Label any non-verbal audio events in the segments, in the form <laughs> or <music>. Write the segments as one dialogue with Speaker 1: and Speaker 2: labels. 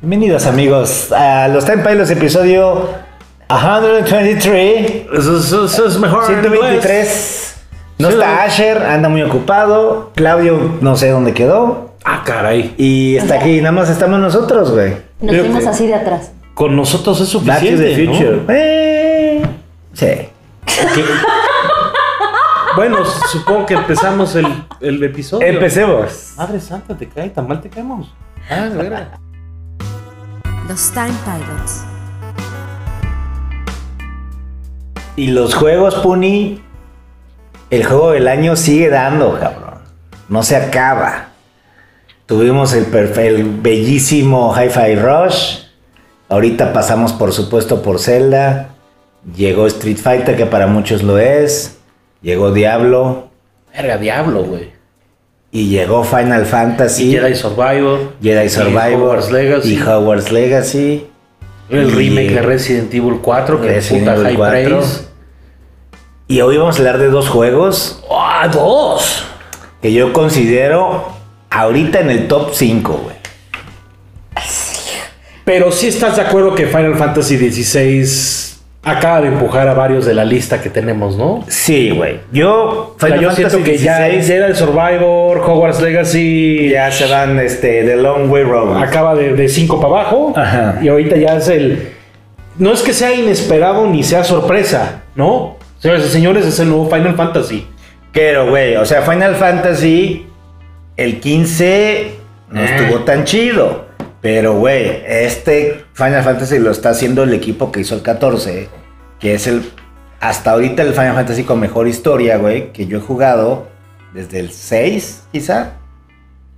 Speaker 1: Bienvenidos amigos a Los Time Pilots episodio 123,
Speaker 2: Eso, eso- eso es mejor. en inglés.
Speaker 1: 123. No
Speaker 2: Sí,
Speaker 1: está
Speaker 2: la-
Speaker 1: Asher, anda muy ocupado. Claudio no sé dónde quedó.
Speaker 2: Ah, caray.
Speaker 1: Y está aquí, nada más estamos nosotros, güey.
Speaker 3: Nos
Speaker 2: Creo
Speaker 3: fuimos
Speaker 2: que-
Speaker 3: así de atrás.
Speaker 2: Con nosotros es
Speaker 1: Back to
Speaker 2: suficiente.
Speaker 1: the
Speaker 2: ¿no?
Speaker 1: Future. Eh, sí.
Speaker 2: Ok. <laughs> bueno, supongo que empezamos el, el episodio.
Speaker 1: Empecemos.
Speaker 2: Madre santa, te cae, tan mal te caemos.
Speaker 1: Ah, de veras.
Speaker 4: Los Time Pilots.
Speaker 1: Y los juegos, Puni, el juego del año sigue dando, cabrón. No se acaba. Tuvimos el, perf- el bellísimo Hi-Fi Rush. Ahorita pasamos, por supuesto, por Zelda. Llegó Street Fighter, que para muchos lo es. Llegó Diablo.
Speaker 2: Verga, diablo, güey.
Speaker 1: Y llegó Final Fantasy.
Speaker 2: Y Jedi Survivor.
Speaker 1: Jedi
Speaker 2: y
Speaker 1: Survivor.
Speaker 2: Hogwarts Legacy.
Speaker 1: Y Hogwarts Legacy.
Speaker 2: el
Speaker 1: y-
Speaker 2: remake de Resident Evil 4. Que
Speaker 1: Resident
Speaker 2: puta
Speaker 1: Evil
Speaker 2: high
Speaker 1: 4.
Speaker 2: praise.
Speaker 1: Y hoy vamos a hablar de dos juegos
Speaker 2: ¡Ah, dos!
Speaker 1: que yo considero ahorita en el top 5, güey.
Speaker 2: Pero sí estás de acuerdo que Final Fantasy XVI acaba de empujar a varios de la lista que tenemos, ¿no?
Speaker 1: Sí, güey. Yo,
Speaker 2: O sea, yo siento que ya, ya era el Survivor, Hogwarts Legacy,
Speaker 1: ya se van este, The Long Way Road.
Speaker 2: acaba de 5 para abajo.
Speaker 1: Ajá.
Speaker 2: Y ahorita ya es el. No es que sea inesperado ni sea sorpresa, ¿no? Señores y señores, es el nuevo Final Fantasy.
Speaker 1: Pero, güey, o sea, Final Fantasy, el 15 no estuvo tan chido. Pero, güey, este Final Fantasy lo está haciendo el equipo que hizo el 14, que es el. Hasta ahorita el Final Fantasy con mejor historia, güey, que yo he jugado desde el 6, quizá.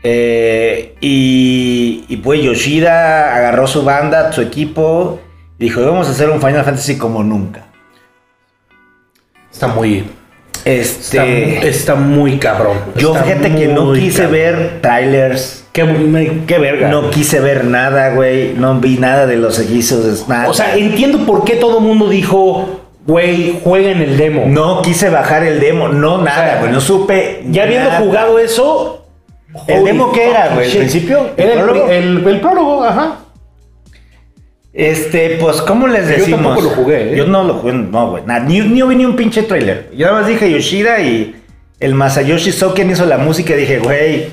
Speaker 1: Eh, y, y pues Yoshida agarró su banda, su equipo, y dijo: Vamos a hacer un Final Fantasy como nunca.
Speaker 2: Está muy. Está,
Speaker 1: Este.
Speaker 2: está muy cabrón.
Speaker 1: Yo
Speaker 2: Está
Speaker 1: fíjate que no
Speaker 2: muy
Speaker 1: quise
Speaker 2: cabrón.
Speaker 1: ver trailers.
Speaker 2: Qué, me- qué verga.
Speaker 1: No quise ver nada, güey. No vi nada de los hechizos de Snap.
Speaker 2: o sea, entiendo por qué todo el mundo dijo, güey, jueguen el demo.
Speaker 1: no quise bajar el demo. No nada,
Speaker 2: sea,
Speaker 1: güey. no supe.
Speaker 2: Ya habiendo
Speaker 1: nada.
Speaker 2: jugado eso.
Speaker 1: ¿El
Speaker 2: holy
Speaker 1: demo qué era, güey? ¿El
Speaker 2: shit.
Speaker 1: principio?
Speaker 2: Era
Speaker 1: ¿El
Speaker 2: el,
Speaker 1: prólogo?
Speaker 2: el- el prólogo, ajá.
Speaker 1: Este, pues, ¿cómo les
Speaker 2: Yo
Speaker 1: decimos?
Speaker 2: tampoco lo jugué, ¿eh?
Speaker 1: Yo no lo jugué, no, güey. Nada, Ni, ni vi ni un pinche trailer. Yo nada más dije Yoshida y el Masayoshi So, quien hizo la música, dije, güey,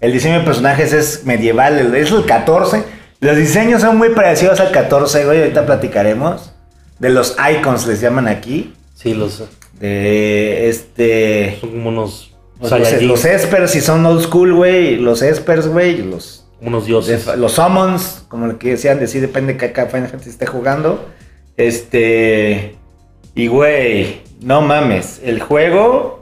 Speaker 1: el diseño de personajes es medieval, el- es el 14. Los diseños son muy parecidos al 14, güey. Ahorita platicaremos. De los icons les llaman aquí.
Speaker 2: Sí, los.
Speaker 1: De este.
Speaker 2: Son como unos.
Speaker 1: Los,
Speaker 2: Saiyajin,
Speaker 1: los espers, si son old school, güey. Los espers, güey. Los
Speaker 2: unos dioses.
Speaker 1: de- los summons, como lo que decían, de sí depende que acá Final Fantasy esté jugando. Este. Y güey, no mames, el juego.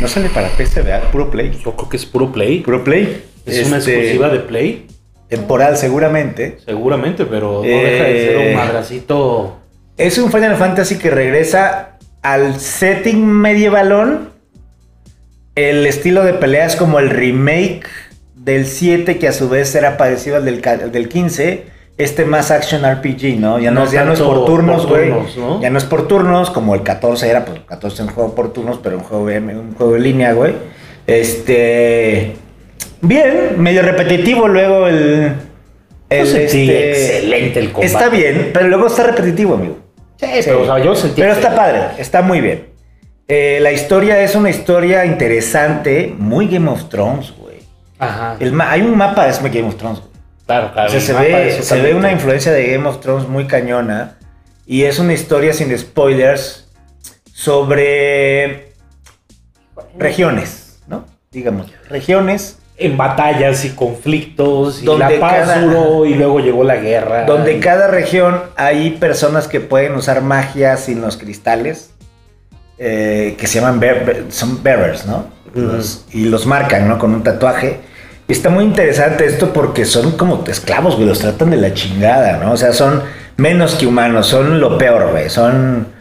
Speaker 1: No sale para PC, ¿verdad? Puro Play.
Speaker 2: Yo creo que es puro Play.
Speaker 1: Puro Play.
Speaker 2: Es una
Speaker 1: Este,
Speaker 2: exclusiva de Play,
Speaker 1: Temporal, seguramente.
Speaker 2: seguramente, pero no deja de ser
Speaker 1: Eh.
Speaker 2: un madracito.
Speaker 1: Es un Final Fantasy que regresa al setting medievalón. El estilo de pelea es como el remake del 7, que a su vez era parecido al del, ca- del 15. Este más action RPG, ¿no? Ya no,
Speaker 2: No
Speaker 1: ya no es
Speaker 2: tanto
Speaker 1: por turnos,
Speaker 2: por
Speaker 1: güey.
Speaker 2: turnos, ¿no?
Speaker 1: Ya no es por turnos, como el 14 era, pues el 14 es un juego por turnos, pero un juego, de- un juego de línea, güey. Este. Bien, medio repetitivo luego el. el,
Speaker 2: Yo sentí
Speaker 1: este,
Speaker 2: excelente el combate.
Speaker 1: Está bien, pero luego está repetitivo, amigo.
Speaker 2: pero, o sea, yo sentí
Speaker 1: Pero
Speaker 2: que-
Speaker 1: está padre, está muy bien. Eh, la historia es una historia interesante, muy Game of Thrones, güey.
Speaker 2: Ajá.
Speaker 1: El ma- hay un mapa de Game of Thrones. güey.
Speaker 2: claro, claro.
Speaker 1: O sea,
Speaker 2: el
Speaker 1: se
Speaker 2: mapa
Speaker 1: ve,
Speaker 2: de eso
Speaker 1: se ve
Speaker 2: también.
Speaker 1: una influencia de Game of Thrones muy cañona. Y es una historia sin spoilers sobre regiones, ¿no? Digamos, regiones
Speaker 2: En batallas y conflictos, y
Speaker 1: Donde
Speaker 2: la paz
Speaker 1: cada-
Speaker 2: duró, y luego llegó la guerra.
Speaker 1: Donde
Speaker 2: Y-
Speaker 1: cada región hay personas que pueden usar magia sin los cristales, eh, que se llaman bear- be- son bearers, ¿no? Los- y los marcan, ¿no? Con un tatuaje. Y está muy interesante esto porque son como esclavos, güey, los tratan de la chingada, ¿no? O sea, son menos que humanos, son lo peor, güey, son,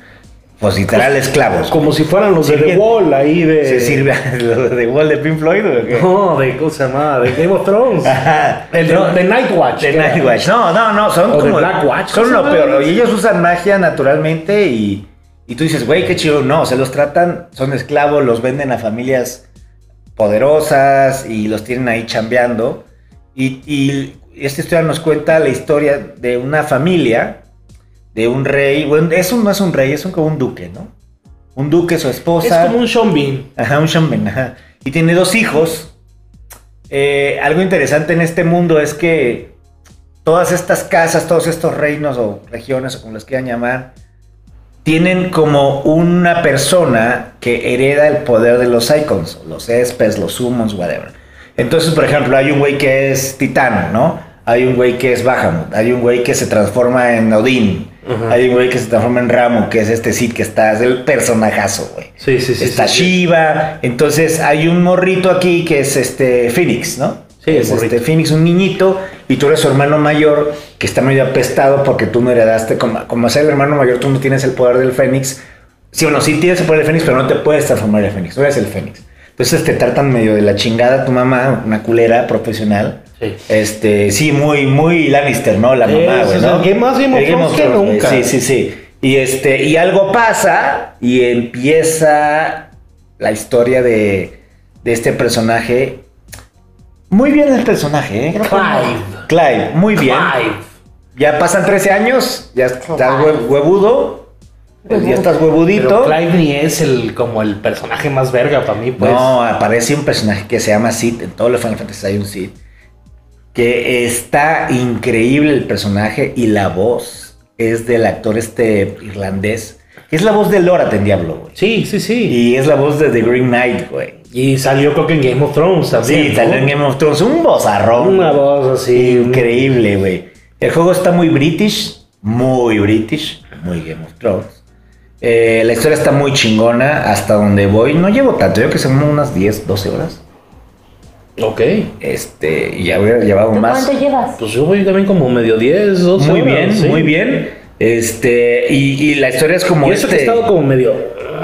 Speaker 1: pues literal, esclavos.
Speaker 2: Como si fueran los
Speaker 1: Sí,
Speaker 2: de The
Speaker 1: que-
Speaker 2: Wall ahí de.
Speaker 1: se sirve <laughs> lo de Wall de Pink Floyd, güey. o qué?
Speaker 2: No, de cosa llamada, de Game of
Speaker 1: <laughs>
Speaker 2: Thrones.
Speaker 1: Ajá.
Speaker 2: El de,
Speaker 1: No.
Speaker 2: de Night Watch.
Speaker 1: De
Speaker 2: que era.
Speaker 1: Night Watch. No, no, no, son
Speaker 2: O de
Speaker 1: como.
Speaker 2: Black Watch,
Speaker 1: Son
Speaker 2: ¿cómo
Speaker 1: lo
Speaker 2: se llama?
Speaker 1: peor. Y ellos usan magia naturalmente y, y tú dices, güey, qué chido. No, se los tratan, son esclavos, los venden a familias poderosas y los tienen ahí chambeando. Y, y esta historia nos cuenta la historia de una familia, de un rey, bueno, es un, no es un rey, es un, como un duque, ¿no? Un duque, su esposa.
Speaker 2: Es como un Sean Bean.
Speaker 1: Ajá, un showman, ajá. Y tiene dos hijos. Eh, algo interesante en este mundo es que todas estas casas, todos estos reinos o regiones o como les quieran llamar, tienen como una persona que hereda el poder de los icons, los espes, los summons, whatever. Entonces, por ejemplo, hay un güey que es titano, ¿no? Hay un güey que es Bahamut, hay un güey que se transforma en Odín,
Speaker 2: Ajá.
Speaker 1: hay un güey que se transforma en Ramo, que es este Sid que está, es el personajazo, güey.
Speaker 2: Sí, sí, sí.
Speaker 1: está
Speaker 2: sí, sí.
Speaker 1: Shiva. Entonces hay un morrito aquí que es este Phoenix, ¿no?
Speaker 2: Sí, el
Speaker 1: es este
Speaker 2: morrito.
Speaker 1: Phoenix, un niñito, y tú eres su hermano mayor que está medio apestado porque tú no heredaste, como, como ser el hermano mayor, tú no tienes el poder del Fénix. Sí, bueno, sí tienes el poder del Fénix, pero no te puedes transformar en Fénix, tú eres el Fénix. Entonces te tratan medio de la chingada tu mamá, una culera profesional.
Speaker 2: Sí.
Speaker 1: Este, sí, muy, muy Lannister, ¿no? La
Speaker 2: Sí,
Speaker 1: mamá,
Speaker 2: eso
Speaker 1: güey,
Speaker 2: es
Speaker 1: ¿no?
Speaker 2: el Game of Thrones
Speaker 1: El Game of
Speaker 2: que
Speaker 1: Thrones, güey,
Speaker 2: nunca.
Speaker 1: Sí, sí, sí. Y este, y algo pasa y empieza la historia de, de este personaje. Muy bien el personaje, ¿eh? Creo que-
Speaker 2: Clive.
Speaker 1: Clive, muy bien.
Speaker 2: Ay,
Speaker 1: Ya pasan 13 años, ya estás
Speaker 3: Clive.
Speaker 1: hue- huevudo, ya estás
Speaker 2: Pero
Speaker 1: huevudito.
Speaker 2: Clive ni es el, como el personaje más verga para mí, pues.
Speaker 1: No, aparece un personaje que se llama Sid. En todos los Final Fantasy hay un Sid. Que está increíble el personaje y la voz es del actor este irlandés. Que es la voz de Lorat en Diablo, güey.
Speaker 2: Sí, sí, sí.
Speaker 1: Y es la voz de The Green Knight, güey.
Speaker 2: Y, salió creo que en Game of Thrones también.
Speaker 1: Sí,
Speaker 2: ¿no?
Speaker 1: salió en Game of Thrones. Un vozarrón.
Speaker 2: Una voz así. un-
Speaker 1: Increíble, güey. El juego está muy british, muy british, muy Game of Thrones. Eh, la historia está muy chingona, hasta donde voy. No llevo tanto, yo creo que son unas 10, 12 horas.
Speaker 2: Ok.
Speaker 1: Este, y ya hubiera llevado
Speaker 3: ¿Tú
Speaker 1: más.
Speaker 3: cuánto llevas?
Speaker 2: Pues yo voy también como medio 10, 12
Speaker 1: Muy
Speaker 2: horas,
Speaker 1: bien,
Speaker 2: sí.
Speaker 1: muy bien. Este, y, y la historia es como
Speaker 2: Y eso
Speaker 1: este,
Speaker 2: que he estado como medio.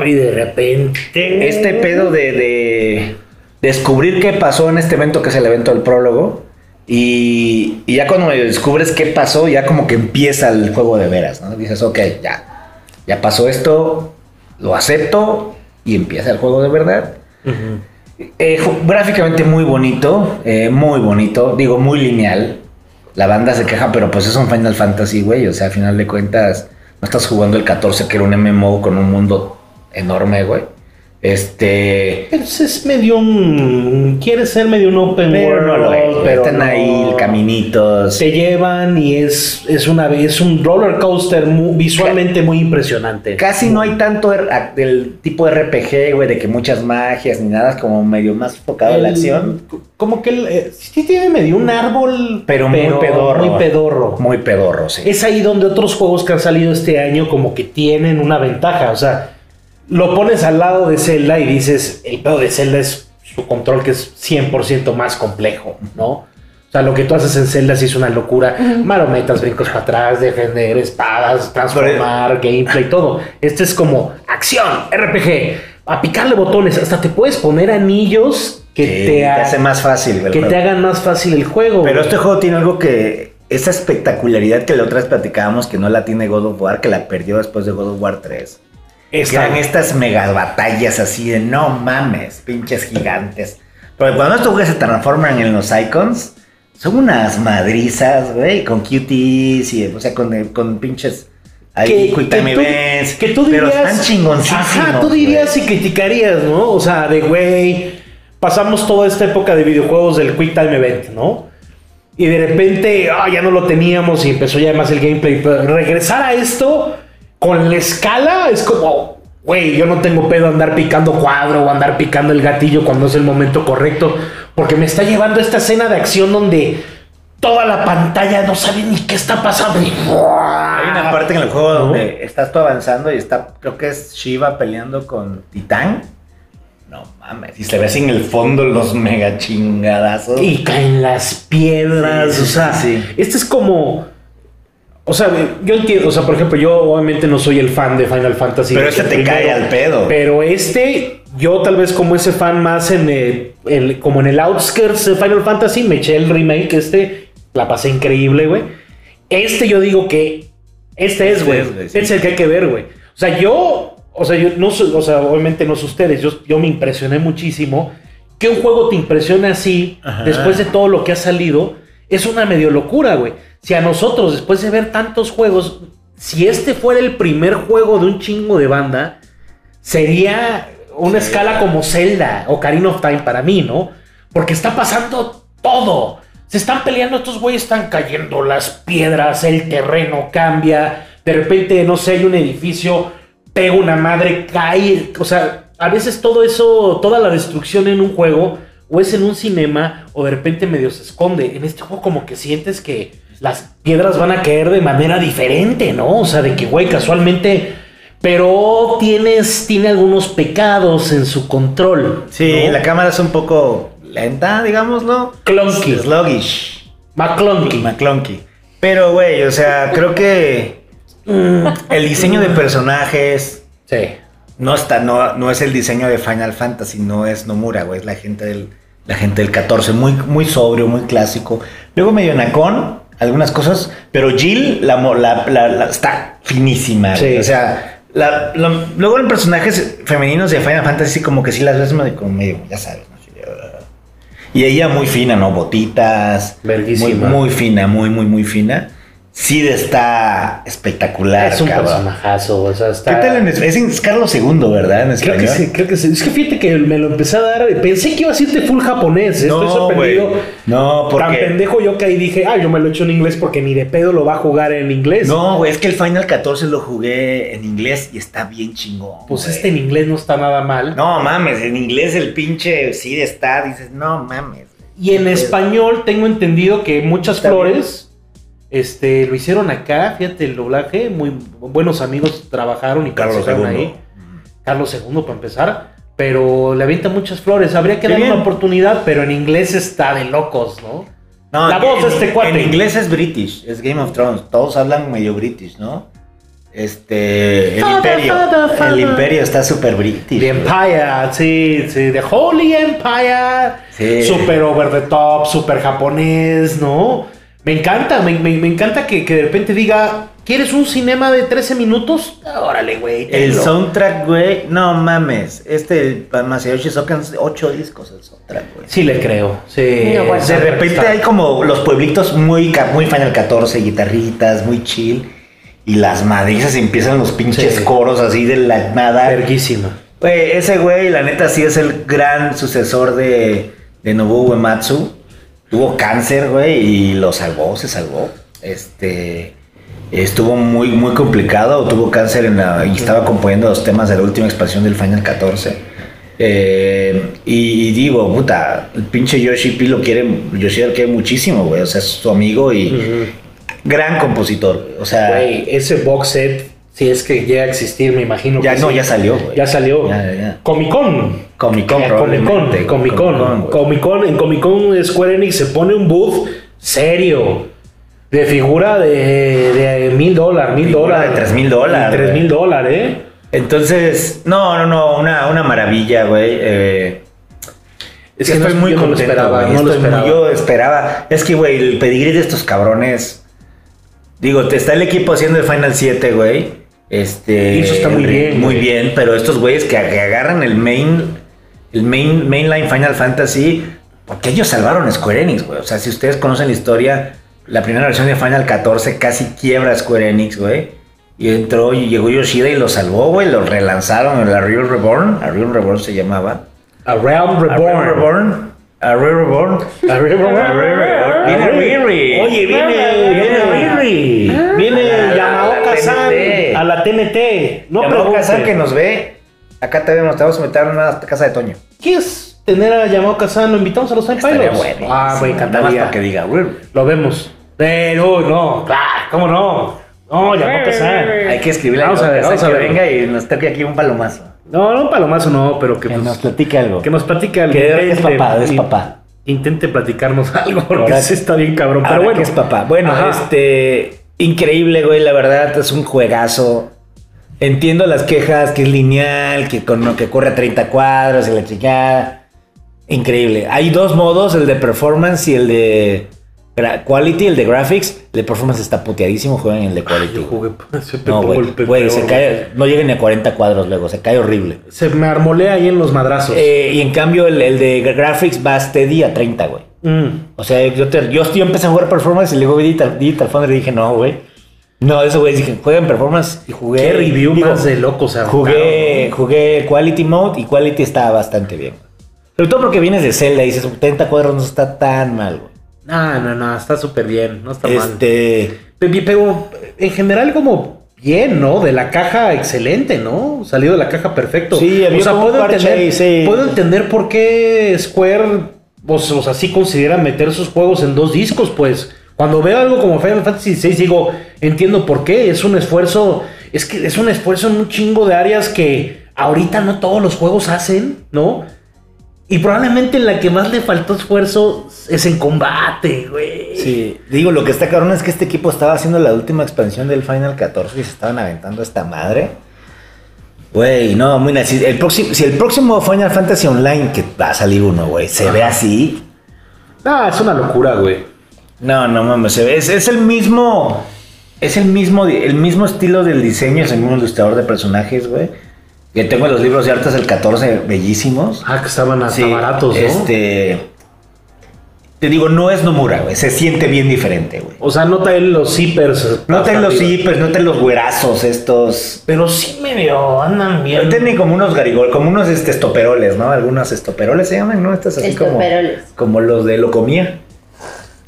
Speaker 2: Y de repente.
Speaker 1: este pedo de, de descubrir qué pasó en este evento, que es el evento del prólogo. Y, y ya cuando descubres qué pasó, ya como que empieza el juego de veras, ¿no? Dices, ok, ya, ya pasó esto, lo acepto y empieza el juego de verdad.
Speaker 2: Ujú.
Speaker 1: Eh, ju- gráficamente muy bonito, eh, muy bonito, digo muy lineal. La banda se queja, pero pues es un Final Fantasy, güey. O sea, al final de cuentas, no estás jugando el 14, que era un MMO con un mundo enorme, güey. Este.
Speaker 2: Pues es medio un. Quiere ser medio un open
Speaker 1: Pero
Speaker 2: world,
Speaker 1: no lo es, güey.
Speaker 2: pero
Speaker 1: Están
Speaker 2: no.
Speaker 1: ahí caminitos.
Speaker 2: Se llevan y es, es una es un roller coaster mu- visualmente muy impresionante.
Speaker 1: Casi no hay tanto er- a- del tipo RPG, güey, de que muchas magias ni nada, es como medio más enfocado a la
Speaker 2: El-
Speaker 1: acción.
Speaker 2: Como que el, eh, sí tiene medio un árbol,
Speaker 1: Pero muy pedorro.
Speaker 2: muy pedorro.
Speaker 1: Muy pedorro, sí.
Speaker 2: Es ahí donde otros juegos que han salido este año como que tienen una ventaja. O sea, lo pones al lado de Zelda y dices, el pedo de Zelda es su control que es 100% más complejo, ¿no? O sea, lo que tú haces en Zelda sí es una locura. Marometas, brincos para atrás, defender espadas, transformar,
Speaker 1: e-
Speaker 2: gameplay, todo. Este es como acción, RPG, a picarle botones. Hasta te puedes poner anillos que,
Speaker 1: Sí,
Speaker 2: te, ha-
Speaker 1: hace más fácil, güey.
Speaker 2: que te hagan más fácil el juego.
Speaker 1: Pero
Speaker 2: güey.
Speaker 1: este juego tiene algo que. Esa espectacularidad que la otra vez platicábamos que no la tiene God of War, que la perdió después de God of War 3. Que
Speaker 2: Está-
Speaker 1: eran estas mega batallas así de no mames, pinches gigantes. Pero cuando estos güeyes se transforman en los icons, son unas madrizas, güey, con cuties y, o sea, con, con pinches. Ahí, quick time
Speaker 2: tú-
Speaker 1: events,
Speaker 2: que tú
Speaker 1: Pero
Speaker 2: dirías,
Speaker 1: están chingoncísimos.
Speaker 2: Ajá, tú dirías
Speaker 1: güey.
Speaker 2: y criticarías, ¿no? O sea, de güey, pasamos toda esta época de videojuegos del Quick Time Event, ¿no? Y de repente, ah, ya no lo teníamos y empezó ya más el gameplay. Pero regresar a esto con la escala es como, güey, yo no tengo pedo andar picando cuadro o andar picando el gatillo cuando es el momento correcto, porque me está llevando esta escena de acción donde toda la pantalla no sabe ni qué está pasando. Y-
Speaker 1: Hay una parte en el juego
Speaker 2: ¿No?
Speaker 1: donde estás tú avanzando y está, creo que es Shiva peleando con Titán. No mames. Y se ve así en el fondo los mega chingadazos.
Speaker 2: Y caen las piedras,
Speaker 1: Sí,
Speaker 2: o sea,
Speaker 1: sí.
Speaker 2: este es como... O sea, yo entiendo, o sea, por ejemplo, yo obviamente no soy el fan de Final Fantasy.
Speaker 1: Pero
Speaker 2: el
Speaker 1: este te cae al pedo.
Speaker 2: Pero este, yo tal vez como ese fan más en el, el- como en el outskirts de Final Fantasy, me eché el remake este, la pasé increíble, güey. Este yo digo que este es,
Speaker 1: Este
Speaker 2: güey.
Speaker 1: es, güey, sí.
Speaker 2: Este es el que hay que ver, güey. O sea, yo, o sea, yo no sé, o sea, obviamente no sé ustedes, yo, yo me impresioné muchísimo que un juego te impresione así,
Speaker 1: Ajá.
Speaker 2: después de todo lo que ha salido, es una medio locura, güey. Si a nosotros, después de ver tantos juegos, si este fuera el primer juego de un chingo de banda, sería una
Speaker 1: Sí.
Speaker 2: escala como Zelda o Karina of Time para mí, ¿no? Porque está pasando todo. Se están peleando estos güeyes, están cayendo las piedras, el terreno cambia. De repente, no sé, hay un edificio, pega una madre, cae. O sea, a veces todo eso, toda la destrucción en un juego, o es en un cinema, o de repente medio se esconde. En este juego, como que sientes que las piedras van a caer de manera diferente, ¿no? O sea, de que, güey, casualmente. Pero tienes, tiene algunos pecados en su control.
Speaker 1: Sí,
Speaker 2: ¿no?
Speaker 1: la cámara es un poco lenta, digámoslo.
Speaker 2: Clunky.
Speaker 1: Sluggish.
Speaker 2: McClunky.
Speaker 1: McClunky. Pero, güey, o sea, creo que el diseño de personajes
Speaker 2: Sí.
Speaker 1: no está, no, no es el diseño de Final Fantasy, no es Nomura, güey, es la gente del, la gente del 14, muy, muy sobrio, muy clásico. Luego medio nacón, algunas cosas, pero Jill la, mo- la- la- la- está finísima, güey.
Speaker 2: Sí.
Speaker 1: o sea, la- la- luego en personajes femeninos de Final Fantasy como que sí las ves medio, como medio, ya sabes, ¿no? Así de, "Ugh". y ella muy fina, ¿no? Botitas.
Speaker 2: Verguísima.
Speaker 1: Muy, muy fina, muy, muy, muy fina. Sid está espectacular,
Speaker 2: Es un
Speaker 1: cabrón.
Speaker 2: personajazo, o sea,
Speaker 1: ¿Qué
Speaker 2: está...
Speaker 1: tal en es, es en Carlos II, ¿verdad? En
Speaker 2: Creo
Speaker 1: español.
Speaker 2: que sí, creo que sí. Es que fíjate que me lo empecé a dar. Pensé que iba a decirte full japonés. eh, Estoy
Speaker 1: No, güey.
Speaker 2: sorprendido.
Speaker 1: No,
Speaker 2: Tan
Speaker 1: porque.
Speaker 2: pendejo yo caí y dije, ah, yo me lo echo en inglés porque ni de pedo lo va a jugar en inglés.
Speaker 1: No, güey, es que el Final 14 lo jugué en inglés y está bien chingón.
Speaker 2: Pues
Speaker 1: güey.
Speaker 2: este en inglés no está nada mal.
Speaker 1: No mames, en inglés el pinche sí está, dices, no mames.
Speaker 2: Y en español tengo entendido que muchas
Speaker 1: Está
Speaker 2: flores este, lo hicieron acá. Fíjate el doblaje. Muy buenos amigos trabajaron y
Speaker 1: Carlos
Speaker 2: participaron
Speaker 1: II.
Speaker 2: Carlos II para empezar. Pero le avienta muchas flores. Habría
Speaker 1: Qué
Speaker 2: que darle una
Speaker 1: bien.
Speaker 2: oportunidad, pero en inglés está de locos, ¿no?
Speaker 1: No,
Speaker 2: La
Speaker 1: en-
Speaker 2: voz de
Speaker 1: en-
Speaker 2: este cuate.
Speaker 1: En inglés es British, es Game of Thrones. Todos hablan medio British, ¿no? Este. El
Speaker 2: Father,
Speaker 1: imperio.
Speaker 2: father, father.
Speaker 1: El imperio está súper British.
Speaker 2: The
Speaker 1: güey.
Speaker 2: Empire, sí, sí, The Holy Empire.
Speaker 1: Sí.
Speaker 2: Super over the top, super japonés, ¿no? Me encanta, me, me- me encanta que, que de repente diga, ¿quieres un cinema de 13 minutos? Ah, Órale, güey.
Speaker 1: El
Speaker 2: tenlo".
Speaker 1: soundtrack, güey, no mames. Este el Masayoshi Sokan, ocho discos el soundtrack, güey.
Speaker 2: Sí le creo, sí.
Speaker 3: Mira, bueno.
Speaker 1: De repente hay como los pueblitos muy, ca- muy Final 14, guitarritas, muy chill. Y las madrizas empiezan los pinches
Speaker 2: Sí.
Speaker 1: coros así de la nada.
Speaker 2: Verguísima.
Speaker 1: Güey, ese güey, la neta, sí es el gran sucesor de, de Nobuo Uematsu. Tuvo cáncer, güey, y lo salvó, se salvó. Este. Estuvo muy, muy complicado. Tuvo cáncer en la, y estaba componiendo los temas de la última expansión del Final 14. Eh, y, y digo, puta, el pinche Yoshi P lo quiere, Yoshi lo quiere muchísimo, güey. O sea, es su amigo y gran compositor. güey. O sea,
Speaker 2: Güey, ese box set, si es que llega a existir, me imagino
Speaker 1: ya
Speaker 2: que
Speaker 1: no,
Speaker 2: sí.
Speaker 1: ya salió, güey.
Speaker 2: Ya salió.
Speaker 1: Pues, Ya, ya.
Speaker 2: Comic Con.
Speaker 1: Comic Con,
Speaker 2: Comic Con.
Speaker 1: probablemente.
Speaker 2: Comic
Speaker 1: Comic-Con,
Speaker 2: Con.
Speaker 1: güey.
Speaker 2: Comic Con. En Comic Con Square Enix se pone un booth serio. De figura de, de mil dólares, mil
Speaker 1: Figura
Speaker 2: dólares.
Speaker 1: de tres mil dólares,
Speaker 2: De Tres
Speaker 1: güey.
Speaker 2: mil dólares, ¿eh?
Speaker 1: Entonces, no, no, no, una, una maravilla, güey. Eh,
Speaker 2: Es que no- yo no lo esperaba,
Speaker 1: güey,
Speaker 2: no lo
Speaker 1: estoy muy-
Speaker 2: esperaba.
Speaker 1: yo esperaba. Es que, güey, el pedigrí de estos cabrones. Digo, te está el equipo haciendo el Final 7, güey. Este.
Speaker 2: Y eso está muy
Speaker 1: el-
Speaker 2: bien,
Speaker 1: Muy
Speaker 2: güey.
Speaker 1: bien, pero estos güeyes que ag- agarran el main. El main, mainline Final Fantasy. Porque ellos salvaron Square Enix, güey. O sea, si ustedes conocen la historia, la primera versión de Final 14 casi quiebra Square Enix, güey. Y entró y llegó Yoshida y lo salvó, güey. Lo relanzaron en la Real Reborn. La Real Reborn se llamaba.
Speaker 2: A Realm
Speaker 1: Reborn.
Speaker 2: Reborn.
Speaker 1: Reborn. A Real Reborn.
Speaker 2: A Realm
Speaker 1: A Real Reborn. Viene Riri.
Speaker 2: Oye, viene.
Speaker 1: Viene Riri.
Speaker 2: Viene
Speaker 1: Yamaoka-san
Speaker 2: Yamaoka-san a la TNT. No
Speaker 1: Yamaoka-san
Speaker 2: preguntes.
Speaker 1: que nos ve. Acá te vemos, te vamos a meter a una casa de Toño.
Speaker 2: ¿Qué es tener a Yamaoka San? ¿Lo invitamos a los Time
Speaker 1: Estaría
Speaker 2: Pilots?
Speaker 1: bueno.
Speaker 2: Ah, me
Speaker 1: Nada más para
Speaker 2: encantaría.
Speaker 1: que diga, "Riri".
Speaker 2: Lo vemos. Pero no, claro, ¿cómo no? No, Yamaoka San.
Speaker 1: Hay que escribirle
Speaker 2: Ah. Vamos a ver,
Speaker 1: Yamaoka-san
Speaker 2: vamos a
Speaker 1: que
Speaker 2: ver.
Speaker 1: venga y nos toque aquí un palomazo.
Speaker 2: No, no, un palomazo no, pero que,
Speaker 1: Que
Speaker 2: pues,
Speaker 1: nos platique algo.
Speaker 2: que nos platique algo.
Speaker 1: Que es
Speaker 2: Intente-
Speaker 1: papá, es papá.
Speaker 2: Intente platicarnos <laughs> algo, porque
Speaker 1: Ahora-
Speaker 2: sí está bien cabrón. Pero
Speaker 1: Ahora
Speaker 2: bueno.
Speaker 1: que es papá. Bueno,
Speaker 2: Ajá.
Speaker 1: este. Increíble, güey. La verdad, es un juegazo. Entiendo las quejas que es lineal, que, con, que corre a 30 cuadros y la chingada. Increíble. Hay dos modos, el de performance y el de gra- quality, el de graphics. El de performance está puteadísimo, juegan el de
Speaker 2: Yo
Speaker 1: quality.
Speaker 2: jugué <laughs> se
Speaker 1: No,
Speaker 2: pegó
Speaker 1: güey.
Speaker 2: el pe-
Speaker 1: Güey, se
Speaker 2: peor,
Speaker 1: cae, no lleguen ni a 40 cuadros luego, se cae horrible.
Speaker 2: Se me armolea ahí en los madrazos.
Speaker 1: Eh, y en cambio, el, el de graphics va steady a 30, güey.
Speaker 2: Mm.
Speaker 1: O sea, yo, te- yo, yo empecé a jugar performance y luego vi Digital, Digital Foundry y dije, no, güey. No, eso, güey, dije, juegan performance y jugué.
Speaker 2: Qué review
Speaker 1: digo,
Speaker 2: más de loco, o sea,
Speaker 1: Jugué, jugué Quality Mode y Quality estaba bastante bien. Sobre todo porque vienes de Zelda y dices, 30 cuadros no está tan mal, güey.
Speaker 2: No, no, no, está súper bien, no está mal.
Speaker 1: Este.
Speaker 2: Pe- Pero eh, en general como bien, ¿no? De la caja excelente, ¿no? Salido de la caja perfecto.
Speaker 1: Sí, había
Speaker 2: o sea,
Speaker 1: como un
Speaker 2: puedo
Speaker 1: parche
Speaker 2: entender,
Speaker 1: ahí, sí.
Speaker 2: puedo entender por qué Square, o, s- o sea, sí considera meter sus juegos en dos discos, pues. Cuando veo algo como Final Fantasy VI, digo, entiendo por qué. Es un esfuerzo, es que es un esfuerzo en un chingo de áreas que ahorita no todos los juegos hacen, ¿no? Y probablemente la que más le faltó esfuerzo es en combate, güey.
Speaker 1: Sí, digo, lo que está cabrón es que este equipo estaba haciendo la última expansión del Final 14 y se estaban aventando esta madre. Güey, no, muy nazi. El próximo, si el próximo Final Fantasy Online, que va a salir uno, güey, se ve así.
Speaker 2: Ah, es una locura, güey.
Speaker 1: No, no mames, se ve- es, es el mismo. Es el mismo, di- el mismo estilo del diseño, es el mismo ilustrador de personajes, güey. Que tengo los libros de artes del 14 bellísimos.
Speaker 2: Ah, que estaban hasta
Speaker 1: Sí,
Speaker 2: baratos, ¿no?
Speaker 1: Este. Te digo, no es Nomura, güey. Se siente bien diferente, güey.
Speaker 2: O sea, no traen los zippers.
Speaker 1: No te
Speaker 2: hasta
Speaker 1: los
Speaker 2: arriba.
Speaker 1: zippers, no te los güerazos estos.
Speaker 2: Pero sí medio andan bien.
Speaker 1: Tienen como unos garigol, como unos este, estoperoles, ¿no? Algunos estoperoles se llaman, ¿no? Estos así como,
Speaker 3: Estoperoles.
Speaker 1: como los de Locomía.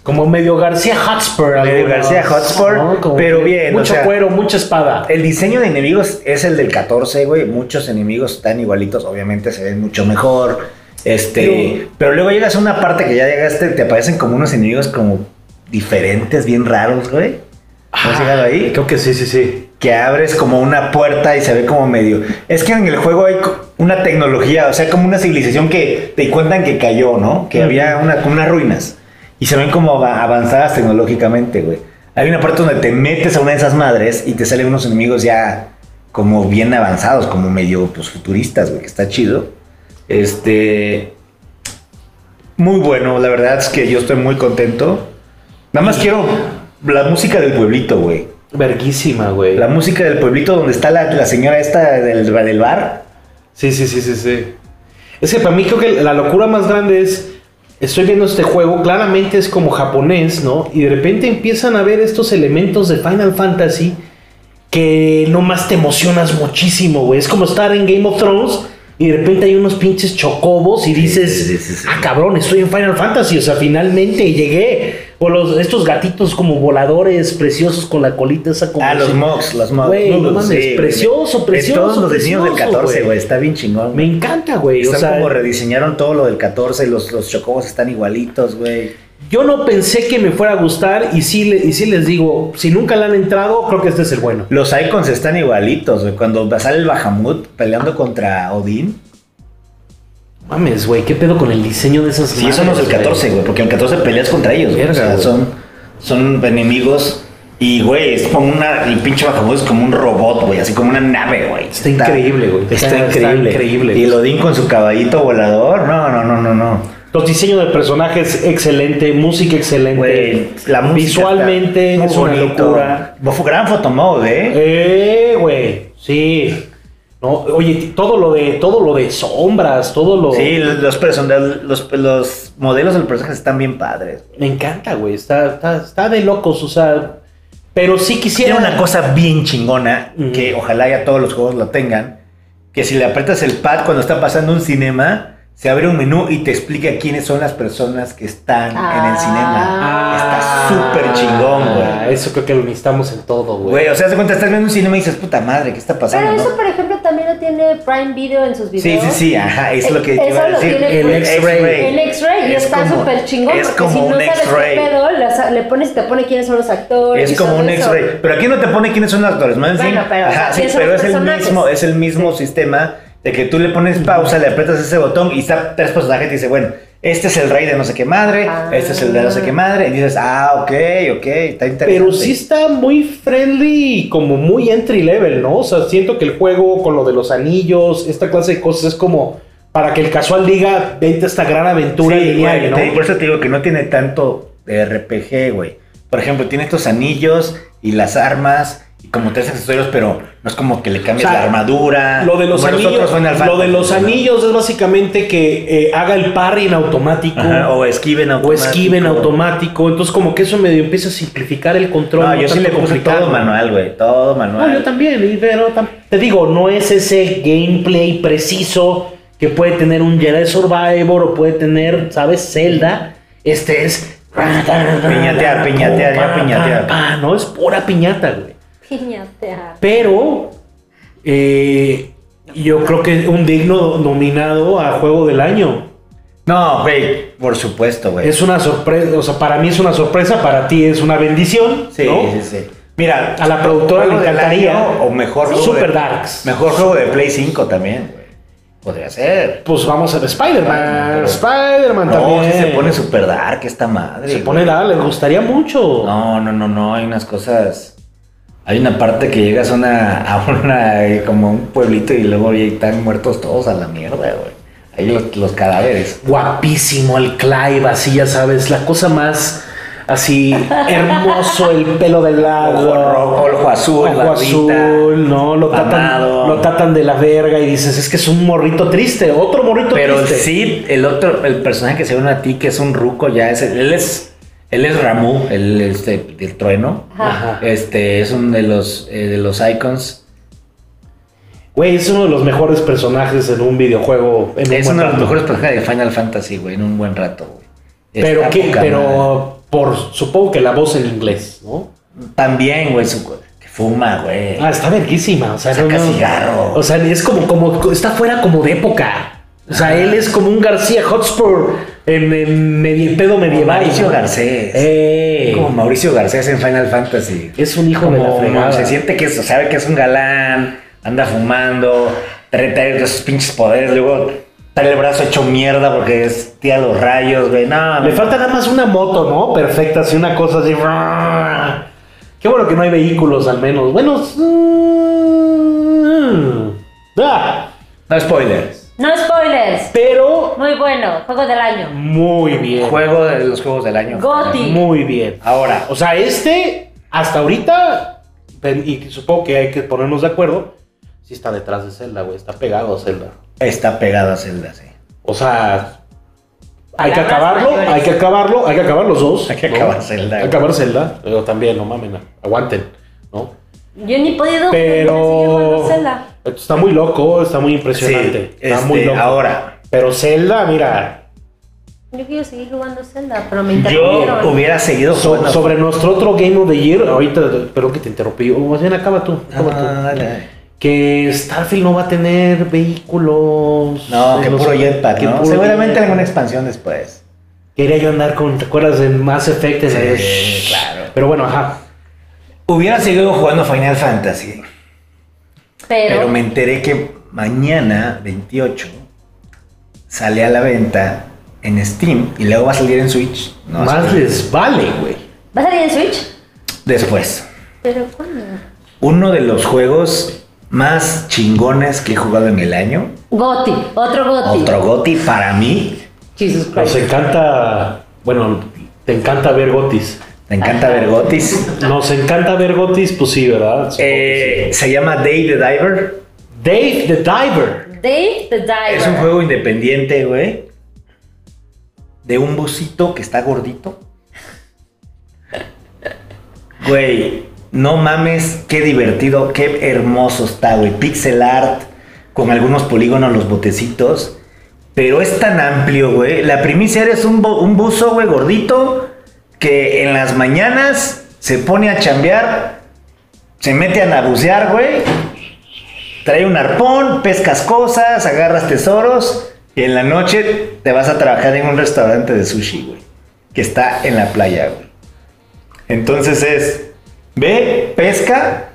Speaker 2: Como medio García Hotspur.
Speaker 1: Medio
Speaker 2: algunos,
Speaker 1: García Hotspur,
Speaker 2: Como
Speaker 1: pero
Speaker 2: que
Speaker 1: bien, o
Speaker 2: Mucho
Speaker 1: sea-
Speaker 2: cuero, mucha espada.
Speaker 1: El diseño de enemigos es el del 14, güey. Muchos enemigos están igualitos, obviamente se ven mucho mejor. Este,
Speaker 2: Pero-
Speaker 1: pero, luego llegas a una parte que ya llegaste, te aparecen como unos enemigos como diferentes, bien raros, güey. ¿Has llegado ahí?
Speaker 2: Creo que sí, sí, sí.
Speaker 1: que abres como una puerta y se ve como medio. Es que en el juego hay co- una tecnología, o sea, como una civilización que te cuentan que cayó, ¿no? Que
Speaker 2: Ujú.
Speaker 1: había una, como unas ruinas. Y se ven como av- avanzadas tecnológicamente, güey. Hay una parte donde te metes a una de esas madres y te salen unos enemigos ya como bien avanzados, como medio pues, futuristas, güey, que está chido. Este. Muy bueno, la verdad es que yo estoy muy contento. Nada más quiero la música del pueblito, güey.
Speaker 2: Verguísima, güey.
Speaker 1: La música del pueblito donde está la, la señora esta del, del bar.
Speaker 2: Sí, sí, sí, sí, sí. Es que para mí creo que la locura más grande es, estoy viendo este juego, claramente es como japonés, ¿no? Y de repente empiezan a ver estos elementos de Final Fantasy que nomás te emocionas muchísimo, güey. Es como estar en Game of Thrones y de repente hay unos pinches chocobos y dices,
Speaker 1: sí, sí, sí.
Speaker 2: ah, cabrón, estoy en Final Fantasy, o sea, finalmente llegué. O los, estos gatitos como voladores preciosos con la colita esa como...
Speaker 1: Ah, los mocks, los mocks.
Speaker 2: Oh, Güey, no mames, precioso, precioso,
Speaker 1: Todos los diseños del
Speaker 2: precioso,
Speaker 1: 14,
Speaker 2: güey.
Speaker 1: güey, está bien chingón.
Speaker 2: Me
Speaker 1: güey.
Speaker 2: encanta, güey. O
Speaker 1: Están
Speaker 2: sea,
Speaker 1: como rediseñaron todo lo del 14, los, los chocobos están igualitos, güey.
Speaker 2: Yo no pensé que me fuera a gustar y sí, le- y sí les digo, si nunca le han entrado, creo que este es el bueno.
Speaker 1: Los icons están igualitos, güey. Cuando sale el Bahamut peleando contra Odín.
Speaker 2: Mames, güey, ¿qué pedo con el diseño de esas
Speaker 1: Sí, eso no es
Speaker 2: madres,
Speaker 1: el 14, güey, porque en el 14 peleas contra ellos, güey. O
Speaker 2: Verga,
Speaker 1: sea,
Speaker 2: güey.
Speaker 1: son, son enemigos. Y, güey, es como una. El pinche Bahamut es como un robot, güey, así como una nave, güey.
Speaker 2: Está increíble, güey.
Speaker 1: Está,
Speaker 2: Está
Speaker 1: increíble.
Speaker 2: increíble.
Speaker 1: Y el Odín con su caballito volador. No, no, no, no, no.
Speaker 2: Los diseños de personajes, excelente, música excelente.
Speaker 1: Güey, la música
Speaker 2: Visualmente
Speaker 1: está muy
Speaker 2: es una
Speaker 1: bonito.
Speaker 2: locura.
Speaker 1: Bo- Fue gran fotomode, ¿eh?
Speaker 2: Eh, güey, sí. No, oye, t- todo lo de, todo lo de sombras, todo lo.
Speaker 1: Sí, los, person- los, los modelos del personaje están bien padres.
Speaker 2: Me encanta, güey. Está, está, está de locos, o sea. Pero sí quisiera.
Speaker 1: Tiene una cosa bien chingona
Speaker 2: Ujú.
Speaker 1: que ojalá ya todos los juegos lo tengan. Que si le aprietas el pad cuando está pasando un cinema, se abre un menú y te explica quiénes son las personas que están en el
Speaker 3: Ah.
Speaker 1: cinema. Está súper chingón, güey.
Speaker 2: Ah, Eso creo que lo necesitamos en todo, güey.
Speaker 1: Güey, o sea, se cuenta, estás viendo un cinema y dices, puta madre, ¿qué está pasando?
Speaker 3: Pero
Speaker 1: no?
Speaker 3: eso, por ejemplo, también lo tiene Prime Video en sus
Speaker 1: Sí,
Speaker 3: videos.
Speaker 1: sí, sí, ajá, es lo que
Speaker 3: Eso
Speaker 1: te iba a
Speaker 3: lo
Speaker 1: decir.
Speaker 3: tiene
Speaker 2: El X-Ray.
Speaker 3: El X-Ray y
Speaker 1: Es
Speaker 3: está
Speaker 1: como-
Speaker 3: súper chingón.
Speaker 1: Es
Speaker 3: porque
Speaker 1: como
Speaker 3: si no
Speaker 1: un
Speaker 3: sabes qué
Speaker 1: X-Ray.
Speaker 3: pedo, las- le pones y te pone quiénes son los actores. y
Speaker 1: Es como
Speaker 3: todo
Speaker 1: un
Speaker 3: eso.
Speaker 1: X-Ray. Pero aquí no te pone quiénes son los actores, más
Speaker 3: Bueno, pero, o sea,
Speaker 1: sí,
Speaker 3: ¿quiénes son
Speaker 1: pero
Speaker 3: los
Speaker 1: es el
Speaker 3: personajes?
Speaker 1: mismo, es el mismo sistema de que tú le pones pausa, le aprietas ese botón y está tres personajes y te dice, bueno, este es el rey de no sé qué madre,
Speaker 3: Ah.
Speaker 1: este es el de no sé qué madre, y dices, ah, ok, ok, está interesante.
Speaker 2: Pero sí está muy friendly y como muy entry level, ¿no? O sea, siento que el juego con lo de los anillos, esta clase de cosas es como para que el casual diga, vente a esta gran aventura
Speaker 1: Sí,
Speaker 2: lineal,
Speaker 1: güey,
Speaker 2: ¿no?
Speaker 1: te- por eso te digo que no tiene tanto de RPG, güey. Por ejemplo, tiene estos anillos y las armas y como tres accesorios, pero no es como que le cambies
Speaker 2: O sea,
Speaker 1: la armadura.
Speaker 2: Lo de los
Speaker 1: como los
Speaker 2: anillos,
Speaker 1: otros Final
Speaker 2: lo
Speaker 1: Fantasy.
Speaker 2: de los anillos es básicamente que eh, haga el parry en automático
Speaker 1: Ajá, o esquiven
Speaker 2: o esquive en automático. Entonces, como que eso medio empieza a simplificar el control.
Speaker 1: No, yo sí
Speaker 2: tanto
Speaker 1: le puse
Speaker 2: complicarlo.
Speaker 1: todo manual, güey. Todo manual.
Speaker 2: No, yo también, y- pero tam- te digo, no es ese gameplay preciso que puede tener un Jedi Survivor o puede tener, ¿sabes? Zelda. Este es.
Speaker 1: Piñatear, piñatear, ya piñatear.
Speaker 2: Ah, no, es pura piñata, güey.
Speaker 3: Piñatea.
Speaker 2: Pero eh, yo creo que un digno nominado a juego del año.
Speaker 1: No, güey. Por supuesto, güey.
Speaker 2: Es una sorpresa, o sea, para mí es una sorpresa, para ti es una bendición.
Speaker 1: Sí,
Speaker 2: ¿no?
Speaker 1: sí, sí. Mira,
Speaker 2: A la productora le
Speaker 1: juego del
Speaker 2: encantaría.
Speaker 1: año o mejor juego
Speaker 2: Super
Speaker 1: de-
Speaker 2: Darks.
Speaker 1: Mejor juego de Play 5 también, güey. Podría ser.
Speaker 2: Pues vamos a ver Spider-Man.
Speaker 1: Pero-
Speaker 2: Spider-Man
Speaker 1: No,
Speaker 2: también.
Speaker 1: sí se pone super dark esta madre.
Speaker 2: Se
Speaker 1: güey.
Speaker 2: pone dark, les gustaría mucho.
Speaker 1: No, no, no, no, hay unas cosas. Hay una parte que llegas a una, a una eh, como un pueblito y luego ya están muertos todos a la mierda, güey. Ahí los, los cadáveres.
Speaker 2: Guapísimo el Clive, así ya sabes, la cosa más
Speaker 1: <laughs>
Speaker 2: así hermoso, el pelo de lado.
Speaker 1: Ojo rojo, ojo azul,
Speaker 2: Ojo
Speaker 1: barbita,
Speaker 2: azul, no, lo tratan,
Speaker 1: mamado.
Speaker 2: lo tratan de la verga y dices, es que es un morrito triste, otro morrito
Speaker 1: Pero
Speaker 2: triste.
Speaker 1: sí, el otro, el personaje que se une a ti, que es un ruco, ya es, él es, él es Ramu, el, este, del trueno.
Speaker 3: Ajá.
Speaker 2: Ajá.
Speaker 1: Este, es uno de los, eh, de los icons.
Speaker 2: Güey, es uno de los mejores personajes en un videojuego. En un
Speaker 1: Es
Speaker 2: buen
Speaker 1: uno de los
Speaker 2: rato.
Speaker 1: mejores personajes de Final Fantasy, güey, en un buen rato, güey.
Speaker 2: Pero,
Speaker 1: Está
Speaker 2: que,
Speaker 1: poca madre.
Speaker 2: pero por, supongo que la voz en inglés, ¿no?
Speaker 1: También, güey, su- que fuma, güey.
Speaker 2: Ah, está verguísima. O sea,
Speaker 1: Saca cigarro.
Speaker 2: O sea, es como, como, está fuera como de época. O sea, él es como un García Hotspur en, en medi- pedo medieval.
Speaker 1: Mauricio
Speaker 2: ¿no?
Speaker 1: Garcés.
Speaker 2: Ey.
Speaker 1: Como Mauricio Garcés en Final Fantasy.
Speaker 2: es un hijo de la
Speaker 1: Como
Speaker 2: fregada.
Speaker 1: se siente que es, sabe que es un galán, anda fumando, trae, trae esos pinches poderes, luego trae el brazo hecho mierda porque es tía los rayos, güey. No,
Speaker 2: Le
Speaker 1: no.
Speaker 2: falta nada más una moto, ¿no? Perfecta, así una cosa así. Qué bueno que no hay vehículos, al menos. Bueno. mm, ah,
Speaker 1: no spoilers.
Speaker 3: No spoilers.
Speaker 2: Pero
Speaker 3: Muy bueno. Juego del año.
Speaker 2: muy bien.
Speaker 1: Juego de los juegos del año.
Speaker 3: Goti.
Speaker 2: Muy bien.
Speaker 1: Ahora,
Speaker 2: O sea, este, hasta ahorita, pen- y supongo que hay que ponernos de acuerdo, sí está detrás de Zelda, güey, está pegado a Zelda.
Speaker 1: está pegado a Zelda, sí.
Speaker 2: O sea, hay
Speaker 3: Palabras
Speaker 2: que acabarlo,
Speaker 3: mayores.
Speaker 2: hay que acabarlo, hay que acabar los dos.
Speaker 1: Hay que
Speaker 2: ¿no?
Speaker 1: acabar Zelda,
Speaker 2: Hay que
Speaker 1: güey.
Speaker 2: acabar Zelda, pero también, no mamen, aguanten, ¿no?
Speaker 3: Yo ni he podido
Speaker 2: Pero...
Speaker 3: seguir jugando
Speaker 2: Está muy loco, está muy impresionante.
Speaker 1: Sí,
Speaker 2: está muy
Speaker 1: este,
Speaker 2: loco.
Speaker 1: Ahora,
Speaker 2: Pero Zelda, mira,
Speaker 3: Zelda. Yo quiero seguir jugando Zelda, pero me interrumpieron.
Speaker 1: yo hubiera seguido
Speaker 2: so-
Speaker 1: jugando.
Speaker 2: sobre nuestro otro Game of the Year, ahorita, perdón que te interrumpí, o más bien acaba tú, acaba tú.
Speaker 1: Ah, dale.
Speaker 2: que Starfield no va a tener vehículos.
Speaker 1: No,
Speaker 2: eh,
Speaker 1: que
Speaker 2: no
Speaker 1: puro
Speaker 2: sé,
Speaker 1: jetpack,
Speaker 2: que
Speaker 1: ¿no?
Speaker 2: puro
Speaker 1: Seguramente
Speaker 2: jetpack.
Speaker 1: alguna expansión después.
Speaker 2: Quería yo andar con, ¿te acuerdas de Mass Effect? En
Speaker 1: Sí,
Speaker 2: el-
Speaker 1: claro.
Speaker 2: Pero bueno, ajá.
Speaker 1: Hubiera seguido jugando Final Fantasy,
Speaker 3: Pero,
Speaker 1: pero me enteré que mañana, 28, sale a la venta en Steam y luego va a salir en Switch. No,
Speaker 2: Más
Speaker 1: espera.
Speaker 2: les vale, güey.
Speaker 3: ¿va a salir en Switch?
Speaker 1: Después.
Speaker 3: ¿Pero cuándo?
Speaker 1: Uno de los juegos más chingones que he jugado en el año.
Speaker 3: Goti. Otro Goti.
Speaker 1: Otro Goti para mí.
Speaker 3: Jesus
Speaker 2: Nos
Speaker 3: Christ.
Speaker 2: encanta, bueno, te encanta ver Gotis.
Speaker 1: Me encanta ver Gotis.
Speaker 2: Nos encanta ver Gotis, pues sí, ¿verdad? Supongo que
Speaker 1: Eh, se llama Day the Diver.
Speaker 2: sí. Dave the Diver.
Speaker 3: Dave the Diver.
Speaker 1: Es un juego independiente, güey. De un busito que está gordito. Güey, no mames, qué divertido, qué hermoso está, güey. Pixel art, con algunos polígonos, los botecitos. Pero es tan amplio, güey. La primicia es un, bu- un buzo, güey, gordito, que en las mañanas se pone a chambear, se mete a nabucear, güey. Trae un arpón, pescas cosas, agarras tesoros y en la noche te vas a trabajar en un restaurante de sushi, güey. Que está en la playa, güey. Entonces es, ve, pesca,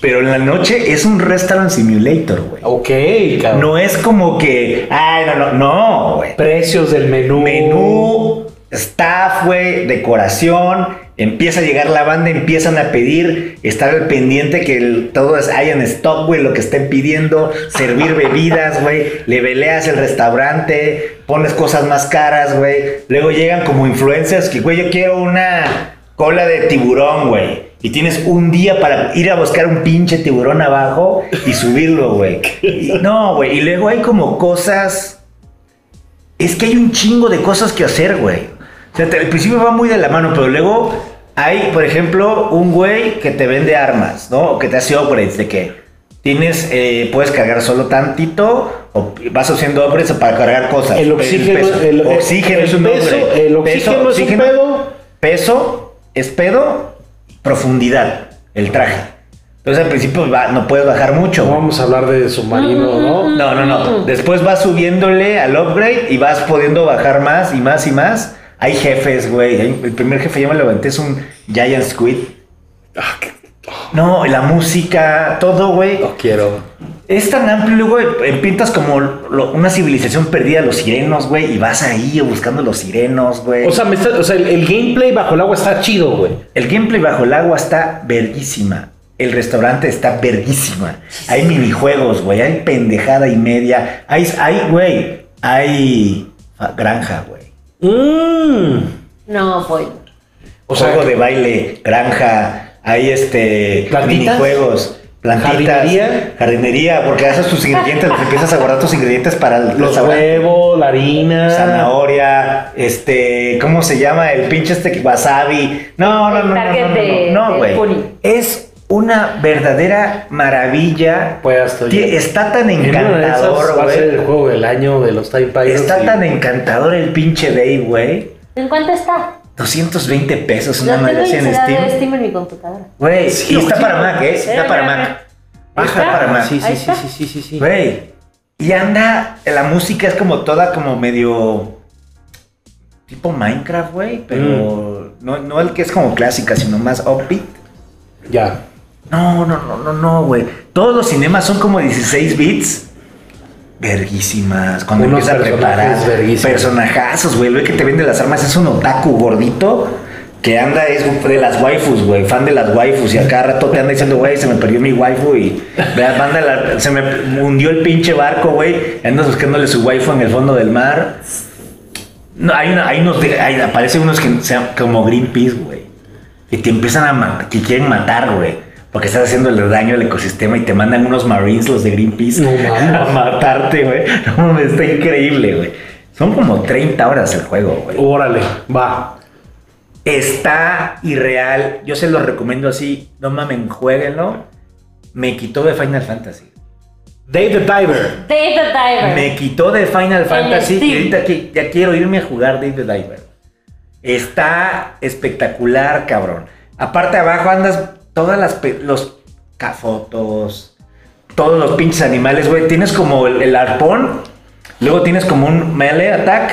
Speaker 1: pero en la noche es un restaurant simulator, güey.
Speaker 2: Ok, cabrón.
Speaker 1: No es como que, ay, no, no, no, güey.
Speaker 2: Precios del menú.
Speaker 1: Menú, staff, güey, decoración. Empieza a llegar la banda, empiezan a pedir, estar al pendiente que el- todo es- hay en stock, güey, lo que estén pidiendo, servir bebidas, güey, le veleas el restaurante, pones cosas más caras, güey. Luego llegan como influencers que, güey, yo quiero una cola de tiburón, güey. Y tienes un día para ir a buscar un pinche tiburón abajo y subirlo, güey. Y- No, güey. Y luego hay como cosas. Es que hay un chingo de cosas que hacer, güey. O sea, te- al principio va muy de la mano, pero luego hay, por ejemplo, un güey que te vende armas, ¿no? O que te hace upgrades de que tienes, eh, puedes cargar solo tantito o vas haciendo upgrades para cargar cosas.
Speaker 2: El oxígeno,
Speaker 1: peso.
Speaker 2: el, el-
Speaker 1: oxígeno
Speaker 2: el
Speaker 1: es un
Speaker 2: peso,
Speaker 1: upgrade.
Speaker 2: el
Speaker 1: Peso,
Speaker 2: oxígeno es
Speaker 1: oxígeno.
Speaker 2: un pedo.
Speaker 1: Peso es pedo, profundidad, el traje. Entonces al principio va- no puedes bajar mucho.
Speaker 2: No
Speaker 1: güey.
Speaker 2: vamos a hablar de submarino, ¿no?
Speaker 1: No, no, no. Después vas subiéndole al upgrade y vas pudiendo bajar más y más y más. Hay jefes, güey. Hay- El primer jefe ya me levanté, es un Giant Squid.
Speaker 2: Ah,
Speaker 1: No, la música, todo, güey.
Speaker 5: No quiero.
Speaker 1: Es tan amplio, güey. eh, Pintas como lo- una civilización perdida, los sirenos, güey. Y vas ahí buscando los sirenos, güey.
Speaker 2: O sea, me está- o sea, el, el gameplay bajo el agua está chido, güey.
Speaker 1: El gameplay bajo el agua está verguísima. El restaurante está verguísima. Hay minijuegos, güey. Hay pendejada y media. Hay, hay, güey. Hay ah, granja, güey.
Speaker 2: Mm.
Speaker 3: No, bueno.
Speaker 2: O sea,
Speaker 1: Juego de baile, granja. Hay este.
Speaker 2: ¿Plantitas?
Speaker 1: Minijuegos. Plantitas.
Speaker 2: ¿Jardinería?
Speaker 1: Jardinería, porque haces tus ingredientes. <laughs> los empiezas a guardar tus ingredientes para el
Speaker 2: los
Speaker 1: restaurante.
Speaker 2: huevos, la harina.
Speaker 1: Zanahoria, este, ¿cómo se llama? El pinche este que- wasabi. No, no,
Speaker 3: El
Speaker 1: no, no,
Speaker 3: target
Speaker 1: no, no,
Speaker 3: de-
Speaker 1: no, no,
Speaker 3: del
Speaker 1: güey.
Speaker 3: puri.
Speaker 1: Es una verdadera maravilla.
Speaker 2: Pues, estoy-
Speaker 1: Tie- está tan
Speaker 2: En una de esas
Speaker 1: encantador,
Speaker 2: va a ser el
Speaker 1: güey.
Speaker 2: juego del año de los Time Pilots.
Speaker 1: Está
Speaker 2: y-
Speaker 1: tan encantador el pinche Day, güey.
Speaker 3: ¿En cuánto está?
Speaker 1: 220 pesos una
Speaker 3: Lo tengo
Speaker 1: madre en
Speaker 3: instalado de
Speaker 1: Steam.
Speaker 3: Steam en mi computadora.
Speaker 1: Güey, y está para Mac, ¿eh?
Speaker 3: Mira,
Speaker 1: Está para
Speaker 3: mira,
Speaker 1: Mac.
Speaker 3: mira.
Speaker 1: Está para Mac.
Speaker 2: Sí, sí,
Speaker 3: Ahí
Speaker 2: sí,
Speaker 3: está.
Speaker 2: sí, sí, sí, sí.
Speaker 1: Güey. Y anda, la música es como toda como medio tipo Minecraft, güey, pero no, no el que es como clásica, sino más upbeat.
Speaker 2: Ya.
Speaker 1: No, no, no, no, no, güey. Todos los cinemas son como 16 bits. Verguísimas. Cuando
Speaker 2: Unos
Speaker 1: empieza a preparar
Speaker 2: personajes verguísimos.
Speaker 1: personajazos, güey. El güey que te vende las armas es un otaku gordito que anda, es de las waifus, güey. Fan de las waifus. Y a cada rato te anda diciendo, güey, se me perdió mi waifu y vea, manda la- se me hundió el pinche barco, güey. y Andas buscándole su waifu en el fondo del mar. No, hay, una, hay unos, de- hay- aparecen unos que sean como Greenpeace, güey. Que te empiezan a matar, que quieren matar, güey. Porque estás haciéndole daño al ecosistema y te mandan unos Marines, los de Greenpeace,
Speaker 2: No mames.
Speaker 1: a matarte, güey. No mames, está increíble, güey. Son como 30 horas el juego, güey.
Speaker 2: Órale, va.
Speaker 1: Está irreal. Yo se los recomiendo así. No mamen, jueguenlo. Me quitó de Final Fantasy.
Speaker 2: Dave the Diver.
Speaker 3: Dave the Diver.
Speaker 1: Me quitó de Final Fantasy
Speaker 3: Steam.
Speaker 1: y ahorita que ya quiero irme a jugar Dave the Diver. Está espectacular, cabrón. Aparte abajo andas todas las pe- los cafotos, todos los pinches animales, güey. Tienes como el, el arpón, luego tienes como un melee attack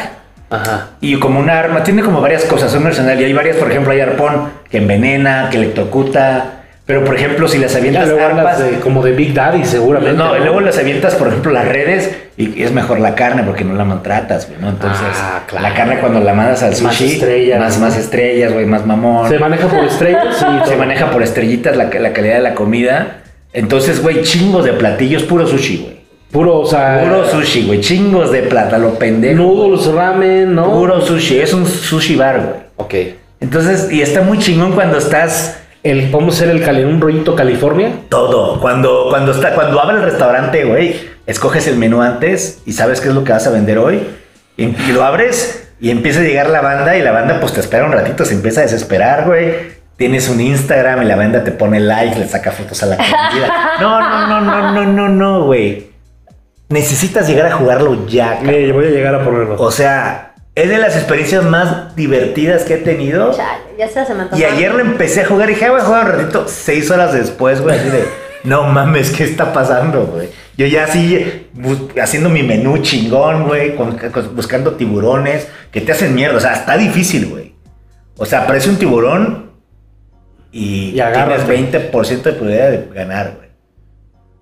Speaker 2: Ajá.
Speaker 1: y como un arma. Tiene como varias cosas, un arsenal y hay varias, por ejemplo, hay arpón que envenena, que electrocuta. Pero por ejemplo, si las
Speaker 2: Ya
Speaker 1: avientas
Speaker 2: luego hablas
Speaker 1: armas,
Speaker 2: de, como de Big Daddy, seguramente.
Speaker 1: no, y luego las avientas, por ejemplo, las redes y es mejor la carne porque no la maltratas, güey, ¿no? Entonces,
Speaker 2: Ah, claro.
Speaker 1: la carne cuando la mandas al
Speaker 2: Más
Speaker 1: sushi,
Speaker 2: estrellas,
Speaker 1: más,
Speaker 2: ¿no?
Speaker 1: más estrellas, güey, más mamón.
Speaker 2: Se maneja por estrellas. Sí,
Speaker 1: <laughs> Se
Speaker 2: todo.
Speaker 1: maneja por estrellitas la, la calidad de la comida. Entonces, güey, chingos de platillos, puro sushi, güey.
Speaker 2: Puro, o sea.
Speaker 1: Puro sushi, güey, chingos de plata, lo pendejo.
Speaker 2: Noodles, ramen, ¿no?
Speaker 1: Puro sushi, es un sushi bar, güey.
Speaker 2: Ok.
Speaker 1: Entonces, y está muy chingón cuando estás
Speaker 2: El, ¿Cómo ser el cali un rollito California?
Speaker 1: Todo. Cuando, cuando, está, cuando abre el restaurante, güey, escoges el menú antes y sabes qué es lo que vas a vender hoy. Y, y lo abres y empieza a llegar la banda y la banda pues te espera un ratito, se empieza a desesperar, güey. Tienes un Instagram y la banda te pone like, le saca fotos a la comida. No, no, no, no, no, no, no, güey. Necesitas llegar a jugarlo ya, cabrón.
Speaker 2: Mire, voy a llegar a ponerlo.
Speaker 1: O sea, es de las experiencias más divertidas que he tenido.
Speaker 3: Chale, ya se, se me antojó.
Speaker 1: Y ayer lo empecé a jugar y dije, "Ah, voy a jugar un ratito. Seis horas después, güey, así de, <laughs> no mames, ¿qué está pasando, güey? Yo ya así, bus- haciendo mi menú chingón, güey, con- con- buscando tiburones, que te hacen mierda. O sea, está difícil, güey. O sea, aparece un tiburón y,
Speaker 2: Y agárrate.
Speaker 1: tienes 20% de probabilidad de ganar, güey.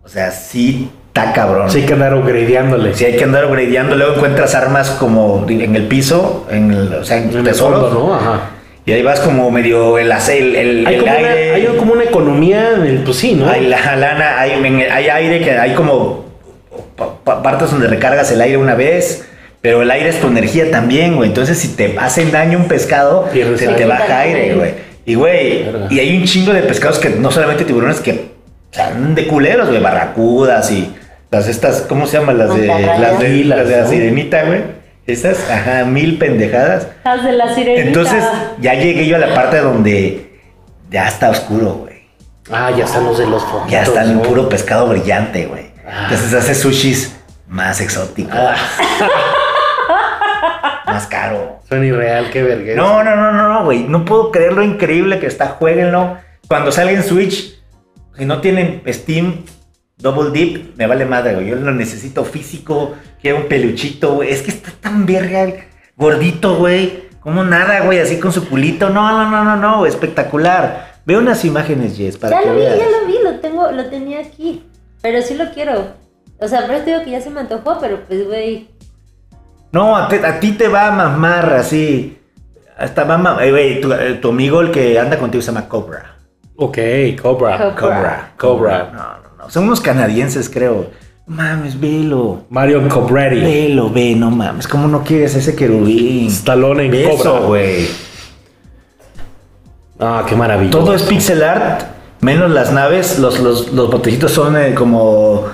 Speaker 1: O sea, sí está cabrón.
Speaker 2: Sí, hay que andar upgradeándole.
Speaker 1: Si hay que andar upgradeando, luego encuentras armas como en el piso, en el, o sea, en,
Speaker 2: En el
Speaker 1: tesoros.
Speaker 2: fondo, ¿no? Ajá.
Speaker 1: Y ahí vas como medio el, ace- el, el,
Speaker 2: Hay
Speaker 1: el
Speaker 2: como, una,
Speaker 1: aire.
Speaker 2: hay un- como una economía en el, pues sí, ¿no?
Speaker 1: Hay la lana, hay, en- hay aire que hay como pa- pa- partes donde recargas el aire una vez, pero el aire es tu energía también, güey. Entonces, si te hacen daño un pescado,
Speaker 2: Pierdes
Speaker 1: se te
Speaker 2: aire.
Speaker 1: baja aire, güey. Y güey,
Speaker 2: Verga.
Speaker 1: y hay un chingo de pescados que no solamente tiburones que están de culeros, güey, barracudas y las estas, ¿cómo se llaman? Las de
Speaker 3: Mantarrayas.
Speaker 1: las de, las de la
Speaker 2: ¿no?
Speaker 1: sirenita, güey. Estas, ajá, mil pendejadas.
Speaker 3: Las de la sirenita.
Speaker 1: Entonces, ya llegué yo a la parte donde ya está oscuro, güey.
Speaker 2: Ah, ya están los de los foquitos.
Speaker 1: Ya está el
Speaker 2: ¿no?
Speaker 1: puro pescado brillante, güey. Entonces hace sushis más exóticos,
Speaker 2: Ah,
Speaker 1: más caro.
Speaker 2: son irreal, qué vergüenza.
Speaker 1: No, no, no, no, no, güey. No puedo creer lo increíble que está. Jueguenlo. Cuando salga en Switch, si no tienen Steam Double Deep, me vale madre, güey. Yo lo necesito físico. Quiero un peluchito, güey. Es que está tan verga, el gordito, güey. Como nada, güey, así con su culito. No, no, no, no, no, espectacular. Ve unas imágenes, Jess, para
Speaker 3: ya
Speaker 1: que
Speaker 3: lo vi,
Speaker 1: veas.
Speaker 3: ya lo vi, lo tengo, lo tenía aquí. Pero sí lo quiero. O sea, pero te digo que ya se me antojó, pero pues, güey.
Speaker 1: No, a, te- a ti te va a mamar así. Hasta va a mamar. Eh, güey, tu, eh, tu amigo, el que anda contigo, se llama Cobra.
Speaker 2: Ok, Cobra.
Speaker 3: Cobra.
Speaker 1: Cobra.
Speaker 2: Cobra.
Speaker 1: No, no, no. Son unos canadienses, creo. Mames, velo.
Speaker 2: Mario Cobretti.
Speaker 1: Velo, ve, no mames. ¿Cómo no quieres ese querubín?
Speaker 2: Stallone en
Speaker 1: Ve
Speaker 2: Cobra.
Speaker 1: Eso, güey.
Speaker 2: Ah, qué maravilla.
Speaker 1: Todo es pixel art, menos las naves. Los, los, los botejitos son eh, como,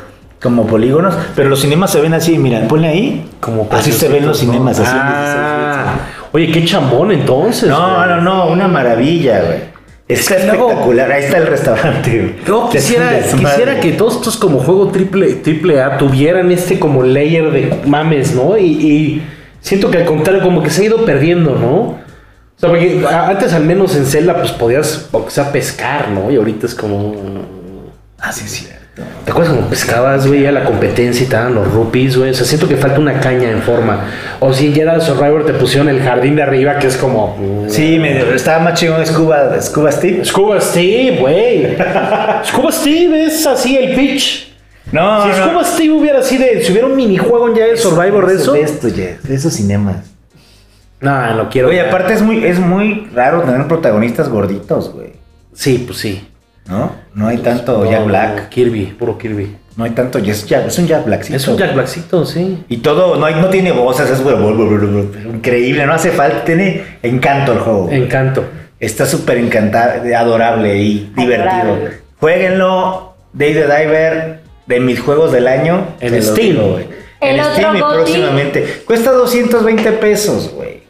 Speaker 1: como polígonos. Pero los cinemas se ven así, mira, ponle ahí.
Speaker 2: como
Speaker 1: así se ven los cinemas, así.
Speaker 2: Ah, oye, qué chambón entonces.
Speaker 1: No,
Speaker 2: güey.
Speaker 1: no, no, una maravilla, güey. Está
Speaker 2: que luego-
Speaker 1: espectacular. Ahí está el restaurante. güey.
Speaker 2: Yo
Speaker 1: Es un
Speaker 2: quisiera,
Speaker 1: desmadre.
Speaker 2: quisiera que todos estos como juego triple, triple A tuvieran este como layer de mames, ¿no? Y, y siento que al contrario, como que se ha ido perdiendo, ¿no? O sea, porque a- antes al menos en Zelda pues podías, o sea, pescar, ¿no? Y ahorita es como...
Speaker 1: Ah, sí, es cierto.
Speaker 2: ¿Te acuerdas cuando pescabas, güey, a la competencia y te daban los rupees, güey? O sea, siento que falta una caña en forma. O si en Jedi Survivor te pusieron el jardín de arriba que es como...
Speaker 1: Sí, medio, estaba más chingón Scuba, Scuba Steve.
Speaker 2: Scuba Steve,
Speaker 1: <laughs>
Speaker 2: güey. Scuba Steve es así el pitch.
Speaker 1: No,
Speaker 2: si Scuba Steve hubiera sido, si hubiera un minijuego en Jedi Survivor de eso.
Speaker 1: De esto, Jess, de esos cinemas.
Speaker 2: No, no quiero.
Speaker 1: Oye, aparte es muy, es muy raro tener protagonistas gorditos, güey.
Speaker 2: Sí, pues sí.
Speaker 1: ¿No? No hay tanto
Speaker 2: No,
Speaker 1: Jack Black.
Speaker 2: Kirby, puro Kirby.
Speaker 1: No hay tanto. Es, Jack- es un Jack Black,
Speaker 2: Es un Jack Blackcito, sí.
Speaker 1: Y todo, no, hay, no tiene voces, es güey, güey, güey, güey, güey, increíble, no hace falta, tiene encanto el juego. güey.
Speaker 2: Encanto.
Speaker 1: Está súper encantado, adorable y divertido.
Speaker 3: Adorable.
Speaker 1: Jueguenlo, Day the Diver, de mis juegos del año.
Speaker 2: En
Speaker 1: se los
Speaker 2: Steam.
Speaker 1: digo, güey.
Speaker 3: El
Speaker 1: En
Speaker 3: otro
Speaker 1: Steam y
Speaker 3: Gotti.
Speaker 1: próximamente. Cuesta 220 pesos, güey.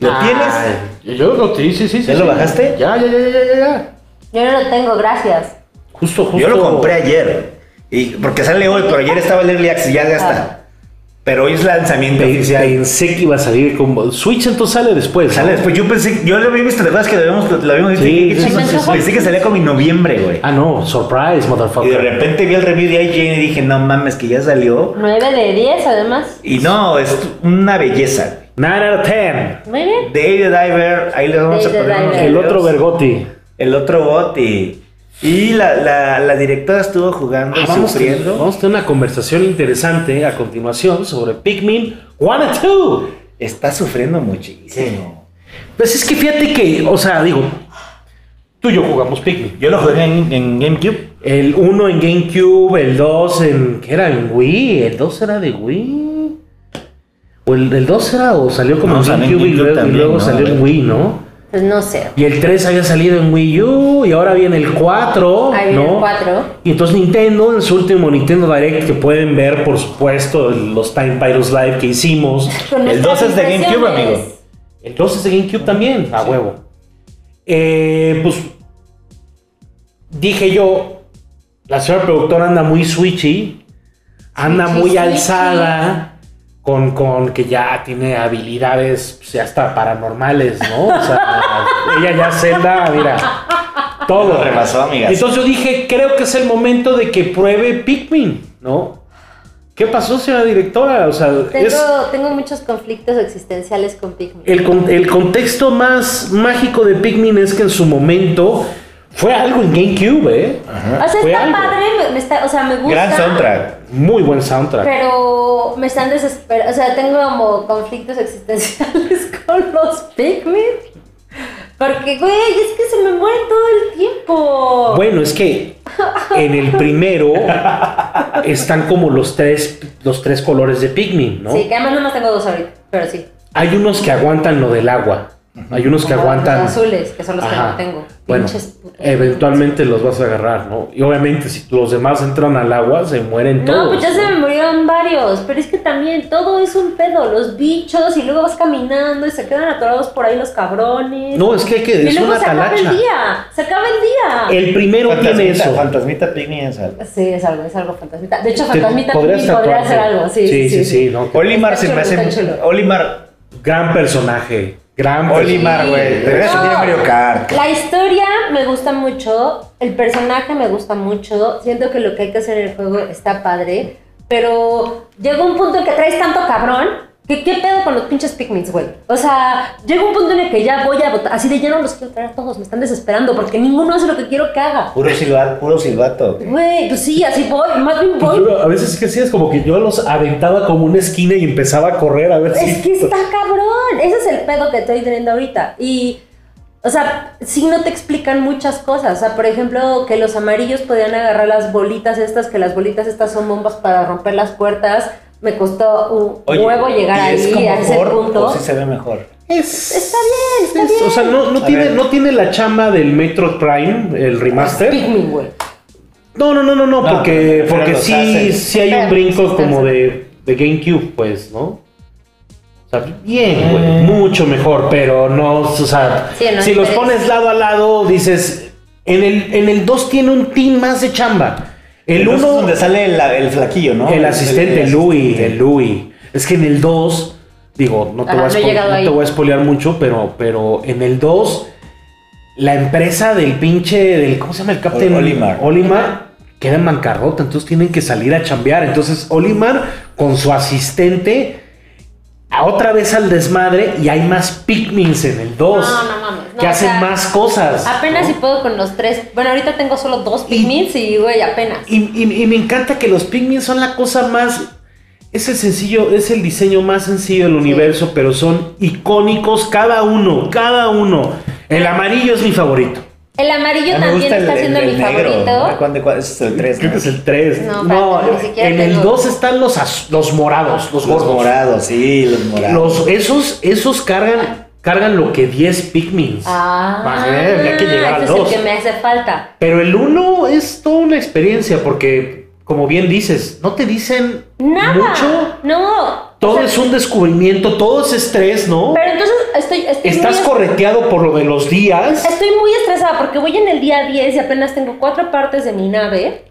Speaker 1: ¿Lo tienes?
Speaker 2: tienes? Ah, Yo lo sí, sí, sí.
Speaker 1: ¿Ya
Speaker 2: sí,
Speaker 1: lo
Speaker 2: sí.
Speaker 1: bajaste?
Speaker 2: Ya, ya, ya, ya, ya, ya.
Speaker 3: Yo no lo tengo, gracias.
Speaker 2: Justo, justo.
Speaker 1: Yo lo compré ayer. Y porque sale hoy, pero ayer estaba el Early Access y ya, ya
Speaker 3: Ah.
Speaker 1: está. Pero hoy es lanzamiento
Speaker 2: Pe-
Speaker 1: oficial.
Speaker 2: Pensé que iba a salir como. Switch entonces sale después.
Speaker 1: Sale
Speaker 2: ¿no?
Speaker 1: después. Yo pensé, yo lo había visto, ¿te acuerdas que lo habíamos, lo habíamos visto?
Speaker 2: Sí,
Speaker 1: Y dije,
Speaker 2: sí,
Speaker 1: "Qué chingón
Speaker 3: sí,
Speaker 1: es
Speaker 3: sí.
Speaker 1: Pensé que salía como en noviembre, güey.
Speaker 2: Ah, no. Surprise,
Speaker 1: Y de
Speaker 2: motherfucker.
Speaker 1: repente vi el review de IGN y dije, no mames, que ya salió.
Speaker 3: 9 de 10, además.
Speaker 1: Y no, es una belleza.
Speaker 2: 9 out of 10.
Speaker 3: Muy bien.
Speaker 1: Day the Diver, ahí les vamos
Speaker 3: Day the
Speaker 1: a poner unos
Speaker 3: Diver.
Speaker 2: El
Speaker 1: videos.
Speaker 2: otro Vergotti.
Speaker 1: El otro bot y, y la, la, la directora estuvo jugando y
Speaker 2: Ah, vamos, a tener,
Speaker 1: sufriendo.
Speaker 2: vamos a tener una conversación interesante a continuación sobre Pikmin 1 and 2.
Speaker 1: Está sufriendo muchísimo.
Speaker 2: Pues es que fíjate que, o sea, digo, tú y yo jugamos Pikmin.
Speaker 1: Yo lo jugué en, en GameCube.
Speaker 2: El 1 en GameCube, el 2 en. ¿Qué era? En Wii. El 2 era de Wii. O el, el 2 era o salió como
Speaker 1: No,
Speaker 2: en
Speaker 1: salió en
Speaker 2: GameCube y
Speaker 1: GameCube
Speaker 2: luego, y
Speaker 1: también,
Speaker 2: luego
Speaker 1: ¿no?
Speaker 2: salió en Wii, ¿no?
Speaker 3: Pues no sé.
Speaker 2: Y el 3 había salido en Wii U y ahora viene el 4,
Speaker 3: Ahí viene
Speaker 2: ¿no?
Speaker 3: el 4.
Speaker 2: Y entonces Nintendo en su último Nintendo Direct que pueden ver, por supuesto, los Time Pilots Live que hicimos.
Speaker 3: Con
Speaker 1: El
Speaker 3: nuestras
Speaker 1: 2 es de GameCube,
Speaker 3: impresiones.
Speaker 1: amigo.
Speaker 2: Entonces de GameCube también, a huevo. Eh, pues dije yo, la señora productora anda muy switchy, anda
Speaker 3: Switchy,
Speaker 2: muy
Speaker 3: switchy.
Speaker 2: alzada. Con, con que ya tiene habilidades, pues, ya hasta paranormales, ¿no? O
Speaker 3: <laughs>
Speaker 2: sea, ella ya senda, mira, todo.
Speaker 1: Lo rebasó, amigas.
Speaker 2: Entonces yo dije, creo que es el momento de que pruebe Pikmin, ¿no? ¿Qué pasó, señora directora? O sea,
Speaker 3: Tengo,
Speaker 2: es...
Speaker 3: tengo muchos conflictos existenciales con Pikmin.
Speaker 2: El, con- el contexto más mágico de Pikmin es que en su momento fue algo en GameCube, ¿eh?
Speaker 3: o sea,
Speaker 2: fue
Speaker 3: está
Speaker 2: algo.
Speaker 3: padre, me- me está, o sea, me gusta.
Speaker 1: Gran soundtrack.
Speaker 2: Muy buen soundtrack.
Speaker 3: Pero me están desesperando. O sea, tengo como conflictos existenciales <laughs> con los Pikmin. Porque, güey, es que se me mueren todo el tiempo.
Speaker 2: Bueno, es que en el
Speaker 3: <laughs>
Speaker 2: primero están como los tres, los tres colores de Pikmin, ¿no?
Speaker 3: Sí, que además nomás tengo dos ahorita, pero sí.
Speaker 2: Hay unos que aguantan lo del agua. Hay unos que
Speaker 3: Como
Speaker 2: aguantan.
Speaker 3: Los azules, que son los
Speaker 2: Ajá.
Speaker 3: que no tengo.
Speaker 2: Bueno,
Speaker 3: Pinches eh, putas.
Speaker 2: eventualmente los vas a agarrar, ¿no? Y obviamente si los demás entran al agua, se mueren todos.
Speaker 3: No, pues ya se me murieron varios, pero es que también todo es un pedo, los bichos y luego vas caminando y se quedan atorados por ahí los cabrones.
Speaker 2: No, es que hay que-
Speaker 3: y
Speaker 2: es
Speaker 3: luego
Speaker 2: una
Speaker 3: se acaba
Speaker 2: talacha.
Speaker 3: el día, se acaba el día.
Speaker 2: El primero tiene
Speaker 1: Fantasmita,
Speaker 2: eso.
Speaker 1: fantasmita pigmy es algo.
Speaker 3: Sí, es algo, es algo fantasmita. De hecho,
Speaker 2: Te-
Speaker 3: fantasmita
Speaker 2: podrías
Speaker 3: también podría
Speaker 2: tatuarte.
Speaker 3: hacer algo, sí.
Speaker 2: Sí, sí, sí, no.
Speaker 1: Olimar se
Speaker 3: chulo,
Speaker 1: me
Speaker 3: está
Speaker 1: hace.
Speaker 3: chulo.
Speaker 1: Olimar.
Speaker 2: Gran personaje. Gran personaje.
Speaker 1: Olimar, güey. Deberías
Speaker 3: No,
Speaker 1: unir a Mario Kart.
Speaker 3: La historia me gusta mucho, el personaje me gusta mucho, siento que lo que hay que hacer en el juego está padre, pero llega un punto en que traes tanto cabrón que qué pedo con los pinches pigments, güey. O sea, llega un punto en el que ya voy a votar, así de lleno los quiero traer a todos, me están desesperando porque ninguno hace lo que quiero que haga.
Speaker 1: Puro silbato. Puro silbato.
Speaker 3: Güey, pues sí, así voy, más bien
Speaker 2: Pues
Speaker 3: voy.
Speaker 2: yo, a veces es que sí, es como que yo los aventaba como una esquina y empezaba a correr a ver si.
Speaker 3: Es que está cabrón. Ese es el pedo que estoy teniendo ahorita. Y, o sea, sí no te explican muchas cosas. O sea, por ejemplo, que los amarillos podían agarrar las bolitas estas, que las bolitas estas son bombas para romper las puertas. Me costó un
Speaker 1: Oye,
Speaker 3: huevo llegar
Speaker 1: ¿y es
Speaker 3: ahí
Speaker 1: como
Speaker 3: a ese
Speaker 1: Ford
Speaker 3: punto.
Speaker 1: o sí se ve mejor.
Speaker 2: Es-
Speaker 3: Está bien, está
Speaker 2: es-
Speaker 3: bien.
Speaker 2: O sea, no, no
Speaker 1: A
Speaker 2: tiene,
Speaker 1: ver.
Speaker 2: no tiene la chamba del Metro Prime, el remaster.
Speaker 3: Pikmin, güey.
Speaker 2: No, no, no, no, no,
Speaker 1: No,
Speaker 2: porque,
Speaker 1: pero
Speaker 2: porque
Speaker 1: los
Speaker 2: sí,
Speaker 1: hacen.
Speaker 2: sí hay un
Speaker 3: Pero
Speaker 2: brinco
Speaker 3: sí
Speaker 2: como
Speaker 3: están-
Speaker 2: de, de GameCube, pues, ¿no? O sea,
Speaker 1: Eh.
Speaker 2: bien, güey, mucho mejor, pero no, o sea,
Speaker 3: Sí, no
Speaker 2: si los
Speaker 3: interesa.
Speaker 2: pones lado a lado, dices, en el, en el 2 tiene un team más de chamba. El
Speaker 1: Entonces,
Speaker 2: 1
Speaker 1: donde sale el, el flaquillo, ¿no?
Speaker 2: el asistente,
Speaker 1: el
Speaker 2: Louis,
Speaker 1: asistente.
Speaker 2: el Louis. Es que en el 2, digo, no te,
Speaker 3: Ajá,
Speaker 2: voy, a
Speaker 3: no he
Speaker 2: spo-
Speaker 3: llegado
Speaker 2: no
Speaker 3: ahí.
Speaker 2: te voy a spoilear mucho, pero, pero en el 2, la empresa del pinche, del, ¿cómo se llama el Captain?
Speaker 1: Ol- Olimar.
Speaker 2: Olimar queda en bancarrota, entonces tienen que salir a chambear. Entonces Olimar con su asistente... a Otra vez al desmadre y hay más Pikmins en el 2.
Speaker 3: No, no mames, no,
Speaker 2: que
Speaker 3: o
Speaker 2: hacen
Speaker 3: sea,
Speaker 2: más cosas.
Speaker 1: Ah,
Speaker 3: Apenas
Speaker 2: ¿no?
Speaker 3: si puedo con los tres. Bueno, ahorita tengo solo dos Pikmin y, güey, apenas.
Speaker 2: Y, y- y me encanta que los Pikmin son la cosa más. Es el sencillo, es el diseño más sencillo del universo, pero son icónicos cada uno, cada uno. El amarillo es mi favorito.
Speaker 3: El amarillo
Speaker 1: A mí Ah, me
Speaker 3: también
Speaker 1: gusta el-
Speaker 3: está
Speaker 1: el-
Speaker 3: siendo
Speaker 1: el
Speaker 3: mi
Speaker 1: negro,
Speaker 3: favorito.
Speaker 1: ¿no? ¿Cuándo- cuándo? Ese es el 3.
Speaker 2: Creo que este es el 3. No,
Speaker 3: No, espérate, ni siquiera
Speaker 2: en el
Speaker 3: tengo.
Speaker 2: 2 están los, az- los morados,
Speaker 1: Los
Speaker 2: los, gordos.
Speaker 1: morados, sí, los morados.
Speaker 2: Los- esos, esos cargan, cargan lo que 10 Pikmin.
Speaker 3: Ah,
Speaker 2: hay que llegar al
Speaker 3: ese es
Speaker 2: 2.
Speaker 3: el que me hace falta.
Speaker 2: Pero el 1 es toda una experiencia, porque, como bien dices, no te dicen
Speaker 3: Nada.
Speaker 2: mucho.
Speaker 3: No.
Speaker 2: Todo
Speaker 3: O sea,
Speaker 2: es un descubrimiento, todo es estrés, ¿no?
Speaker 3: Pero entonces estoy, estoy
Speaker 2: Estás
Speaker 3: muy,
Speaker 2: correteado por lo de los días.
Speaker 3: Estoy muy estresada porque voy en el día 10 y apenas tengo cuatro partes de mi nave.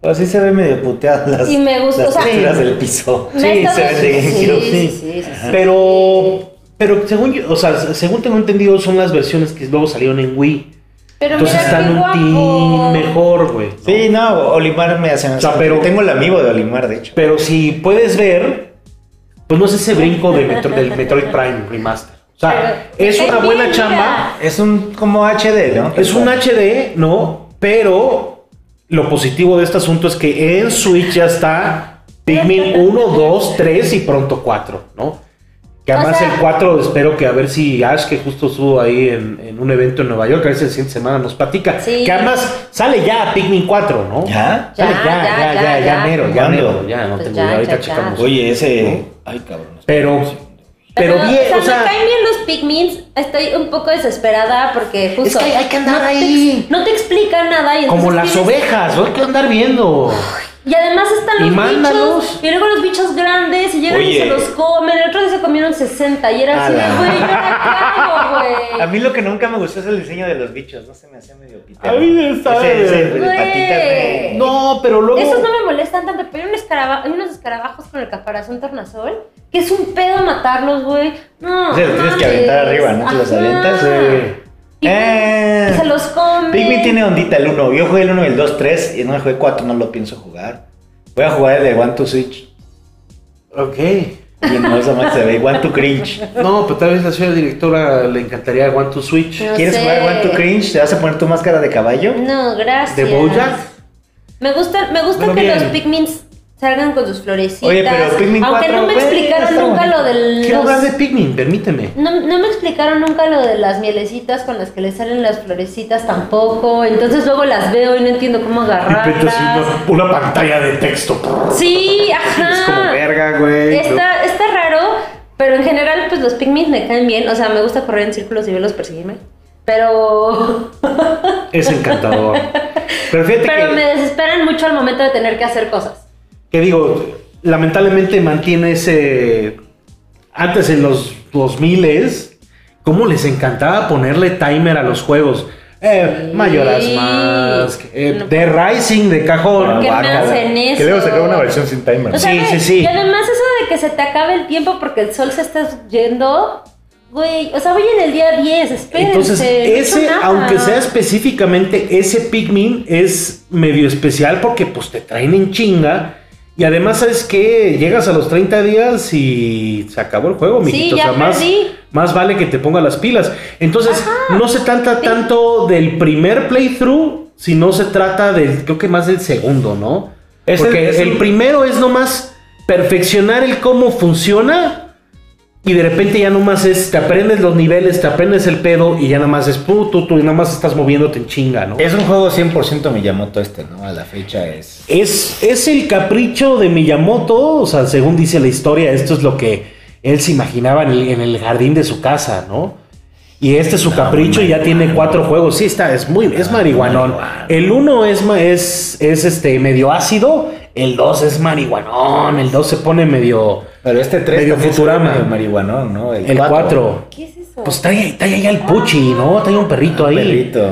Speaker 1: Pues sí se ve medio puteado las,
Speaker 3: Y me gusta,
Speaker 1: las
Speaker 3: o sea-
Speaker 1: texturas del piso.
Speaker 3: Me
Speaker 2: Sí,
Speaker 3: está-
Speaker 1: se ve de
Speaker 3: sí,
Speaker 1: GameCube,
Speaker 3: sí,
Speaker 1: sí.
Speaker 3: sí, sí, sí.
Speaker 2: Pero, pero según yo, o sea, según tengo entendido, son las versiones que luego salieron en Wii.
Speaker 3: Pero
Speaker 2: Entonces
Speaker 3: mira
Speaker 2: están
Speaker 3: qué
Speaker 2: un
Speaker 3: guapo.
Speaker 2: team mejor, güey. ¿no?
Speaker 1: Sí, no, Olimar me hace.
Speaker 2: O sea, pero-
Speaker 1: Tengo el amigo de Olimar, de hecho.
Speaker 2: Pero si puedes ver, pues no es ese brinco de Metro- del Metroid Prime Remaster. O sea,
Speaker 3: Pero-
Speaker 2: es una
Speaker 3: Ay,
Speaker 2: buena
Speaker 3: mira.
Speaker 2: chamba,
Speaker 1: Es un como HD, ¿no?
Speaker 2: es un HD, ¿no? Pero lo positivo de este asunto es que en Switch ya está Pikmin 1, 2, 3 y pronto 4, ¿no? Que
Speaker 3: O
Speaker 2: además
Speaker 3: sea-
Speaker 2: el 4 espero que a ver si Ash, que justo estuvo ahí en, en un evento en Nueva York, a ver si la siguiente semana nos platica.
Speaker 3: Sí.
Speaker 2: Que además sale ya Pikmin 4, ¿no?
Speaker 1: ¿Ya?
Speaker 2: Sale
Speaker 3: Ya,
Speaker 2: ya, ya, ya,
Speaker 3: ya,
Speaker 2: ya,
Speaker 3: ya, ya.
Speaker 2: mero, ya
Speaker 1: ¿Cuándo?
Speaker 2: mero, ya, no
Speaker 3: Pues
Speaker 2: tengo
Speaker 3: ya,
Speaker 2: idea, ahorita
Speaker 3: ya, ya.
Speaker 2: checamos.
Speaker 1: Oye, ese. Ay, cabrón.
Speaker 2: Pero, pero bien, o
Speaker 3: me
Speaker 2: sea,
Speaker 3: caen bien los pigmins. Estoy un poco desesperada porque justo.
Speaker 2: que hay que andar
Speaker 3: no te
Speaker 2: ahí.
Speaker 3: ex- no te explican nada. Y
Speaker 2: como
Speaker 3: entonces
Speaker 2: las
Speaker 3: tienes-
Speaker 2: ovejas, ¿no? hay que andar viendo.
Speaker 3: Y además están
Speaker 2: Y
Speaker 3: los
Speaker 2: mándalos.
Speaker 3: bichos. Y luego los bichos grandes. Y llegan y
Speaker 1: Oye.
Speaker 3: se los comen. El otro día se comieron 60. Y era así, de,
Speaker 1: Ala.
Speaker 3: güey, yo la cago,
Speaker 1: A
Speaker 2: <laughs>
Speaker 3: güey.
Speaker 1: mí lo que nunca me gustó es el diseño de los bichos. No se me hacía medio pitero.
Speaker 2: A mí me está-
Speaker 1: Ese, ese, de
Speaker 3: Güey.
Speaker 1: patitas de-
Speaker 2: No, pero luego...
Speaker 3: Esos no me molestan tanto, pero hay, un escaraba- hay unos escarabajos con el caparazón tornasol, que es un pedo matarlos, güey. No.
Speaker 1: O sea, los tienes que
Speaker 3: mames.
Speaker 1: aventar arriba, ¿no? Te los
Speaker 3: Ajá.
Speaker 1: avientas,
Speaker 2: Sí.
Speaker 3: Y
Speaker 1: Eh.
Speaker 3: Se los come.
Speaker 1: Pikmin tiene ondita el 1. Yo jugué el 1 y el 2, 3 y no me jugué 4, no lo pienso jugar. Voy a jugar el de One to Switch.
Speaker 2: Ok.
Speaker 1: Y no esa más se ve One to Cringe.
Speaker 3: <laughs>
Speaker 2: No, pero tal vez la señora directora le encantaría One to Switch.
Speaker 3: No
Speaker 1: ¿Quieres
Speaker 3: sé.
Speaker 1: jugar One to Cringe? ¿Te vas a poner tu máscara de caballo?
Speaker 3: No, gracias.
Speaker 2: ¿De Bojack?
Speaker 3: Me gusta, me gusta
Speaker 1: Bueno,
Speaker 3: que
Speaker 1: bien.
Speaker 3: los Pikmins salgan con sus florecitas.
Speaker 1: Oye, pero Pikmin
Speaker 3: Aunque
Speaker 1: 4,
Speaker 3: no me
Speaker 1: güey,
Speaker 3: explicaron
Speaker 1: está
Speaker 3: nunca
Speaker 1: bonito.
Speaker 3: lo del.
Speaker 2: Quiero
Speaker 3: los-
Speaker 2: hablar de Pikmin, permíteme.
Speaker 3: No, no me explicaron nunca lo de las mielecitas con las que le salen las florecitas tampoco. Entonces luego las veo y no entiendo cómo agarrarlas.
Speaker 2: una pantalla de texto.
Speaker 3: Sí, ajá.
Speaker 2: verga, güey.
Speaker 3: Está, está raro. Pero en general, pues los pygmies me caen bien. O sea, me gusta correr en círculos y verlos perseguirme. Pero.
Speaker 2: Es
Speaker 3: <laughs>
Speaker 2: encantador. Pero fíjate
Speaker 3: Pero
Speaker 2: que,
Speaker 3: me desesperan mucho al momento de tener que hacer cosas.
Speaker 2: que digo, lamentablemente mantiene ese... Antes en los 2000 ¿cómo les encantaba ponerle timer a los juegos? Eh,
Speaker 3: Sí.
Speaker 2: Mayoras más, eh,
Speaker 3: No.
Speaker 2: The Rising de cajón.
Speaker 1: Ah,
Speaker 3: ¿Por qué me
Speaker 2: guácala.
Speaker 3: hacen eso?
Speaker 5: Que luego sacaron una versión sin timer.
Speaker 3: O sea,
Speaker 2: Sí,
Speaker 3: güey,
Speaker 2: sí, sí.
Speaker 3: Y además eso de que se te acabe el tiempo porque el sol se está yendo, güey, o sea, voy en el día 10, espérense.
Speaker 2: Entonces,
Speaker 3: no
Speaker 2: ese,
Speaker 3: hizo nada.
Speaker 2: aunque sea específicamente ese Pikmin, es medio especial porque pues te traen en chinga. Y además, ¿sabes que Llegas a los 30 días y se acabó el juego,
Speaker 3: Sí,
Speaker 2: mijito. O
Speaker 3: ya
Speaker 2: sea, más,
Speaker 3: perdí.
Speaker 2: más vale que te ponga las pilas. Entonces, no se trata tanto del primer playthrough, sino se trata del, creo que más del segundo, ¿no?
Speaker 1: Es
Speaker 2: Porque
Speaker 1: el-
Speaker 2: el,
Speaker 1: es el-
Speaker 2: primero es nomás perfeccionar el cómo funciona y de repente ya nomás es, te aprendes los niveles, te aprendes el pedo y ya nomás es tú, tú, tú, y nomás estás moviéndote en chinga, ¿no?
Speaker 1: Es un juego 100% Miyamoto este, ¿no? A la fecha es...
Speaker 2: Es, es el capricho de Miyamoto, o sea, según dice la historia, esto es lo que él se imaginaba en el, en el jardín de su casa, ¿no? Y este es su capricho y ya tiene cuatro juegos. Sí, está, es muy, es marihuanón.
Speaker 1: marihuana.
Speaker 2: El uno es, ma- es, es este medio ácido, el dos es marihuanón, el dos se pone medio.
Speaker 1: Pero este 3
Speaker 2: Medio Futurama.
Speaker 1: El marihuanón, ¿no?
Speaker 2: El
Speaker 1: cuatro.
Speaker 2: cuatro.
Speaker 3: ¿Qué es eso?
Speaker 2: Pues trae, trae ya el puchi, ¿no? Trae un perrito ahí.
Speaker 1: Perrito.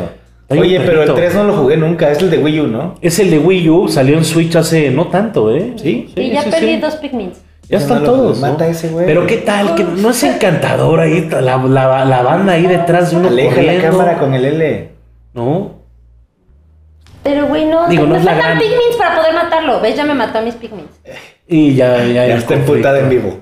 Speaker 2: Hay un
Speaker 1: Oye, pero el
Speaker 2: perrito.
Speaker 1: 3 no lo jugué nunca, es el de Wii U, ¿no?
Speaker 2: Es el de Wii U, salió en Switch hace no tanto, ¿eh?
Speaker 1: Sí.
Speaker 3: y ya perdí dos pigments.
Speaker 2: Ya
Speaker 1: Ese
Speaker 2: están
Speaker 1: no lo-
Speaker 2: todos. ¿no?
Speaker 1: mata ese güey.
Speaker 2: Pero qué tal, que no es encantador ahí la, la- la banda ahí detrás de uno
Speaker 1: Aleja la
Speaker 2: corriendo.
Speaker 1: cámara con el L.
Speaker 2: No.
Speaker 3: Pero güey, no,
Speaker 2: Digo,
Speaker 3: me-
Speaker 2: no
Speaker 3: me
Speaker 2: es la gran-
Speaker 3: faltan pigments para poder matarlo. ¿Ves? Ya me mató a mis pigments.
Speaker 2: Y ya, ya,
Speaker 1: Ya
Speaker 2: el
Speaker 1: está
Speaker 2: conflicto.
Speaker 1: emputada en vivo.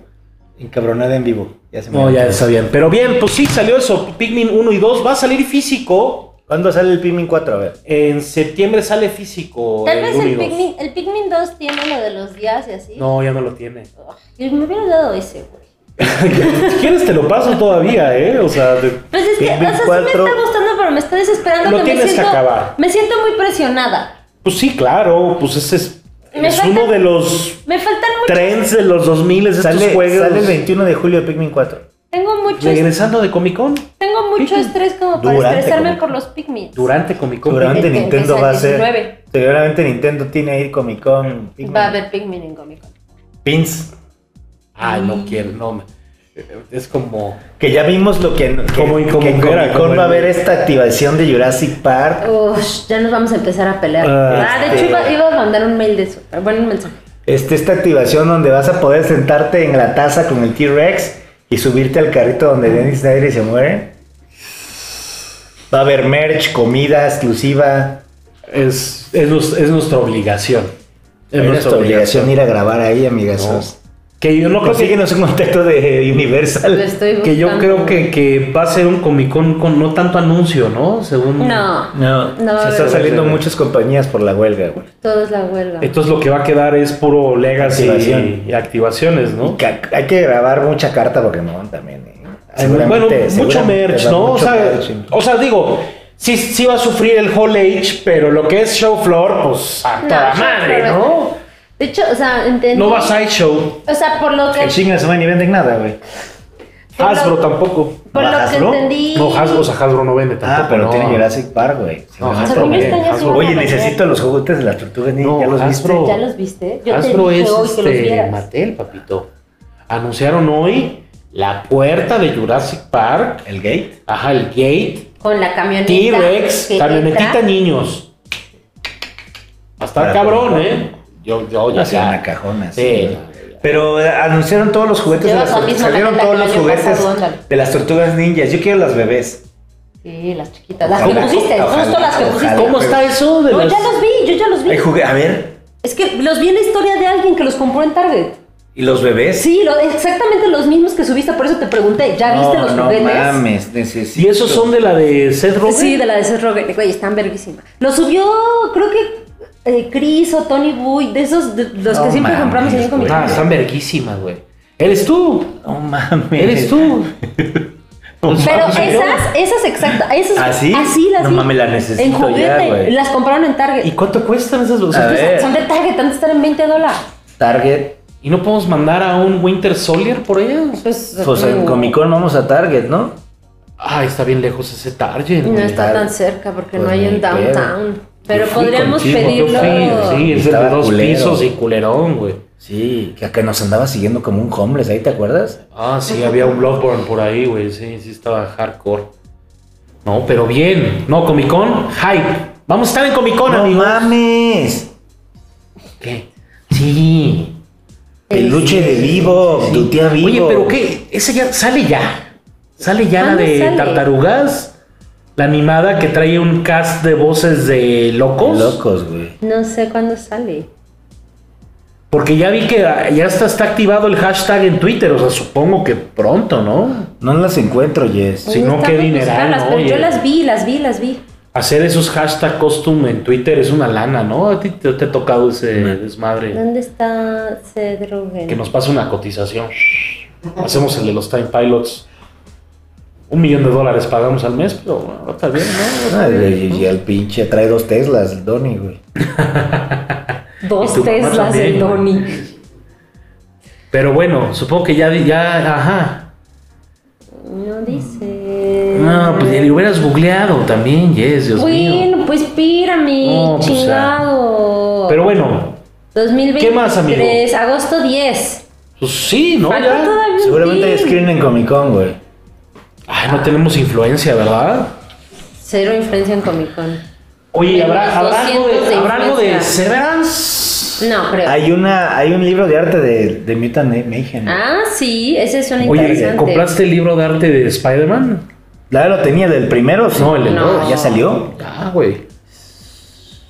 Speaker 1: Encabronada en vivo. Ya se me
Speaker 2: No, ya
Speaker 1: olvidó.
Speaker 2: está bien. Pero bien, pues sí, salió eso. Pikmin 1 y 2 va a salir físico.
Speaker 1: ¿Cuándo sale el Pikmin 4? A ver.
Speaker 2: En septiembre sale físico.
Speaker 3: Tal vez
Speaker 2: 1 y
Speaker 3: el
Speaker 2: 2.
Speaker 3: pigmin, el pigmin 2 tiene lo de los días y así.
Speaker 2: No, ya no lo tiene. <laughs>
Speaker 3: Ugh, y me hubieran dado ese, güey.
Speaker 2: Si quieres, te lo paso todavía, ¿eh? O sea, de-
Speaker 3: Pues es que, o
Speaker 1: Pikmin
Speaker 3: sea, sí me
Speaker 1: 4.
Speaker 3: está gustando, pero me está desesperando
Speaker 2: Lo
Speaker 3: que me
Speaker 2: tienes que
Speaker 3: siento,
Speaker 2: acabar.
Speaker 3: me siento muy presionada.
Speaker 2: pues sí, claro. Pues ese es,
Speaker 3: Me
Speaker 2: es
Speaker 3: falta-
Speaker 2: uno de los
Speaker 3: Me faltan muchos.
Speaker 2: trends de los 2000 estos
Speaker 1: Sale,
Speaker 2: juegos.
Speaker 1: sale el 21 de julio de Pikmin 4.
Speaker 3: Tengo mucho estrés.
Speaker 2: Regresando de Comic Con.
Speaker 3: Tengo mucho
Speaker 2: Pikmin.
Speaker 3: estrés como para
Speaker 1: Durante
Speaker 3: estresarme
Speaker 1: Comic-
Speaker 3: por los pigmins.
Speaker 2: Durante Comic Con.
Speaker 1: Seguramente
Speaker 3: El que
Speaker 1: Nintendo
Speaker 3: empieza
Speaker 1: va a
Speaker 3: el
Speaker 1: ser.
Speaker 3: 19.
Speaker 1: Seguramente Nintendo tiene ahí Comic Con. Pikmin.
Speaker 3: Va a haber pigmin en Comic Con.
Speaker 1: Pins.
Speaker 2: Ah,
Speaker 3: Mm.
Speaker 2: no quiero, no. me- Es como.
Speaker 1: Que ya vimos lo que. que-
Speaker 2: Como-
Speaker 1: que
Speaker 2: como
Speaker 1: en
Speaker 2: fuera,
Speaker 1: Comic
Speaker 2: como
Speaker 1: Con va a
Speaker 2: en-
Speaker 1: haber esta activación de Jurassic Park.
Speaker 3: Ush, ya nos vamos a empezar a pelear.
Speaker 2: Ah,
Speaker 3: Ah, de hecho
Speaker 1: este-
Speaker 3: iba, iba a mandar un mail de eso. Bueno, un mensaje.
Speaker 1: Este, esta activación donde vas a poder sentarte en la taza con el T-Rex y subirte al carrito donde Dennis Snyder se muere. Va a haber merch, comida exclusiva.
Speaker 2: Es, es, nos- es nuestra obligación.
Speaker 1: Es nuestra obligación ir a grabar ahí, amigazos.
Speaker 2: Que yo no creo que,
Speaker 1: Consíguenos un contacto de
Speaker 3: Lo
Speaker 1: Universal.
Speaker 3: estoy
Speaker 2: que yo
Speaker 3: buscando.
Speaker 2: creo que, que va a ser un Comic Con con no tanto anuncio, ¿no? Según.
Speaker 3: No,
Speaker 1: No,
Speaker 3: No,
Speaker 1: se
Speaker 3: a
Speaker 1: están
Speaker 3: ver.
Speaker 1: saliendo muchas compañías por la huelga, güey.
Speaker 3: todo es la huelga.
Speaker 2: Entonces lo que va a quedar es puro legacy
Speaker 1: Activación.
Speaker 2: y, activaciones, ¿no?
Speaker 1: Ca- Hay que grabar mucha carta Pokémon también. eh.
Speaker 2: Bueno,
Speaker 1: Seguramente-
Speaker 2: mucho
Speaker 1: seguramente
Speaker 2: merch,
Speaker 1: va
Speaker 2: ¿no?
Speaker 1: mucho
Speaker 2: o, sea,
Speaker 1: merch.
Speaker 2: o sea, digo, sí, sí va a sufrir el Whole Age, pero lo que es show floor, pues a
Speaker 3: No,
Speaker 2: toda
Speaker 3: show
Speaker 2: madre,
Speaker 3: floor.
Speaker 2: ¿no?
Speaker 3: De hecho, o sea, entendí.
Speaker 2: No va a sideshow.
Speaker 3: O sea, por lo que.
Speaker 1: Que chingas, no ni venden nada, güey.
Speaker 3: por lo-
Speaker 2: Hasbro tampoco.
Speaker 3: Por
Speaker 1: ¿No
Speaker 3: lo
Speaker 1: bajas,
Speaker 3: que
Speaker 1: no?
Speaker 3: entendí.
Speaker 2: No, Hasbro, o sea, Hasbro no vende tampoco.
Speaker 1: Ah, pero
Speaker 2: no.
Speaker 1: tiene Jurassic Park, güey.
Speaker 2: No,
Speaker 1: Sí,
Speaker 2: Hasbro
Speaker 3: Según yo
Speaker 2: bien,
Speaker 3: están ya
Speaker 2: Hasbro.
Speaker 3: subiendo
Speaker 1: Oye,
Speaker 3: la
Speaker 1: necesito
Speaker 3: versión.
Speaker 1: los juguetes de las tortugas ninja,
Speaker 2: No,
Speaker 1: ¿ya los
Speaker 2: Hasbro.
Speaker 1: viste?
Speaker 3: ¿Ya los viste? Yo
Speaker 2: Hasbro
Speaker 3: te dije
Speaker 2: es
Speaker 3: hoy que los
Speaker 2: este,
Speaker 3: vieras.
Speaker 2: Mattel, papito. Anunciaron hoy la puerta de Jurassic Park.
Speaker 1: ¿El gate?
Speaker 2: Ajá, el gate.
Speaker 3: Con la camioneta.
Speaker 2: T-Rex,
Speaker 3: que
Speaker 2: camionetita
Speaker 3: entra.
Speaker 2: niños. Va a estar
Speaker 1: Para
Speaker 2: cabrón,
Speaker 1: todo.
Speaker 2: ¿eh? Yo, yo ya.
Speaker 1: Hacia una cajona,
Speaker 2: Sí.
Speaker 1: sí. Pero eh, anunciaron todos los juguetes de
Speaker 3: Llevas
Speaker 1: las
Speaker 3: la
Speaker 1: tortugas.
Speaker 3: misma
Speaker 1: Salieron
Speaker 3: maleta
Speaker 1: todos los
Speaker 3: que el año
Speaker 1: juguetes
Speaker 3: pasado, ándale.
Speaker 1: de las tortugas ninjas. Yo quiero las bebés.
Speaker 3: Sí, las chiquitas. Las que
Speaker 1: Ojalá,
Speaker 3: pusiste,
Speaker 1: ojalá,
Speaker 3: justo las que
Speaker 1: ojalá.
Speaker 3: pusiste.
Speaker 2: ¿Cómo está eso de
Speaker 3: No,
Speaker 2: las-
Speaker 3: ya los vi, yo ya los vi.
Speaker 1: Hay jugue- a ver,
Speaker 3: Es que los vi en la historia de alguien que los compró en Target.
Speaker 1: ¿y los bebés?
Speaker 3: Sí, lo- exactamente los mismos que subiste, por eso te pregunté. ¿Ya viste los
Speaker 1: no
Speaker 3: juguetes?
Speaker 1: mames, necesito.
Speaker 2: Y esos son de la de Seth Rogen.
Speaker 3: Sí, de la de Seth Rogen. Güey, están verguísimas. Lo subió, creo que eh, Chris o Tony Boy, de esos, de- los
Speaker 1: No
Speaker 3: que siempre compramos
Speaker 1: mames,
Speaker 3: en el
Speaker 1: güey.
Speaker 3: comic
Speaker 2: Ah, están verguísimas, güey. Eres tú.
Speaker 1: No mames. <laughs>
Speaker 2: Eres tú. Ah,
Speaker 3: Pero esas, esas exactas, esas
Speaker 1: ¿Así?
Speaker 3: así las
Speaker 1: No
Speaker 3: vi.
Speaker 1: mames, la necesito
Speaker 3: En
Speaker 1: ya,
Speaker 3: juguete,
Speaker 1: güey.
Speaker 3: las compraron en Target. Pues,
Speaker 2: ¿Y cuánto cuestan esas
Speaker 1: A
Speaker 2: cosas?
Speaker 1: ver.
Speaker 3: Son de Target, antes estar en 20 dólares.
Speaker 1: Target.
Speaker 2: ¿Y no podemos mandar a un Winter Soldier por ella?
Speaker 3: Pues,
Speaker 1: Pues en
Speaker 3: no.
Speaker 1: Comic Con vamos a Target, ¿no?
Speaker 2: Ay, está bien lejos ese Target.
Speaker 3: No
Speaker 2: güey.
Speaker 3: está tan cerca porque no
Speaker 1: Pues
Speaker 3: hay
Speaker 1: ni
Speaker 3: en downtown. Pero
Speaker 1: Yo fui
Speaker 3: podríamos
Speaker 1: contigo, yo
Speaker 2: Yo
Speaker 3: pedirlo.
Speaker 2: fui, sí, es el de
Speaker 1: Estaba
Speaker 2: dos
Speaker 1: culero.
Speaker 2: pisos y culerón, güey.
Speaker 1: Sí, que, que nos andaba siguiendo como un homeless, ¿ahí te acuerdas?
Speaker 2: Ah, sí, había un Bloodborne por ahí, güey. Sí, sí, estaba hardcore. No, pero bien. No, Comic Con, hype. Vamos a estar en Comic Con,
Speaker 1: ¡No
Speaker 2: amigo.
Speaker 1: mames!
Speaker 2: ¿Qué? Sí.
Speaker 1: Peluche de vivo,
Speaker 2: Sí.
Speaker 1: tu tía vivo.
Speaker 2: Oye, pero ¿qué? Esa ya sale ya. Sale ya la
Speaker 3: ¿Cuándo
Speaker 2: de
Speaker 3: sale?
Speaker 2: Tartarugas. La animada que trae un cast de voces de locos.
Speaker 1: Locos, güey.
Speaker 3: No sé cuándo sale.
Speaker 2: Porque ya vi que ah, ya está, está activado el hashtag en Twitter. O sea, supongo que pronto, ¿no?
Speaker 1: No las encuentro, Jess.
Speaker 2: Sí. Si
Speaker 3: Oye,
Speaker 2: no,
Speaker 3: está
Speaker 2: qué
Speaker 3: por
Speaker 2: dineral,
Speaker 3: buscarlas,
Speaker 2: ¿no?
Speaker 3: Pero yo
Speaker 2: Oye.
Speaker 3: las vi, las vi, las vi.
Speaker 2: Hacer esos hashtag costume en Twitter es una lana, ¿no? A ti te, te ha tocado ese desmadre.
Speaker 3: ¿Dónde está Cedrogen?
Speaker 2: Que nos pase una cotización. Hacemos el de los Time Pilots. Un millón de dólares pagamos al mes, pero bueno, está bien, ¿no?
Speaker 1: Ah, y, y el pinche trae dos Teslas, el Donnie, güey.
Speaker 2: Y
Speaker 3: Dos
Speaker 2: tu mamá
Speaker 3: Teslas
Speaker 2: también,
Speaker 3: del
Speaker 2: güey.
Speaker 3: Donnie.
Speaker 2: Pero bueno, supongo que ya, ya, ajá.
Speaker 3: No dice.
Speaker 2: No, pues le hubieras googleado también, yes, Dios mío.
Speaker 3: Bueno, pues pírame,
Speaker 2: No, pues,
Speaker 3: chingado.
Speaker 2: Pero bueno,
Speaker 3: 2023,
Speaker 2: ¿Qué más, amigo?
Speaker 3: agosto 10.
Speaker 2: pues sí, ¿no?
Speaker 3: Falta
Speaker 2: Ya.
Speaker 3: todavía un
Speaker 1: Seguramente hay
Speaker 3: día.
Speaker 1: screen en Comic Con, güey.
Speaker 2: Ay, no tenemos influencia, ¿verdad?
Speaker 3: Cero influencia en Comic Con.
Speaker 2: Oye,
Speaker 3: Tenemos
Speaker 2: ¿habrá, habrá algo,
Speaker 3: 200
Speaker 2: de,
Speaker 3: de
Speaker 2: ¿habrá algo de
Speaker 3: influencia.
Speaker 2: Severance?
Speaker 3: No, creo.
Speaker 1: Hay una, hay un libro de arte de, de Mutant Mayhem.
Speaker 3: Ah, sí, ese es un
Speaker 2: Oye,
Speaker 3: interesante.
Speaker 2: ¿compraste el libro de arte de Spider-Man?
Speaker 1: Ya lo tenía del primero, sí.
Speaker 2: No, el del
Speaker 3: No.
Speaker 2: dos.
Speaker 1: ¿Ya salió?
Speaker 2: Ya, Ah, güey.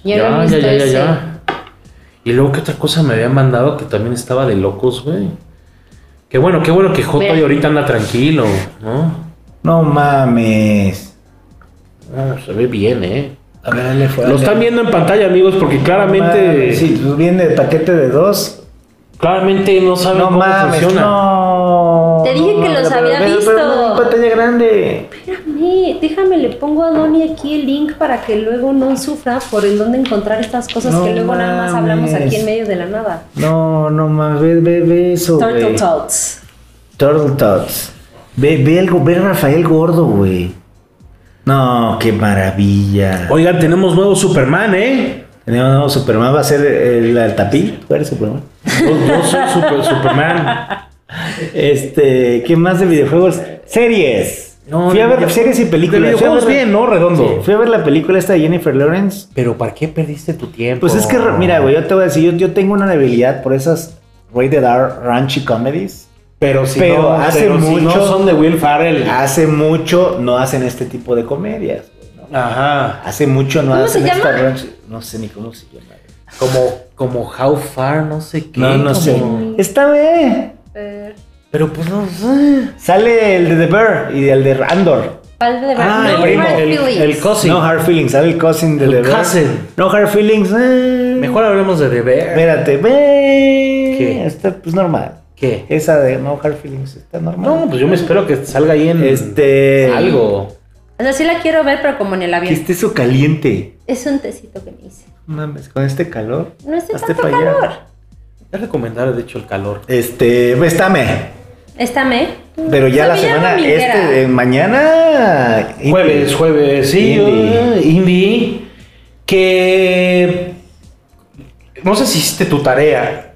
Speaker 3: Yo no he
Speaker 2: Ya, ya,
Speaker 3: visto
Speaker 2: ya, ya,
Speaker 3: ese.
Speaker 2: ya. Y luego, ¿qué otra cosa me habían mandado que también estaba de locos, güey? Qué bueno, qué bueno que Joto
Speaker 3: Mira.
Speaker 2: ahorita anda tranquilo, ¿no?
Speaker 1: No mames.
Speaker 2: Ah, se ve bien, ¿eh?
Speaker 1: A ver, dale fuera.
Speaker 2: Lo están viendo en pantalla, amigos, porque claramente,
Speaker 1: Sí, pues viene de paquete de dos.
Speaker 2: claramente no saben
Speaker 1: No
Speaker 2: cómo
Speaker 1: mames,
Speaker 2: funciona.
Speaker 1: no.
Speaker 3: Te dije que los
Speaker 1: Pero,
Speaker 3: había
Speaker 1: pero, pero,
Speaker 3: visto.
Speaker 1: no, en pantalla grande.
Speaker 3: Espérame, déjame, le pongo a Donnie aquí el link para que luego no sufra por el dónde encontrar estas cosas
Speaker 1: No
Speaker 3: que luego nada más hablamos
Speaker 1: mames.
Speaker 3: aquí en medio de la nada.
Speaker 1: No, no mames, ve, ve, ve eso,
Speaker 3: Turtle
Speaker 1: güey.
Speaker 3: Tots.
Speaker 1: Turtle Tots. Ve, ve algo, ve Rafael Gordo, güey. No, qué maravilla.
Speaker 2: Oigan, tenemos nuevo Superman, ¿eh?
Speaker 1: No, no, Superman va a ser el, altapí. ¿Cuál es Superman?
Speaker 2: Yo, yo soy super- Superman.
Speaker 1: Este, ¿qué más de videojuegos? Series.
Speaker 2: No,
Speaker 1: Fui
Speaker 2: de
Speaker 1: a ver
Speaker 2: videojuegos-
Speaker 1: series y películas.
Speaker 2: de
Speaker 1: Fui a ver
Speaker 2: videojuegos
Speaker 1: la-
Speaker 2: bien, ¿no? Redondo.
Speaker 1: Sí, Fui a ver la película esta de Jennifer Lawrence.
Speaker 2: Pero ¿para qué perdiste tu tiempo?
Speaker 1: Pues es que,
Speaker 2: Oh.
Speaker 1: re- mira, güey, yo te voy a decir, yo, yo tengo una debilidad por esas rated R ranchy comedies.
Speaker 2: Pero si
Speaker 1: Pero
Speaker 2: no,
Speaker 1: hace
Speaker 2: pero si
Speaker 1: mucho-
Speaker 2: no son de Will Farrell.
Speaker 1: Hace mucho no hacen este tipo de comedias. güey, ¿no?
Speaker 2: Ajá.
Speaker 1: Hace mucho no
Speaker 3: ¿Cómo
Speaker 1: hacen
Speaker 3: se
Speaker 1: esta
Speaker 3: llama?
Speaker 1: ranchy. No sé ni cómo se llama. güey.
Speaker 2: Como, como How Far, no sé qué.
Speaker 1: No, no
Speaker 2: como-
Speaker 1: sé. Esta vez
Speaker 2: Pero pues no sé.
Speaker 1: sale el de The Bear y el de Andor.
Speaker 3: Padre de
Speaker 1: Ah,
Speaker 3: no
Speaker 1: el primo,
Speaker 3: hard
Speaker 2: el-
Speaker 3: feelings.
Speaker 2: el cousin.
Speaker 1: No hard feelings, sale el cousin de
Speaker 2: El
Speaker 1: The Bear.
Speaker 2: cousin.
Speaker 1: No hard feelings. eh.
Speaker 2: Mejor hablemos de deber.
Speaker 1: Espérate, ve.
Speaker 2: ¿Qué?
Speaker 1: Está pues normal.
Speaker 2: ¿Qué?
Speaker 1: Esa de No Hard Feelings está normal.
Speaker 2: No, pues yo me espero que salga ahí en
Speaker 1: Este.
Speaker 2: algo.
Speaker 3: O sea, sí la quiero ver, pero como en el
Speaker 1: Que
Speaker 3: avión.
Speaker 1: esté eso caliente.
Speaker 3: Es un tecito que me hice.
Speaker 1: Mames, con este calor.
Speaker 3: No es de
Speaker 1: Hazte
Speaker 3: tanto
Speaker 1: pa' allá.
Speaker 3: calor.
Speaker 2: Ya recomendaré, de hecho, el calor.
Speaker 1: Este, vestame.
Speaker 3: Esta me.
Speaker 1: Pero ya la
Speaker 3: Sabía
Speaker 1: semana,
Speaker 3: ramillera.
Speaker 1: este, eh, mañana.
Speaker 2: Jueves, jueves, sí.
Speaker 1: Indie.
Speaker 2: eh, Indie. Que. No sé si hiciste tu tarea.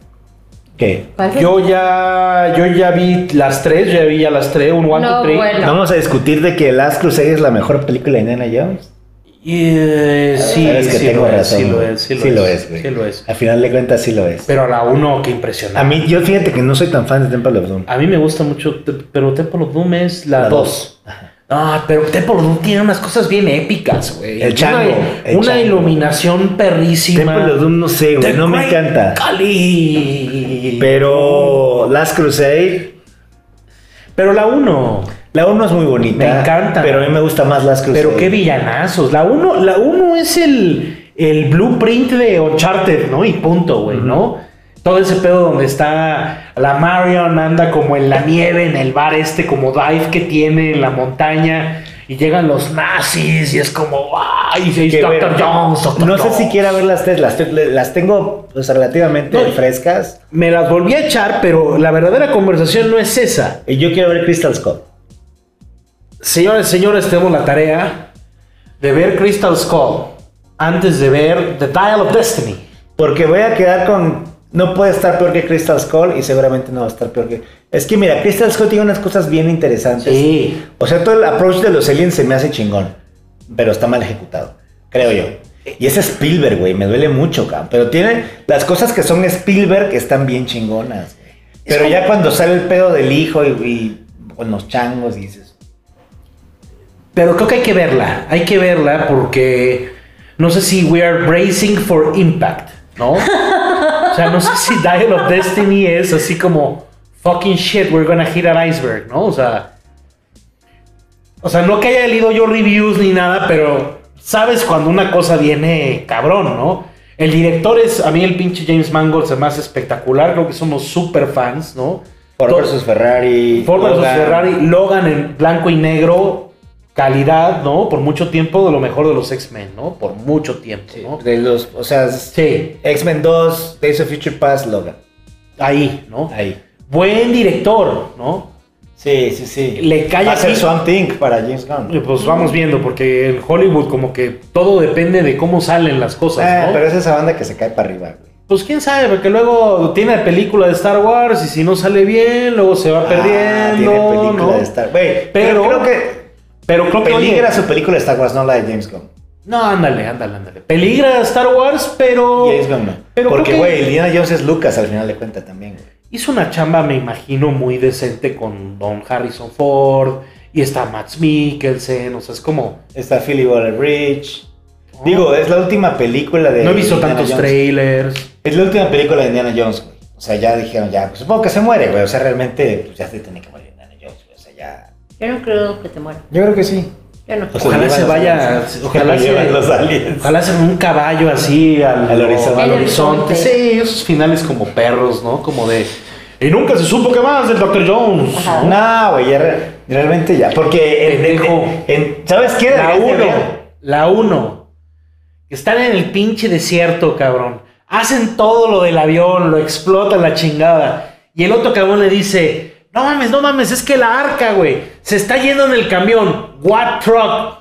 Speaker 1: ¿Qué?
Speaker 3: ¿Cuál fue?
Speaker 2: Yo ya. Yo ya vi las tres, yo ya vi ya las tres, un one,
Speaker 3: No,
Speaker 2: two, three.
Speaker 3: bueno.
Speaker 1: Vamos a discutir de que Last Crusade es la mejor película de Nana Jones.
Speaker 2: Y, eh, sí,
Speaker 1: Sabes que
Speaker 2: sí,
Speaker 1: tengo
Speaker 2: lo es,
Speaker 1: razón.
Speaker 2: sí lo
Speaker 1: güey.
Speaker 2: es, sí lo, es,
Speaker 1: güey.
Speaker 2: sí lo es.
Speaker 1: Al final de cuentas, sí lo es.
Speaker 2: Pero a la uno, qué impresionante.
Speaker 1: a mí, yo fíjate que no soy tan fan de Temple of Doom.
Speaker 2: A mí me gusta mucho, te- pero Temple of Doom es la
Speaker 1: La
Speaker 2: 2. Ah, pero Temple of Doom tiene unas cosas bien épicas, güey.
Speaker 1: El chango,
Speaker 2: Una,
Speaker 1: el
Speaker 2: una
Speaker 1: chango.
Speaker 2: iluminación perrísima.
Speaker 1: Temple of Doom no sé, güey,
Speaker 2: The
Speaker 1: no me
Speaker 2: Great
Speaker 1: encanta.
Speaker 2: Kali.
Speaker 1: Pero Last Crusade,
Speaker 2: Pero la 1.
Speaker 1: la 1 es muy bonita.
Speaker 2: Me encanta.
Speaker 1: Pero a mí me gusta más Last Crusade.
Speaker 2: Pero qué villanazos. La 1 la uno es el, el blueprint de Uncharted, ¿no? Y punto, güey, ¿no? Todo ese pedo donde está la Marion anda como en la nieve, en el bar este, como dive que tiene en la montaña. y llegan los nazis y es como, ¡ay! Y
Speaker 1: Que
Speaker 2: es Dr.
Speaker 1: bueno,
Speaker 2: Jones, Dr.
Speaker 1: No sé
Speaker 2: Jones.
Speaker 1: si quiera ver las tres, las, tres- las tengo pues, relativamente
Speaker 2: No, y-
Speaker 1: frescas.
Speaker 2: Me las volví a echar, pero la verdadera conversación no es esa.
Speaker 1: Y yo quiero ver Crystal Skull.
Speaker 2: Señores, señores, tenemos la tarea de ver Crystal Skull antes de ver The Dial of Destiny.
Speaker 1: Porque voy a quedar con. No puede estar peor que Crystal Skull y seguramente no va a estar peor que. Es que mira, Crystal Skull tiene unas cosas bien interesantes.
Speaker 2: Sí.
Speaker 1: O sea, todo el approach de los aliens se me hace chingón. Pero está mal ejecutado, creo yo. Y ese Spielberg, güey, me duele mucho, cabrón. Pero tiene. Las cosas que son Spielberg están bien chingonas, güey. Pero ya cuando sale el pedo del hijo y, y con los changos y dices.
Speaker 2: Pero creo que hay que verla. Hay que verla porque no sé si we are bracing for impact, ¿no? o sea, no sé si Dial of Destiny es así como fucking shit, we're gonna hit an iceberg, ¿no? O sea, o sea, no que haya leído yo reviews ni nada, pero sabes cuando una cosa viene cabrón, ¿no? El director es, a mí el pinche James Mangold se me hace espectacular, creo que somos super fans, ¿no?
Speaker 1: Ford
Speaker 2: To-
Speaker 1: versus Ferrari.
Speaker 2: Ford versus
Speaker 1: Logan.
Speaker 2: Ferrari, Logan en blanco y negro, calidad, ¿no? Por mucho tiempo, de lo mejor de los X-Men, ¿no? Por mucho tiempo, ¿no?
Speaker 1: De los. O sea,
Speaker 2: Sí,
Speaker 1: X-Men 2, Days of Future Past, Logan.
Speaker 2: ahí, ¿no?
Speaker 1: Ahí.
Speaker 2: Buen director, ¿no?
Speaker 1: Sí, sí, sí.
Speaker 2: Le calla
Speaker 1: Va a ser
Speaker 2: aquí.
Speaker 1: Swamp Thing para James
Speaker 2: Y
Speaker 1: Gunn.
Speaker 2: Pues vamos viendo, porque en Hollywood como que todo depende de cómo salen las
Speaker 1: Ah,
Speaker 2: cosas, ¿no?
Speaker 1: pero es esa banda que se cae para arriba, güey.
Speaker 2: Pues quién sabe, porque luego tiene película de Star Wars y si no sale bien, luego se va
Speaker 1: Ah,
Speaker 2: perdiendo,
Speaker 1: tiene película
Speaker 2: ¿no?
Speaker 1: de Star Güey,
Speaker 2: Pero-
Speaker 1: pero creo que
Speaker 2: Pero creo que oye,
Speaker 1: peligra su película de Star Wars, no la de James Gunn.
Speaker 2: No, ándale, ándale, ándale. Peligra Star Wars, pero
Speaker 1: James Gunn no.
Speaker 2: pero creo
Speaker 1: Porque,
Speaker 2: que-
Speaker 1: güey, Indiana Jones es Lucas al final de cuentas también, güey.
Speaker 2: hizo una chamba, me imagino, muy decente con Don Harrison Ford y está Max Mikkelsen, o sea, es como...
Speaker 1: Está Philly Waller Bridge. Digo, es la última película de.
Speaker 2: no he visto
Speaker 1: Indiana
Speaker 2: tantos
Speaker 1: Jones.
Speaker 2: trailers.
Speaker 1: Es la última película de Indiana Jones, güey. O sea, ya dijeron, ya, pues, supongo que se muere, güey. O sea, realmente, pues ya se tiene que morir Indiana Jones, güey. O sea, ya.
Speaker 3: Yo no creo que te muera.
Speaker 1: Yo creo que sí.
Speaker 3: Yo no.
Speaker 1: O sea,
Speaker 2: Ojalá
Speaker 1: llevan
Speaker 2: se
Speaker 1: los
Speaker 2: vaya...
Speaker 1: aliens.
Speaker 2: Ojalá
Speaker 1: Llevan
Speaker 2: se...
Speaker 1: los aliens.
Speaker 2: Ojalá se un caballo así al,
Speaker 1: Al horizonte.
Speaker 2: al
Speaker 3: El
Speaker 2: horizonte.
Speaker 3: horizonte.
Speaker 2: Sí, esos finales como perros, ¿no? Como de... Y nunca se supo qué más del Dr. Jones.
Speaker 3: Ajá.
Speaker 1: No, güey, ya re- realmente ya. Porque en, en-
Speaker 2: Pendejo.
Speaker 1: en- ¿sabes qué?
Speaker 2: La
Speaker 1: Deberías de
Speaker 2: 1.
Speaker 1: ver.
Speaker 2: La 1. Están en el pinche desierto, cabrón. Hacen todo lo del avión, lo explotan la chingada. Y el otro cabrón le dice, no mames, no mames, es que la arca, güey, se está yendo en el camión. What truck?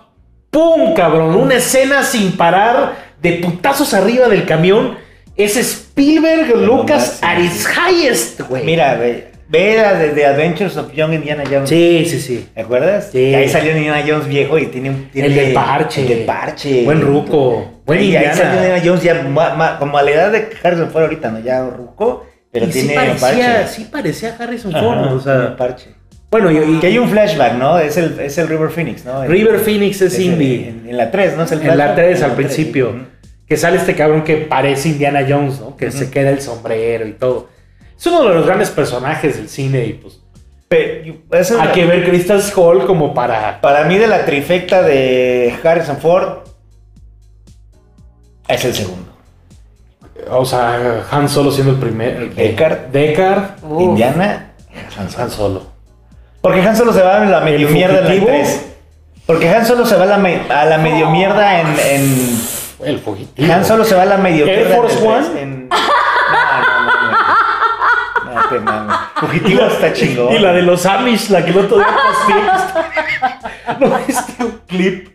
Speaker 2: ¡Pum, cabrón! Una escena sin parar de putazos arriba del camión. Es Spielberg, Lucas,
Speaker 1: máximo,
Speaker 2: Aris Highest, güey.
Speaker 1: Mira, güey, ve la de The Adventures of Young Indiana Jones.
Speaker 2: Sí, sí, sí.
Speaker 1: ¿Te acuerdas?
Speaker 2: Sí.
Speaker 1: Que Ahí salió Indiana Jones viejo y tiene un. Tiene
Speaker 2: El del parche.
Speaker 1: El del parche.
Speaker 2: Buen ruco. Buen
Speaker 1: y ahí
Speaker 2: Indiana.
Speaker 1: salió Indiana Jones ya ma- ma- como a la edad de Harrison Ford ahorita, ¿no? Ya ruco, pero
Speaker 2: Y
Speaker 1: tiene
Speaker 2: sí
Speaker 1: un
Speaker 2: parecía,
Speaker 1: parche.
Speaker 2: sí parecía Harrison
Speaker 1: Ajá,
Speaker 2: Ford, o
Speaker 1: tiene
Speaker 2: sea...
Speaker 1: un parche.
Speaker 2: Bueno, y, y-
Speaker 1: Que hay un flashback, ¿no? Es el, es el River Phoenix, ¿no? El-
Speaker 2: River Phoenix Este es
Speaker 1: el-
Speaker 2: indie.
Speaker 1: En, en la 3, ¿no? Es el
Speaker 2: en la
Speaker 1: flashback.
Speaker 2: 3
Speaker 1: En
Speaker 2: al
Speaker 1: la tres,
Speaker 2: principio,
Speaker 1: sí. Ujú.
Speaker 2: que sale este cabrón que parece Indiana Jones, ¿no? Que se queda el sombrero y todo. Es uno de los grandes personajes del cine y pues
Speaker 1: Pero, es una-
Speaker 2: hay que ver Crystal Hall como para
Speaker 1: Para mí de la trifecta de Harrison Ford es el segundo.
Speaker 2: o sea, Han Solo siendo el primer el-
Speaker 1: Deckard.
Speaker 2: Deckard, uf,
Speaker 1: Indiana, Han Solo.
Speaker 2: Han Solo.
Speaker 1: Porque Han Solo se va a la medio mierda en la
Speaker 2: fugitivo?
Speaker 1: 3. Porque Han Solo se va a la, me- a la medio mierda en, en-
Speaker 2: El fugitivo.
Speaker 1: Han Solo se va a la medio
Speaker 2: Air
Speaker 1: mierda en
Speaker 2: Force
Speaker 1: el tres,
Speaker 2: One.
Speaker 1: en- No, no, no, no. No te
Speaker 2: <laughs>
Speaker 1: mames. Fugitivo está chingón.
Speaker 2: Y la de los Amish, la que el otro día
Speaker 1: <laughs>
Speaker 2: pasé. ¿No viste un clip?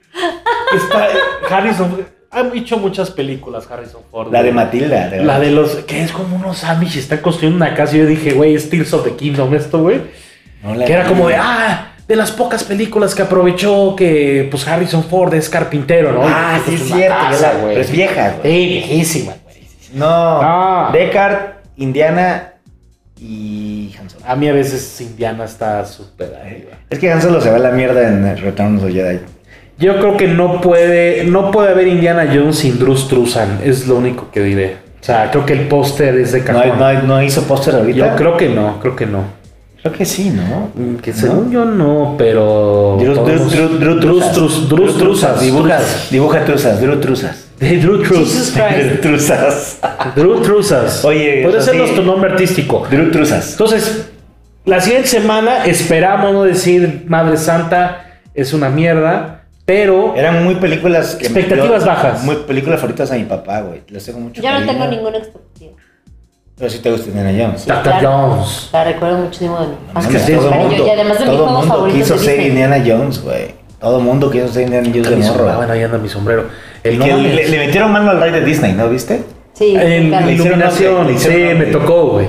Speaker 2: Está Harrison. Ha hecho muchas películas Harrison Ford.
Speaker 1: La de
Speaker 2: güey.
Speaker 1: Matilda. de
Speaker 2: La de los. Que es como unos Amish están construyendo una casa. Y yo dije, güey, es Tears of the Kingdom esto, güey.
Speaker 1: No la-
Speaker 2: Que era como de, ah, de las pocas películas que aprovechó que, pues, Harrison Ford es carpintero, ¿no?
Speaker 1: Ah, sí,
Speaker 2: Y, pues,
Speaker 1: es
Speaker 2: una
Speaker 1: cierto.
Speaker 2: casa,
Speaker 1: ya la- pero es vieja,
Speaker 2: Sí,
Speaker 1: güey.
Speaker 2: viejísima, güey.
Speaker 1: No.
Speaker 2: Ah.
Speaker 1: Deckard, Indiana y Han Solo.
Speaker 2: A mí a veces Indiana está súper arriba.
Speaker 1: Es que Han Solo se va a la mierda en Return of the Jedi.
Speaker 2: Yo creo que no puede, no puede haber Indiana Jones sin Drew Struzan, es lo único que diré. O sea, creo que el póster es de
Speaker 1: No,
Speaker 2: cajón.
Speaker 1: hay- no, hay- no hizo póster ahorita.
Speaker 2: yo creo que no, creo que no. Mm,
Speaker 1: Creo que sí, ¿no?
Speaker 2: Que según yo no, pero.
Speaker 1: Drew, Drew,
Speaker 2: podemos-
Speaker 1: Drew, Drew
Speaker 2: Drew
Speaker 1: Truzas.
Speaker 2: Struz- Drew
Speaker 1: Drew
Speaker 2: Struzan,
Speaker 1: Truzas. Dibujas, dibuja Truzas, Drew Truzas. <laughs>
Speaker 2: De Drew
Speaker 3: Jesus
Speaker 2: Truzas.
Speaker 3: Christ.
Speaker 1: Drew Truzas.
Speaker 2: <laughs> Drew Truzas.
Speaker 1: Oye,
Speaker 2: Puede
Speaker 1: eso
Speaker 2: ser
Speaker 1: sí.
Speaker 2: nuestro nombre artístico.
Speaker 1: Drew Truzas.
Speaker 2: Entonces, la siguiente semana esperamos no decir Madre Santa es una mierda, pero
Speaker 1: Eran muy películas. que-
Speaker 2: Expectativas
Speaker 1: yo-
Speaker 2: bajas.
Speaker 1: Muy películas favoritas a mi papá, güey. Les tengo mucho.
Speaker 3: Yo no
Speaker 1: cariño.
Speaker 3: tengo ninguna expectativa.
Speaker 1: Pero sí te gusta Indiana Jones.
Speaker 3: Sí,
Speaker 2: Tata Jones.
Speaker 3: La recuerdo muchísimo de mi
Speaker 1: No
Speaker 3: papá.
Speaker 2: que
Speaker 1: mames,
Speaker 2: sí,
Speaker 3: Pero
Speaker 1: todo
Speaker 2: es
Speaker 3: yo-
Speaker 1: mundo,
Speaker 3: y además de mis
Speaker 1: todo
Speaker 3: juegos
Speaker 1: mundo
Speaker 3: favoritos
Speaker 1: quiso
Speaker 3: de
Speaker 1: ser
Speaker 3: Disney.
Speaker 1: Indiana Jones, güey. Todo mundo quiso ser Indiana Jones de
Speaker 2: Mi som- ah,
Speaker 1: morro.
Speaker 2: bueno, ahí anda mi sombrero.
Speaker 1: Y que
Speaker 2: El no mames.
Speaker 1: le, le metieron mano al rey de Disney, ¿no viste?
Speaker 3: Sí,
Speaker 2: En
Speaker 3: claro.
Speaker 1: le hicieron
Speaker 2: iluminación,
Speaker 1: hombre, le
Speaker 2: sí,
Speaker 1: hicieron
Speaker 2: me
Speaker 1: hombre.
Speaker 2: tocó, güey.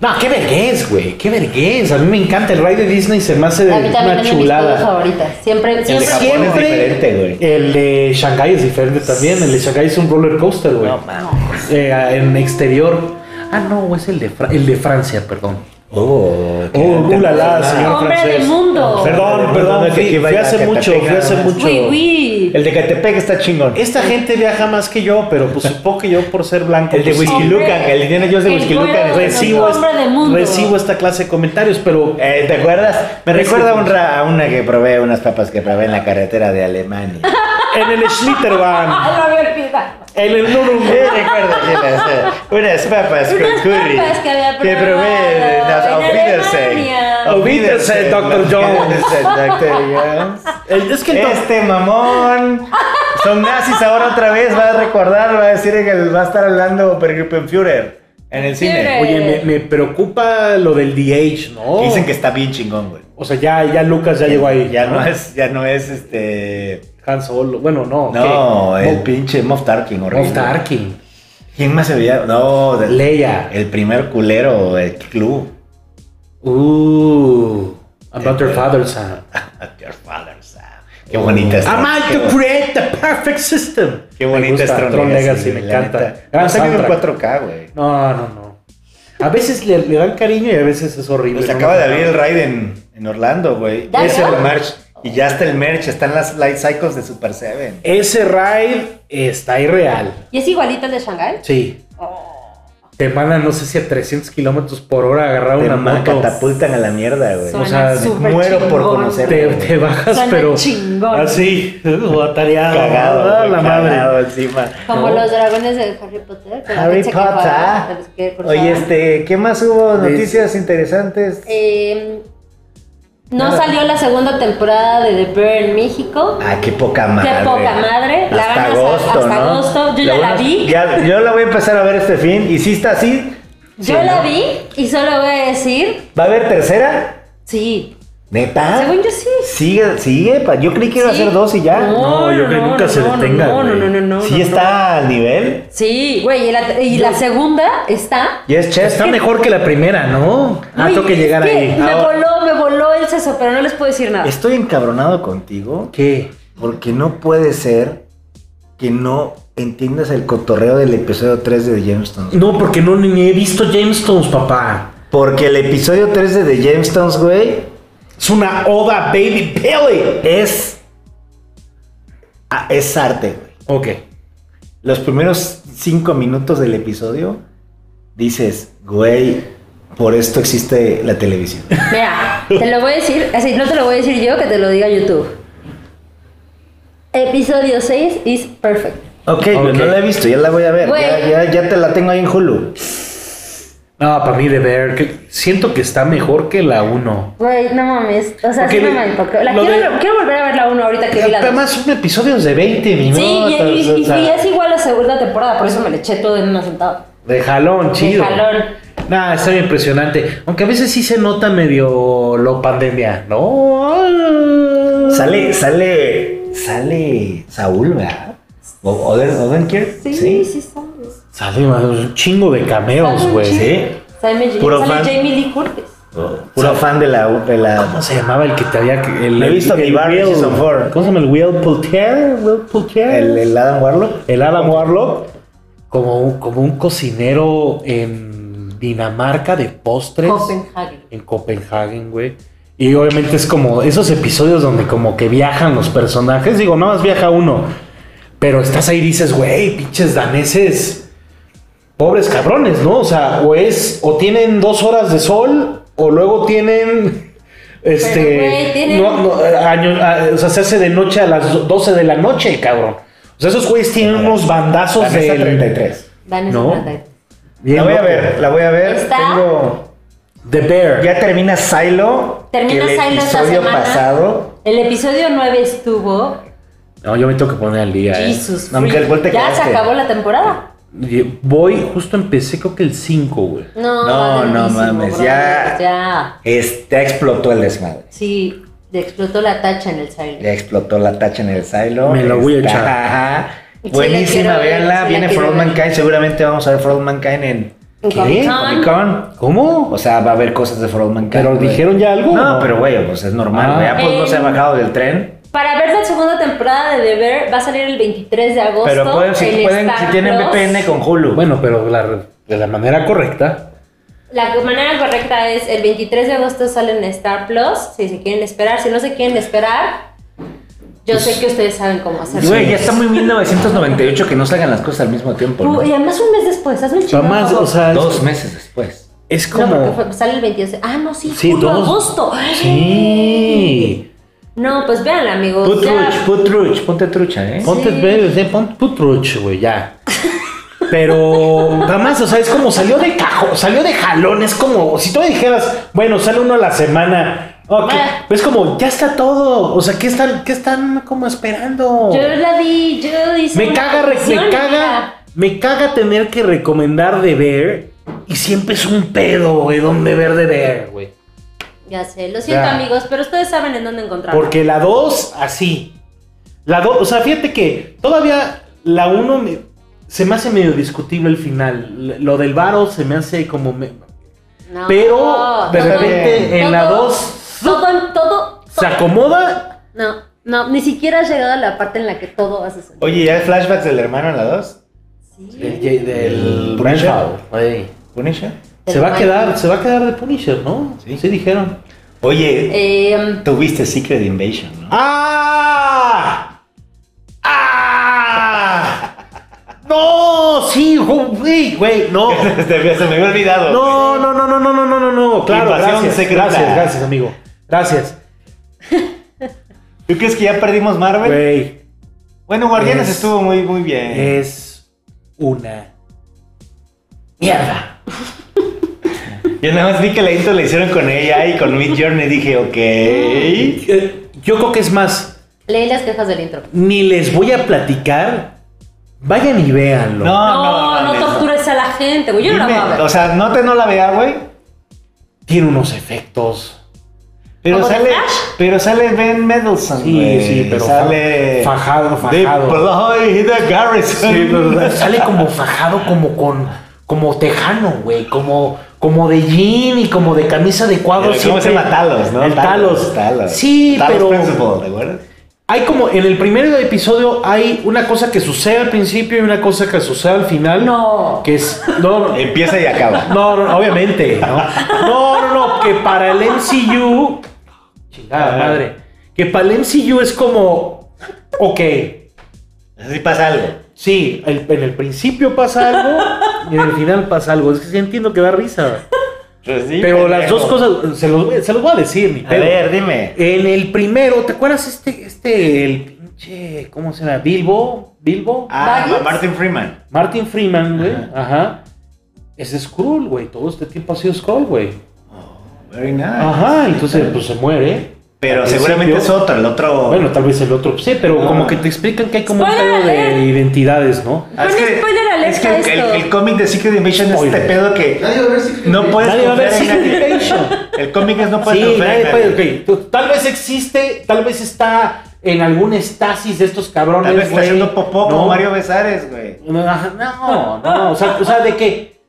Speaker 2: No,
Speaker 1: Ah,
Speaker 2: qué vergüenza, güey, qué vergüenza. A mí me encanta el ride de Disney, se me hace
Speaker 3: A mí también
Speaker 2: una
Speaker 3: es de mis juegos
Speaker 2: chulada.
Speaker 3: favoritas. Siempre,
Speaker 1: El de
Speaker 3: siempre.
Speaker 1: Japón es
Speaker 2: Siempre-
Speaker 1: diferente, güey.
Speaker 2: El de Shanghai es diferente también, el de Shanghai es un roller coaster, güey.
Speaker 1: mames.
Speaker 2: Eh, en exterior. Ah, no, es el de, Fra- el de Francia, perdón.
Speaker 1: Oh, qué
Speaker 2: Oh,
Speaker 1: grande.
Speaker 2: uh, la, la, señor
Speaker 3: Hombre
Speaker 2: francés.
Speaker 3: del mundo.
Speaker 2: Perdón, perdón, fui, fui hace mucho, fui hace mucho.
Speaker 3: Oui, oui.
Speaker 1: El de Catepec está chingón.
Speaker 2: Esta gente viaja más que yo, pero pues supongo que yo por ser blanco
Speaker 1: El de
Speaker 2: pues, sí,
Speaker 1: Whisky
Speaker 3: Hombre,
Speaker 1: Lucan, el Indiana Jones de
Speaker 3: el
Speaker 1: Whisky
Speaker 3: güero
Speaker 1: Lucan.
Speaker 3: de
Speaker 1: es-
Speaker 2: recibo,
Speaker 3: Los
Speaker 2: esta-
Speaker 3: hombres del mundo.
Speaker 2: recibo esta clase de comentarios, pero
Speaker 1: Eh, ¿Te acuerdas? Me recuerda a un ra- a una que probé, unas papas que probé en la carretera de <laughs> Alemania.
Speaker 2: en el Schlitterbahn,
Speaker 3: Ah, lo había olvidado.
Speaker 2: en el Nuremberg.
Speaker 1: Eh, recuerdo que las, eh, unas papas con
Speaker 3: Unas
Speaker 1: curry
Speaker 3: papas que había
Speaker 1: que probé en las
Speaker 3: probado
Speaker 1: Auf
Speaker 3: en
Speaker 1: Wiedersehen.
Speaker 3: Alemania.
Speaker 1: Auf
Speaker 2: Auf Wiedersehen,
Speaker 1: Wiedersehen,
Speaker 2: Dr.
Speaker 1: Auf
Speaker 2: Jones.
Speaker 1: Wiedersehen, <laughs> Dr. Jones.
Speaker 2: El- es que el top-
Speaker 1: Este mamón. Son nazis ahora otra vez. Va a recordar, va a decir que va a estar hablando per Gruppenführer en el cine.
Speaker 3: Führer.
Speaker 2: Oye, me, me preocupa lo del DH, ¿no?
Speaker 1: Que Dicen que está bien chingón, güey.
Speaker 2: O sea, ya, ya Lucas Oh. ya llegó ahí. Ah,
Speaker 1: Ya no es, ya no es este.
Speaker 2: Han Solo. Bueno, no.
Speaker 1: No,
Speaker 2: ¿qué?
Speaker 1: el
Speaker 2: Moff-
Speaker 1: pinche Moff Tarkin, horrible.
Speaker 2: Moff Tarkin.
Speaker 1: ¿Quién más se veía? No, de-
Speaker 2: Leia.
Speaker 1: el primer culero, el club.
Speaker 2: Uh. About your father's son.
Speaker 1: Your father, Sam. ah, Qué bonita es.
Speaker 2: I'm out to create the perfect system.
Speaker 1: Qué
Speaker 2: Me
Speaker 1: bonita
Speaker 2: gusta
Speaker 1: es Tron, Legacy,
Speaker 2: me
Speaker 1: la
Speaker 2: encanta.
Speaker 1: neta.
Speaker 2: Gran
Speaker 1: Ha salido en
Speaker 2: soundtrack.
Speaker 1: 4K, güey.
Speaker 2: No, no, no. A veces le, le dan cariño y a veces es horrible.
Speaker 1: Pues
Speaker 2: ¿no?
Speaker 1: acaba de abrir el raid en, en Orlando, güey.
Speaker 3: ¿Ya
Speaker 1: Es el
Speaker 3: abrió?
Speaker 1: merch. Y ya está el merch. Están las Light Cycles de Super Seven.
Speaker 2: Ese ride está irreal.
Speaker 3: ¿Y es igualito al de Shanghai?
Speaker 2: Sí. Te mandan, no sé si a 300 kilómetros por hora a agarrar
Speaker 1: Te
Speaker 2: una
Speaker 1: ma-
Speaker 2: moto.
Speaker 1: catapultan a la mierda, güey.
Speaker 3: Suena
Speaker 2: O sea,
Speaker 3: súper
Speaker 1: muero por
Speaker 3: chingón.
Speaker 1: conocer.
Speaker 2: Te, te bajas,
Speaker 3: Oh, Suena
Speaker 2: pero.
Speaker 3: chingón.
Speaker 2: Así. O atareado.
Speaker 1: Cagado,
Speaker 2: Ah,
Speaker 1: güey,
Speaker 2: la madre.
Speaker 1: cagado encima.
Speaker 3: Como
Speaker 2: No.
Speaker 3: los dragones de Harry Potter. que la
Speaker 1: Harry
Speaker 3: gente que va,
Speaker 1: Potter. ah,
Speaker 3: los que cruzaban.
Speaker 1: Oye, este, ¿qué más hubo?
Speaker 2: Sí.
Speaker 1: Noticias interesantes.
Speaker 3: Eh, no
Speaker 1: Nada.
Speaker 3: salió la segunda temporada de The Bear en México.
Speaker 1: Ah, qué poca madre.
Speaker 3: poca madre. La
Speaker 1: hasta
Speaker 3: van a-
Speaker 1: agosto,
Speaker 3: hasta
Speaker 1: ¿no?
Speaker 3: agosto. Yo ya
Speaker 1: Lo
Speaker 3: la vi.
Speaker 1: ya- yo la voy a empezar a ver este fin. Y si está así,
Speaker 3: Yo la vi y solo voy a decir,
Speaker 1: ¿va a haber tercera?
Speaker 3: sí.
Speaker 1: ¿Neta?
Speaker 3: Según yo sí.
Speaker 1: Sigue, sigue. pa- Yo creí que iba a
Speaker 3: Sí.
Speaker 1: ser dos y ya.
Speaker 2: No, yo creo que nunca se detenga,
Speaker 3: No, no,
Speaker 2: güey.
Speaker 3: no, no, no.
Speaker 1: ¿Sí
Speaker 3: no, no.
Speaker 1: está al nivel?
Speaker 3: Sí, güey, y la, y la segunda está.
Speaker 1: ¿Y es Chester?
Speaker 2: Está mejor que la primera, ¿no? Ah,
Speaker 3: Güey,
Speaker 2: tengo que
Speaker 3: es
Speaker 2: llegar
Speaker 3: que
Speaker 2: ahí.
Speaker 3: Me
Speaker 1: Ahora-
Speaker 3: voló, me voló el seso, pero no les puedo decir nada.
Speaker 1: Estoy encabronado contigo
Speaker 2: ¿Qué?
Speaker 1: porque no puede ser que no entiendas el cotorreo del episodio 3 de The Jamestones.
Speaker 2: No, porque no ni ni he visto Jamestones, papá.
Speaker 1: Porque el episodio 3 de The Jamestones, güey,
Speaker 2: Es una oda, baby Billy.
Speaker 1: es. ah, es arte, güey.
Speaker 2: Ok.
Speaker 1: Los primeros 5 minutos del episodio dices, güey, por esto existe la televisión.
Speaker 3: Mira, te lo voy a decir, así, no te lo voy a decir yo, que te lo diga YouTube. Episodio 6 is perfect.
Speaker 1: Ok, pero
Speaker 2: Ok.
Speaker 1: no la he visto, ya la voy a ver.
Speaker 3: Güey.
Speaker 1: Ya, ya- ya te la tengo ahí en Hulu.
Speaker 2: No, para mí de ver, que siento que está mejor que la 1.
Speaker 3: Güey, no mames. O sea,
Speaker 2: Ok,
Speaker 3: sí no
Speaker 2: lo-
Speaker 3: mames. porque La
Speaker 2: lo
Speaker 3: quiero,
Speaker 2: de-
Speaker 3: quiero volver a ver la 1 ahorita que vi la
Speaker 2: Nada
Speaker 3: 2.
Speaker 2: más son episodios de 20 minutos.
Speaker 3: Sí, y, y- y-
Speaker 2: o sea,
Speaker 3: y es igual la segunda temporada, por eso me le eché todo en una sentada.
Speaker 2: De jalón, chido.
Speaker 3: jalón.
Speaker 2: Nah, está bien impresionante. Aunque a veces sí se nota medio lo pandemia, ¿no?
Speaker 1: Sale, sale, sale Saúl, ¿verdad? O- Oden, Odenkirk.
Speaker 3: Sí, sí, sí, sabes.
Speaker 2: Sale madre, un chingo de cameos,
Speaker 3: Sale
Speaker 2: güey. ¿eh?
Speaker 3: un chingo.
Speaker 1: pues, Sí.
Speaker 3: Sale,
Speaker 1: Puro
Speaker 3: sale
Speaker 1: fan.
Speaker 3: Jamie Lee Curtis.
Speaker 1: Oh, Puro fan de la. De
Speaker 2: ¿Cómo
Speaker 1: la
Speaker 2: se llamaba el que te había... El,
Speaker 1: Lo he visto
Speaker 2: el-
Speaker 1: en Barry
Speaker 2: Will-
Speaker 1: Season four.
Speaker 2: ¿Cómo se llama? ¿El Will Poulter? ¿Will Poulter?
Speaker 1: el, el Adam Warlock.
Speaker 2: El Adam Warlock como un, como un cocinero en Dinamarca de postres.
Speaker 3: Copenhague.
Speaker 2: En Copenhagen, güey. Y obviamente es como esos episodios donde como que viajan los personajes. Digo, nada más viaja uno. Pero estás ahí y dices, güey, pinches daneses. Pobres cabrones, ¿no? O sea, o es, o tienen dos horas de sol, o luego tienen, este,
Speaker 3: güey, tienen-
Speaker 2: no, no, año- a- o sea, se hace de noche a las do- 12 de la noche, cabrón. O sea, esos güeyes tienen unos bandazos
Speaker 1: La
Speaker 2: de...
Speaker 1: mesa 33.
Speaker 3: Dan
Speaker 2: No.
Speaker 1: La voy a ver, la voy a ver.
Speaker 3: ¿Está?
Speaker 1: Tengo.
Speaker 2: The Bear.
Speaker 1: Ya termina Silo.
Speaker 3: Termina
Speaker 1: que el
Speaker 3: Silo esta
Speaker 1: episodio
Speaker 3: semana.
Speaker 1: pasado.
Speaker 3: El episodio 9 estuvo.
Speaker 2: No, yo me tengo que poner al día. eh.
Speaker 3: Jesus.
Speaker 1: No, Miguel,
Speaker 3: freak.
Speaker 1: ¿cuál te
Speaker 3: ya se
Speaker 1: quedaste?
Speaker 3: acabó la temporada.
Speaker 2: Y Voy, justo empecé creo que el 5, güey.
Speaker 3: No,
Speaker 1: No, no
Speaker 3: buenísimo,
Speaker 1: mames,
Speaker 3: brother,
Speaker 1: ya.
Speaker 3: Ya.
Speaker 1: Este explotó el desmadre.
Speaker 3: Sí, le explotó la tacha en el
Speaker 1: Le
Speaker 3: Silent.
Speaker 1: explotó la tacha en el silo.
Speaker 2: Me la voy a
Speaker 1: Está-
Speaker 2: echar.
Speaker 1: Ajá.
Speaker 3: Sí,
Speaker 1: Buenísima,
Speaker 3: la quiero ver, sí,
Speaker 1: véanla.
Speaker 3: la
Speaker 1: Viene For
Speaker 3: quiero
Speaker 1: All
Speaker 3: ver.
Speaker 1: Mankind. Seguramente vamos a ver For All Mankind en
Speaker 3: En Comic-Con.
Speaker 1: Comic Con.
Speaker 2: ¿Cómo?
Speaker 1: O sea, va a haber cosas de For All Mankind.
Speaker 2: ¿Pero
Speaker 1: güey.
Speaker 2: dijeron ya algo?
Speaker 1: No, pero güey, pues es normal,
Speaker 2: Ah.
Speaker 1: güey. Apple no se ha
Speaker 3: Eh.
Speaker 1: bajado del tren.
Speaker 3: Para ver la segunda temporada de The Bear va a salir el 23 de agosto.
Speaker 1: Pero pueden, si,
Speaker 3: en
Speaker 1: pueden, si
Speaker 3: Star
Speaker 1: tienen
Speaker 3: Plus.
Speaker 1: VPN con Hulu.
Speaker 2: Bueno, pero la- de la manera correcta.
Speaker 3: La manera correcta es el 23 de agosto sale en Star Plus, si se quieren esperar, si no se quieren esperar, yo sé que ustedes saben cómo hacerlo.
Speaker 1: Güey, ya está muy 1998 que no salgan las cosas al mismo tiempo. ¿no?
Speaker 3: Tú- y además un mes después, hazme el
Speaker 2: O sea,
Speaker 3: chingado
Speaker 2: más,
Speaker 3: favor.
Speaker 2: o sea,
Speaker 1: Dos
Speaker 2: es,
Speaker 1: meses después.
Speaker 2: es
Speaker 3: No, porque
Speaker 2: como...
Speaker 3: fue- sale el 22 de... Ah, no, sí,
Speaker 2: Sí,
Speaker 3: julio,
Speaker 2: dos.
Speaker 3: agosto.
Speaker 2: Sí.
Speaker 3: No, pues véanla, amigos.
Speaker 1: Put
Speaker 3: ya.
Speaker 1: truch, put truch, ponte trucha, ¿eh?
Speaker 2: Ponte,
Speaker 3: Sí.
Speaker 2: ve, ve, pon putruch, güey, ya. Pero nada más, o sea, es como salió de cajón, salió de jalón, es como si tú me dijeras, bueno, sale uno a la semana. Ok,
Speaker 3: Ah.
Speaker 2: es como, ya está todo. O sea, ¿qué están, qué están como esperando?
Speaker 3: Yo la vi, yo hice
Speaker 2: Me
Speaker 3: una
Speaker 2: caga, re- me
Speaker 3: revisión,
Speaker 2: caga,
Speaker 3: mira.
Speaker 2: me caga tener que recomendar de ver y siempre es un pedo, güey, donde ver de ver, güey.
Speaker 3: Ya sé, lo siento,
Speaker 2: Ya.
Speaker 3: amigos, pero ustedes saben en dónde encontrarla.
Speaker 2: Porque la 2, así. La 2, o sea, fíjate que todavía la 1 me- se me hace medio discutible el final. L- Lo del varo se me hace como... me-
Speaker 3: No,
Speaker 2: pero de
Speaker 1: no,
Speaker 3: todo-
Speaker 2: repente
Speaker 1: no,
Speaker 2: en la
Speaker 3: todo-
Speaker 2: 2
Speaker 3: Todo, todo,
Speaker 2: se acomoda.
Speaker 3: No, no, ni siquiera has llegado a la parte en la que todo hace sentido.
Speaker 1: Oye, ¿ya hay flashbacks del hermano en la 2?
Speaker 3: Sí.
Speaker 1: del ¿Punisher?
Speaker 2: Se va a quedar, se va a quedar de Punisher, ¿no? Sí,
Speaker 1: Sí.
Speaker 2: dijeron.
Speaker 1: Oye,
Speaker 3: Eh,
Speaker 1: tuviste Secret Invasion, ¿no?
Speaker 2: ¡Ah! ¡Ah! <laughs> No, sí, güey, güey,
Speaker 1: <laughs>
Speaker 2: no.
Speaker 1: Este, <laughs> se me había olvidado.
Speaker 2: No, no, no, no, no, no, no, no, no. Claro,
Speaker 1: Invasión
Speaker 2: gracias,
Speaker 1: secreta.
Speaker 2: gracias, gracias, amigo. Gracias.
Speaker 1: ¿Tú crees que ya perdimos Marvel?
Speaker 2: Güey, pues, eh,
Speaker 1: bueno, Guardianes
Speaker 2: es-
Speaker 1: estuvo muy, muy bien.
Speaker 2: es una mierda.
Speaker 1: Yo nada más vi que la intro la hicieron con ella y con Mid Journey dije, ok.
Speaker 2: Eh, Yo creo que es más,
Speaker 3: leí las quejas del intro.
Speaker 2: ni les voy a platicar. Vayan y véanlo.
Speaker 1: No,
Speaker 3: No,
Speaker 1: no,
Speaker 3: no,
Speaker 1: mames,
Speaker 3: tortures a la gente, güey. Yo no la voy a
Speaker 1: Dime,
Speaker 3: ver.
Speaker 1: o sea, no te no la veas, güey.
Speaker 2: Tiene unos efectos.
Speaker 1: Pero
Speaker 3: ¿Como de
Speaker 1: sale,
Speaker 3: Flash?
Speaker 1: pero sale Ben Mendelsohn,
Speaker 2: Sí,
Speaker 1: güey.
Speaker 2: sí, pero
Speaker 1: sale
Speaker 2: fa- fajado, fajado.
Speaker 1: Deploy the Garrison.
Speaker 2: <laughs> Sale como fajado, como con. Como tejano, güey. Como, como de jean y como de camisa de cuadro.
Speaker 1: ¿Cómo se llama Talos, no?
Speaker 2: El Talos.
Speaker 1: Talos.
Speaker 2: Sí,
Speaker 1: Talos
Speaker 2: pero.
Speaker 1: Principle, ¿te acuerdas?
Speaker 2: Hay como en el primer episodio hay una cosa que sucede al principio y una cosa que sucede al final.
Speaker 3: No.
Speaker 2: Que es. No, no,
Speaker 1: Empieza y acaba.
Speaker 2: no, no, obviamente. ¿no? no, no, no, que para el MCU. Chingada madre. Que para el MCU es como. Ok,
Speaker 1: Así pasa algo.
Speaker 2: sí, el- en el principio pasa algo y en el final pasa algo. Es que sí entiendo que da risa. Pero las dos cosas. Se los, voy- se los voy Pues a decir, mi
Speaker 1: A
Speaker 2: pedo.
Speaker 1: ver, dime.
Speaker 2: En el primero, ¿te acuerdas este, este, el pinche, ¿cómo se llama? Bilbo, Bilbo,
Speaker 1: Ah,
Speaker 3: ¿Baggins?
Speaker 1: Martin Freeman.
Speaker 2: Martin Freeman, güey, ajá. Es Skrull, güey, todo este tiempo ha sido Skrull, güey.
Speaker 1: Very nice.
Speaker 2: Ajá, entonces pues se muere.
Speaker 1: Pero
Speaker 2: Al
Speaker 1: seguramente es
Speaker 2: principio.
Speaker 1: otro, el otro.
Speaker 2: Bueno, tal vez el otro, sí, pero
Speaker 1: Ah.
Speaker 2: como que te explican que hay como un
Speaker 3: Spoiler
Speaker 2: pedo de
Speaker 3: alert.
Speaker 2: identidades, ¿no?
Speaker 1: Ah,
Speaker 3: Pon spoiler alert
Speaker 1: es que
Speaker 3: a
Speaker 1: el- el,
Speaker 3: esto.
Speaker 1: el cómic de Secret Invasion es este
Speaker 2: Spoiler.
Speaker 1: pedo que
Speaker 5: Nadie va a ver Secret
Speaker 1: no
Speaker 5: Invasion.
Speaker 1: puedes
Speaker 2: Nadie va a ver
Speaker 1: confiar en
Speaker 2: Secret
Speaker 1: nadie.
Speaker 2: Invasion.
Speaker 1: El cómic es no puedes
Speaker 2: Sí,
Speaker 1: confiar en
Speaker 2: nadie
Speaker 1: nadie.
Speaker 2: puede- ok, tú- tal vez existe, tal vez está en algún estasis de estos cabrones,
Speaker 1: Tal vez está
Speaker 2: güey,
Speaker 1: haciendo popó como
Speaker 2: ¿no?
Speaker 1: Mario Besares, güey.
Speaker 2: No, no, no, o sea, o sea, de que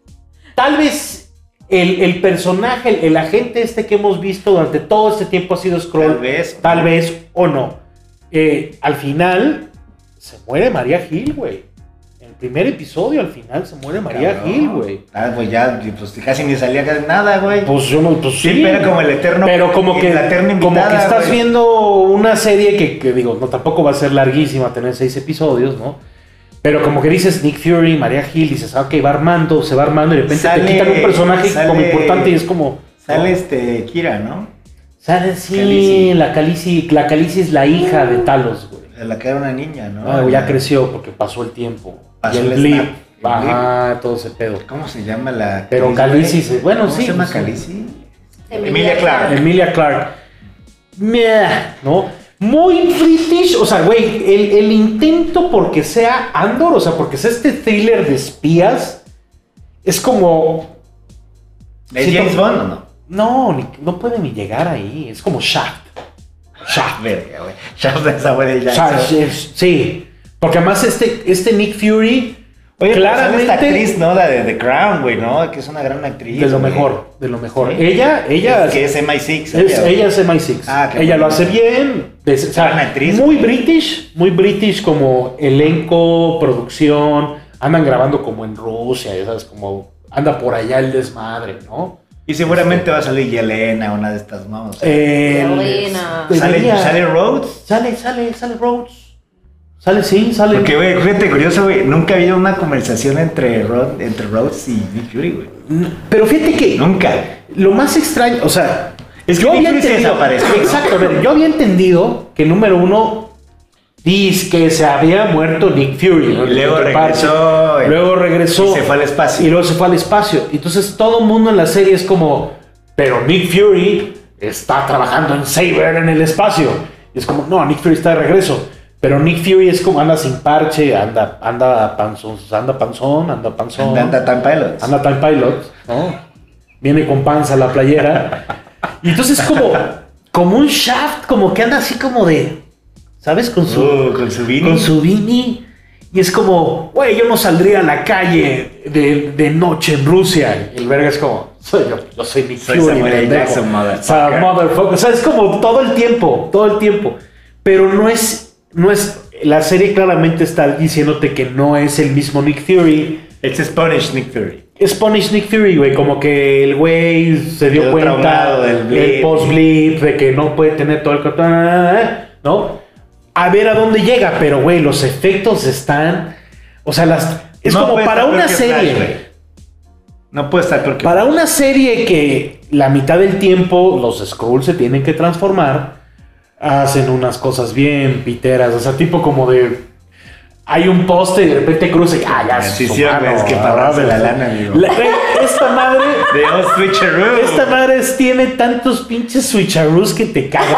Speaker 2: tal vez el, el personaje, el, el agente este que hemos visto durante todo este tiempo ha sido Scroll.
Speaker 1: Tal vez.
Speaker 2: Tal vez o no. Eh, al final se muere María Gil, güey. En el primer episodio, al final se muere María
Speaker 1: Cabrón.
Speaker 2: Gil, güey.
Speaker 1: Ah, pues ya, pues casi ni salía casi nada, güey.
Speaker 2: Pues yo no, pues
Speaker 1: Sí,
Speaker 2: sí.
Speaker 1: pero como el eterno-
Speaker 2: Pero como que,
Speaker 1: la eterna
Speaker 2: como que
Speaker 1: invitada,
Speaker 2: estás
Speaker 1: güey.
Speaker 2: viendo una serie que, que digo, no, tampoco va a ser larguísima, tener seis episodios, ¿no? Pero como que dices Nick Fury, María Hill, dices, ah, ok, va armando, se va armando, y de repente
Speaker 1: Sale-
Speaker 2: te quitan un personaje
Speaker 1: sale-
Speaker 2: como importante y es como.
Speaker 1: Sale
Speaker 2: ¿no?
Speaker 1: este Kira, ¿no?
Speaker 2: Sale, sí,
Speaker 1: Khaleesi.
Speaker 2: la Calici, la Khaleesi es la hija de Talos, güey.
Speaker 1: Se la queda una niña, ¿no?
Speaker 2: Ah, güey, ya creció porque pasó el tiempo.
Speaker 1: Pasó
Speaker 2: y el
Speaker 1: el
Speaker 2: blip.
Speaker 1: snap. El
Speaker 2: Ajá, todo ese pedo.
Speaker 1: ¿Cómo se llama la
Speaker 2: Pero
Speaker 1: actriz,
Speaker 2: Khaleesi
Speaker 1: güey?
Speaker 2: se- bueno,
Speaker 1: ¿Cómo
Speaker 2: sí,
Speaker 1: se llama
Speaker 2: pues,
Speaker 1: Calici?
Speaker 3: Emilia
Speaker 1: Emilia Clarke.
Speaker 2: Emilia Clark. ¿No? muy british. O sea, güey, el, el intento porque sea Andor, o sea, porque sea este thriller de espías, es como.
Speaker 1: ¿Es
Speaker 2: Sí,
Speaker 1: James
Speaker 2: como-
Speaker 1: Bond o no?
Speaker 2: No, ni- no puede ni llegar ahí. Es como Shaft. Shaft.
Speaker 1: Verga, güey. <laughs> Shaft de Samuel L.
Speaker 2: O sea,
Speaker 1: Jackson.
Speaker 2: es- sí. Porque además este, este Nick Fury,
Speaker 1: Oye, pero sale
Speaker 2: claramente.
Speaker 1: esta actriz, ¿no? La de The Crown, güey, ¿no? Que es una gran actriz.
Speaker 2: De lo
Speaker 1: güey.
Speaker 2: mejor, de lo mejor.
Speaker 1: Sí.
Speaker 2: Ella, ella.
Speaker 1: Es que es MI6.
Speaker 2: Es-
Speaker 1: ¿sabía?
Speaker 2: ella es MI6.
Speaker 1: Ah, qué
Speaker 2: ella
Speaker 1: bueno.
Speaker 2: lo hace bien. de- o sea,
Speaker 1: Gran actriz,
Speaker 2: muy british, muy british como elenco, producción. Andan grabando como en Rusia, ya sabes, como anda por allá el desmadre, ¿no?
Speaker 1: Y seguramente va a salir Yelena, una de estas mamas.
Speaker 2: El-
Speaker 3: buena.
Speaker 1: ¿Sale,
Speaker 2: debería-
Speaker 1: ¿Sale Rhodes?
Speaker 2: sale, sale, sale Rhodes. Sale, sí, sale.
Speaker 1: Porque, güey, fíjate, curioso, güey. Nunca ha habido una conversación entre, Rod- entre Rhodes y Nick Fury, güey.
Speaker 2: Pero fíjate que
Speaker 1: Nunca.
Speaker 2: lo más extraño, o sea,
Speaker 1: Es que
Speaker 2: yo
Speaker 1: Nick
Speaker 2: había
Speaker 1: Fury se
Speaker 2: entendido,
Speaker 1: desapareció, ¿no?
Speaker 2: exacto, a ver, yo había entendido que número uno dice que se había muerto Nick Fury, ¿no?
Speaker 1: Y luego
Speaker 2: Otra parte.
Speaker 1: regresó, y-
Speaker 2: luego regresó
Speaker 1: y se fue al espacio.
Speaker 2: y luego se fue al espacio, entonces todo el mundo en la serie es como, pero Nick Fury está trabajando en Saber en el espacio, y es como, no, Nick Fury está de regreso. Pero Nick Fury es como anda sin parche, anda, anda panzón, anda panzón, anda panzón.
Speaker 1: Anda tan pelos.
Speaker 2: Anda Time Pilot, ¿no? Viene con panza a la playera. Y entonces es como, como un shaft, como que anda así como de, ¿sabes? Con su,
Speaker 1: Uh, con su vino.
Speaker 2: con su beanie. Y es como, güey, yo no saldría a la calle de, de noche en Rusia. Y el verga es como, soy yo, yo soy Nick
Speaker 1: Soy
Speaker 2: Fury,
Speaker 1: Samuel L.
Speaker 2: pendejo.
Speaker 1: Jackson, motherfucker.
Speaker 2: O sea, motherfucker. O sea, es como todo el tiempo, todo el tiempo. Pero no es, no es, la serie claramente está diciéndote que no es el mismo Nick Fury.
Speaker 1: It's Spanish Nick Fury.
Speaker 2: Spanish Nick Fury, güey, como que el güey se dio
Speaker 1: Quedó
Speaker 2: cuenta
Speaker 1: traumado del
Speaker 2: del,
Speaker 1: blip.
Speaker 2: post-blip, de que no puede tener todo el control, ¿no? A ver a dónde llega, pero güey, los efectos están, o sea, las es
Speaker 1: No
Speaker 2: como
Speaker 1: puede
Speaker 2: para
Speaker 1: estar
Speaker 2: una
Speaker 1: peor que
Speaker 2: serie,
Speaker 1: Flash, güey. no puede estar porque.
Speaker 2: para una serie que la mitad del tiempo los Skrulls se tienen que transformar, hacen unas cosas bien piteras, o sea, tipo como de hay un poste y de repente cruce y ah, ya
Speaker 1: Sí,
Speaker 2: su
Speaker 1: sí,
Speaker 2: mano,
Speaker 1: güey, es que para
Speaker 2: ahora
Speaker 1: ahorrarse
Speaker 2: se-
Speaker 1: la lana, amigo.
Speaker 2: La- esta madre
Speaker 1: De Old Switcheroo.
Speaker 2: esta madre es- tiene tantos pinches switcharoos que te
Speaker 1: <laughs>
Speaker 2: cagas.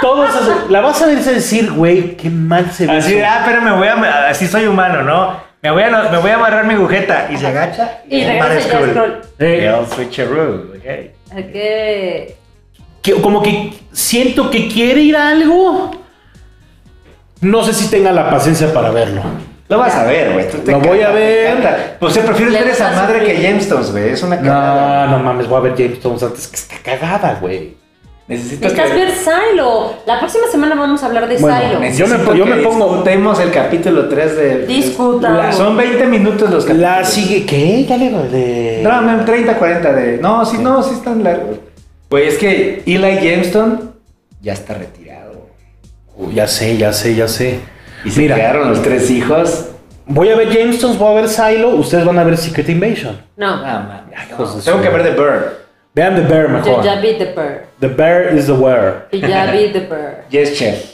Speaker 2: Todos esos- la vas a ver decir, güey, qué mal se ve.
Speaker 1: Así,
Speaker 2: eso".
Speaker 1: ah, pero me voy a. Así soy humano, ¿no? Me voy a, me voy a amarrar mi agujeta. Y se agacha.
Speaker 3: Y regresa
Speaker 1: Mad
Speaker 3: ya
Speaker 1: Skrull.
Speaker 3: Skrull.
Speaker 2: Eh.
Speaker 1: The Old Switcheroo, ok.
Speaker 3: Ok.
Speaker 2: Que- como que siento que quiere ir a algo. No sé si tenga la paciencia para verlo.
Speaker 1: Lo vas a ver, güey. tú te
Speaker 2: Lo voy
Speaker 1: encanta,
Speaker 2: a ver.
Speaker 1: te encanta. Pues te prefieres
Speaker 3: Le
Speaker 1: ver esa
Speaker 3: vas a
Speaker 1: madre que
Speaker 3: sufrir.
Speaker 1: Jamestones, güey. Es una cagada.
Speaker 2: No, no mames, voy a ver James Jones antes que está cagada, güey.
Speaker 1: Necesito
Speaker 3: Necesitas
Speaker 1: que-
Speaker 3: ver Silo. La próxima semana vamos a hablar de
Speaker 2: Bueno,
Speaker 3: Silo.
Speaker 2: neces-
Speaker 1: Necesito
Speaker 2: Yo me- yo me
Speaker 1: que
Speaker 2: pongo-
Speaker 1: Discutemos el capítulo 3 de.
Speaker 3: Discutamos.
Speaker 1: La- Son 20 minutos los capítulos.
Speaker 2: La sigue, ¿qué? Ya le de.
Speaker 1: No, no, 30, 40 de... No, sí, no, sí están largos. Pues es que Eli Jameson ya está retirado.
Speaker 2: Uy, Uh, ya sé, ya sé, ya sé.
Speaker 1: Y se
Speaker 2: Mira.
Speaker 1: quedaron los tres hijos.
Speaker 2: Voy a ver James Jones, voy a ver Silo, ustedes van a ver Secret Invasion.
Speaker 3: No,
Speaker 1: Ah, mami, ay, no.
Speaker 2: Hijos de
Speaker 1: Tengo
Speaker 2: su-
Speaker 1: que ver The Bird.
Speaker 2: Vean The Bear
Speaker 3: yo
Speaker 2: mejor.
Speaker 3: ya vi The Bear.
Speaker 2: The Bear is the Wear.
Speaker 3: Yo
Speaker 1: <laughs>
Speaker 3: ya vi The Bear.
Speaker 1: Yes, chef.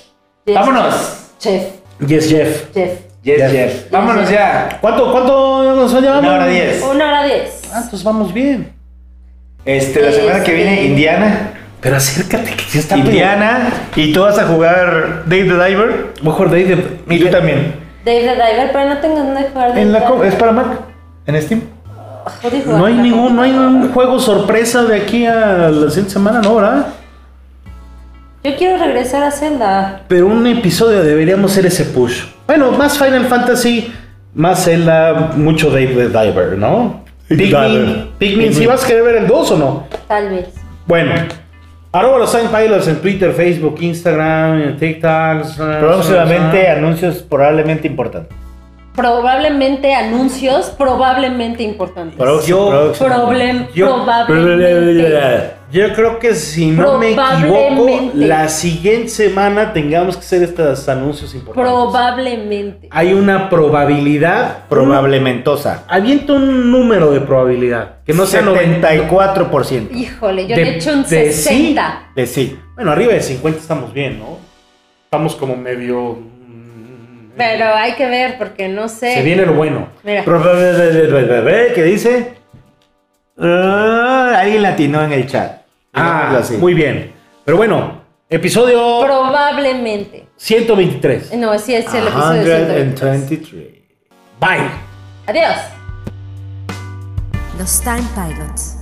Speaker 3: Yes,
Speaker 1: Vámonos.
Speaker 3: Chef,
Speaker 2: Yes, Jeff.
Speaker 3: chef.
Speaker 1: Yes,
Speaker 2: Ya.
Speaker 1: Jeff. Vámonos ya.
Speaker 2: ¿Cuánto, cuánto nos llevamos?
Speaker 1: Una hora diez.
Speaker 3: Una hora diez.
Speaker 2: Ah, pues vamos bien.
Speaker 1: Este, la semana que viene, Indiana.
Speaker 2: Pero acércate que ya está
Speaker 1: Indiana. Y tú vas a jugar Dave the Diver.
Speaker 2: peor. Mejor de ahí de...
Speaker 1: Y tú también.
Speaker 3: Dave the Diver, pero no tengo dónde jugar. de
Speaker 1: En la, co-
Speaker 3: verdad.
Speaker 1: es para Mac. En Steam.
Speaker 3: Jodí jugar
Speaker 2: No hay
Speaker 3: en la
Speaker 2: ningún, no hay
Speaker 3: computadora.
Speaker 2: un juego sorpresa de aquí a la siguiente semana, ¿no? ¿Verdad?
Speaker 3: Yo quiero regresar a Zelda.
Speaker 2: Pero un episodio deberíamos ser ese push. Bueno, más Final Fantasy, más Zelda, mucho Dave the Diver, ¿no?
Speaker 1: Diver.
Speaker 2: Pikmin, Pikmin, si
Speaker 1: Pikmin.
Speaker 2: vas a querer ver el 2 o no.
Speaker 3: Tal vez.
Speaker 2: Bueno, arroba los Time Pilots en Twitter, Facebook, Instagram, en TikTok. eh,
Speaker 1: Próximamente, anuncios probablemente importantes.
Speaker 3: Probablemente anuncios, probablemente importantes.
Speaker 1: Pro-
Speaker 2: Yo-
Speaker 1: próximo.
Speaker 3: Problem-
Speaker 2: Yo-
Speaker 3: probablemente.
Speaker 2: Yo creo que si no me equivoco,
Speaker 3: Probablemente.
Speaker 2: la siguiente semana tengamos que hacer estos anuncios importantes.
Speaker 3: Probablemente.
Speaker 2: Hay una probabilidad.
Speaker 1: Probablementosa.
Speaker 2: Aviento un número de probabilidad. Que no sea 90.
Speaker 1: 94%.
Speaker 3: Híjole, yo
Speaker 2: De-
Speaker 3: le echo un
Speaker 2: de sí.
Speaker 3: 60.
Speaker 1: De sí.
Speaker 2: Bueno, arriba de 50 estamos bien, ¿no? Estamos como medio. mm,
Speaker 3: Pero hay que ver porque no sé.
Speaker 2: Se viene lo bueno.
Speaker 3: Mira,
Speaker 1: ¿Qué dice? Ah, alguien latino en el chat.
Speaker 2: Ah,
Speaker 1: Digámoslo así.
Speaker 2: muy bien. Pero bueno, Episodio
Speaker 3: Probablemente.
Speaker 2: 123.
Speaker 3: No, sí es el episodio 123.
Speaker 1: 123.
Speaker 2: Bye.
Speaker 3: Adiós.
Speaker 4: Los Time Pilots.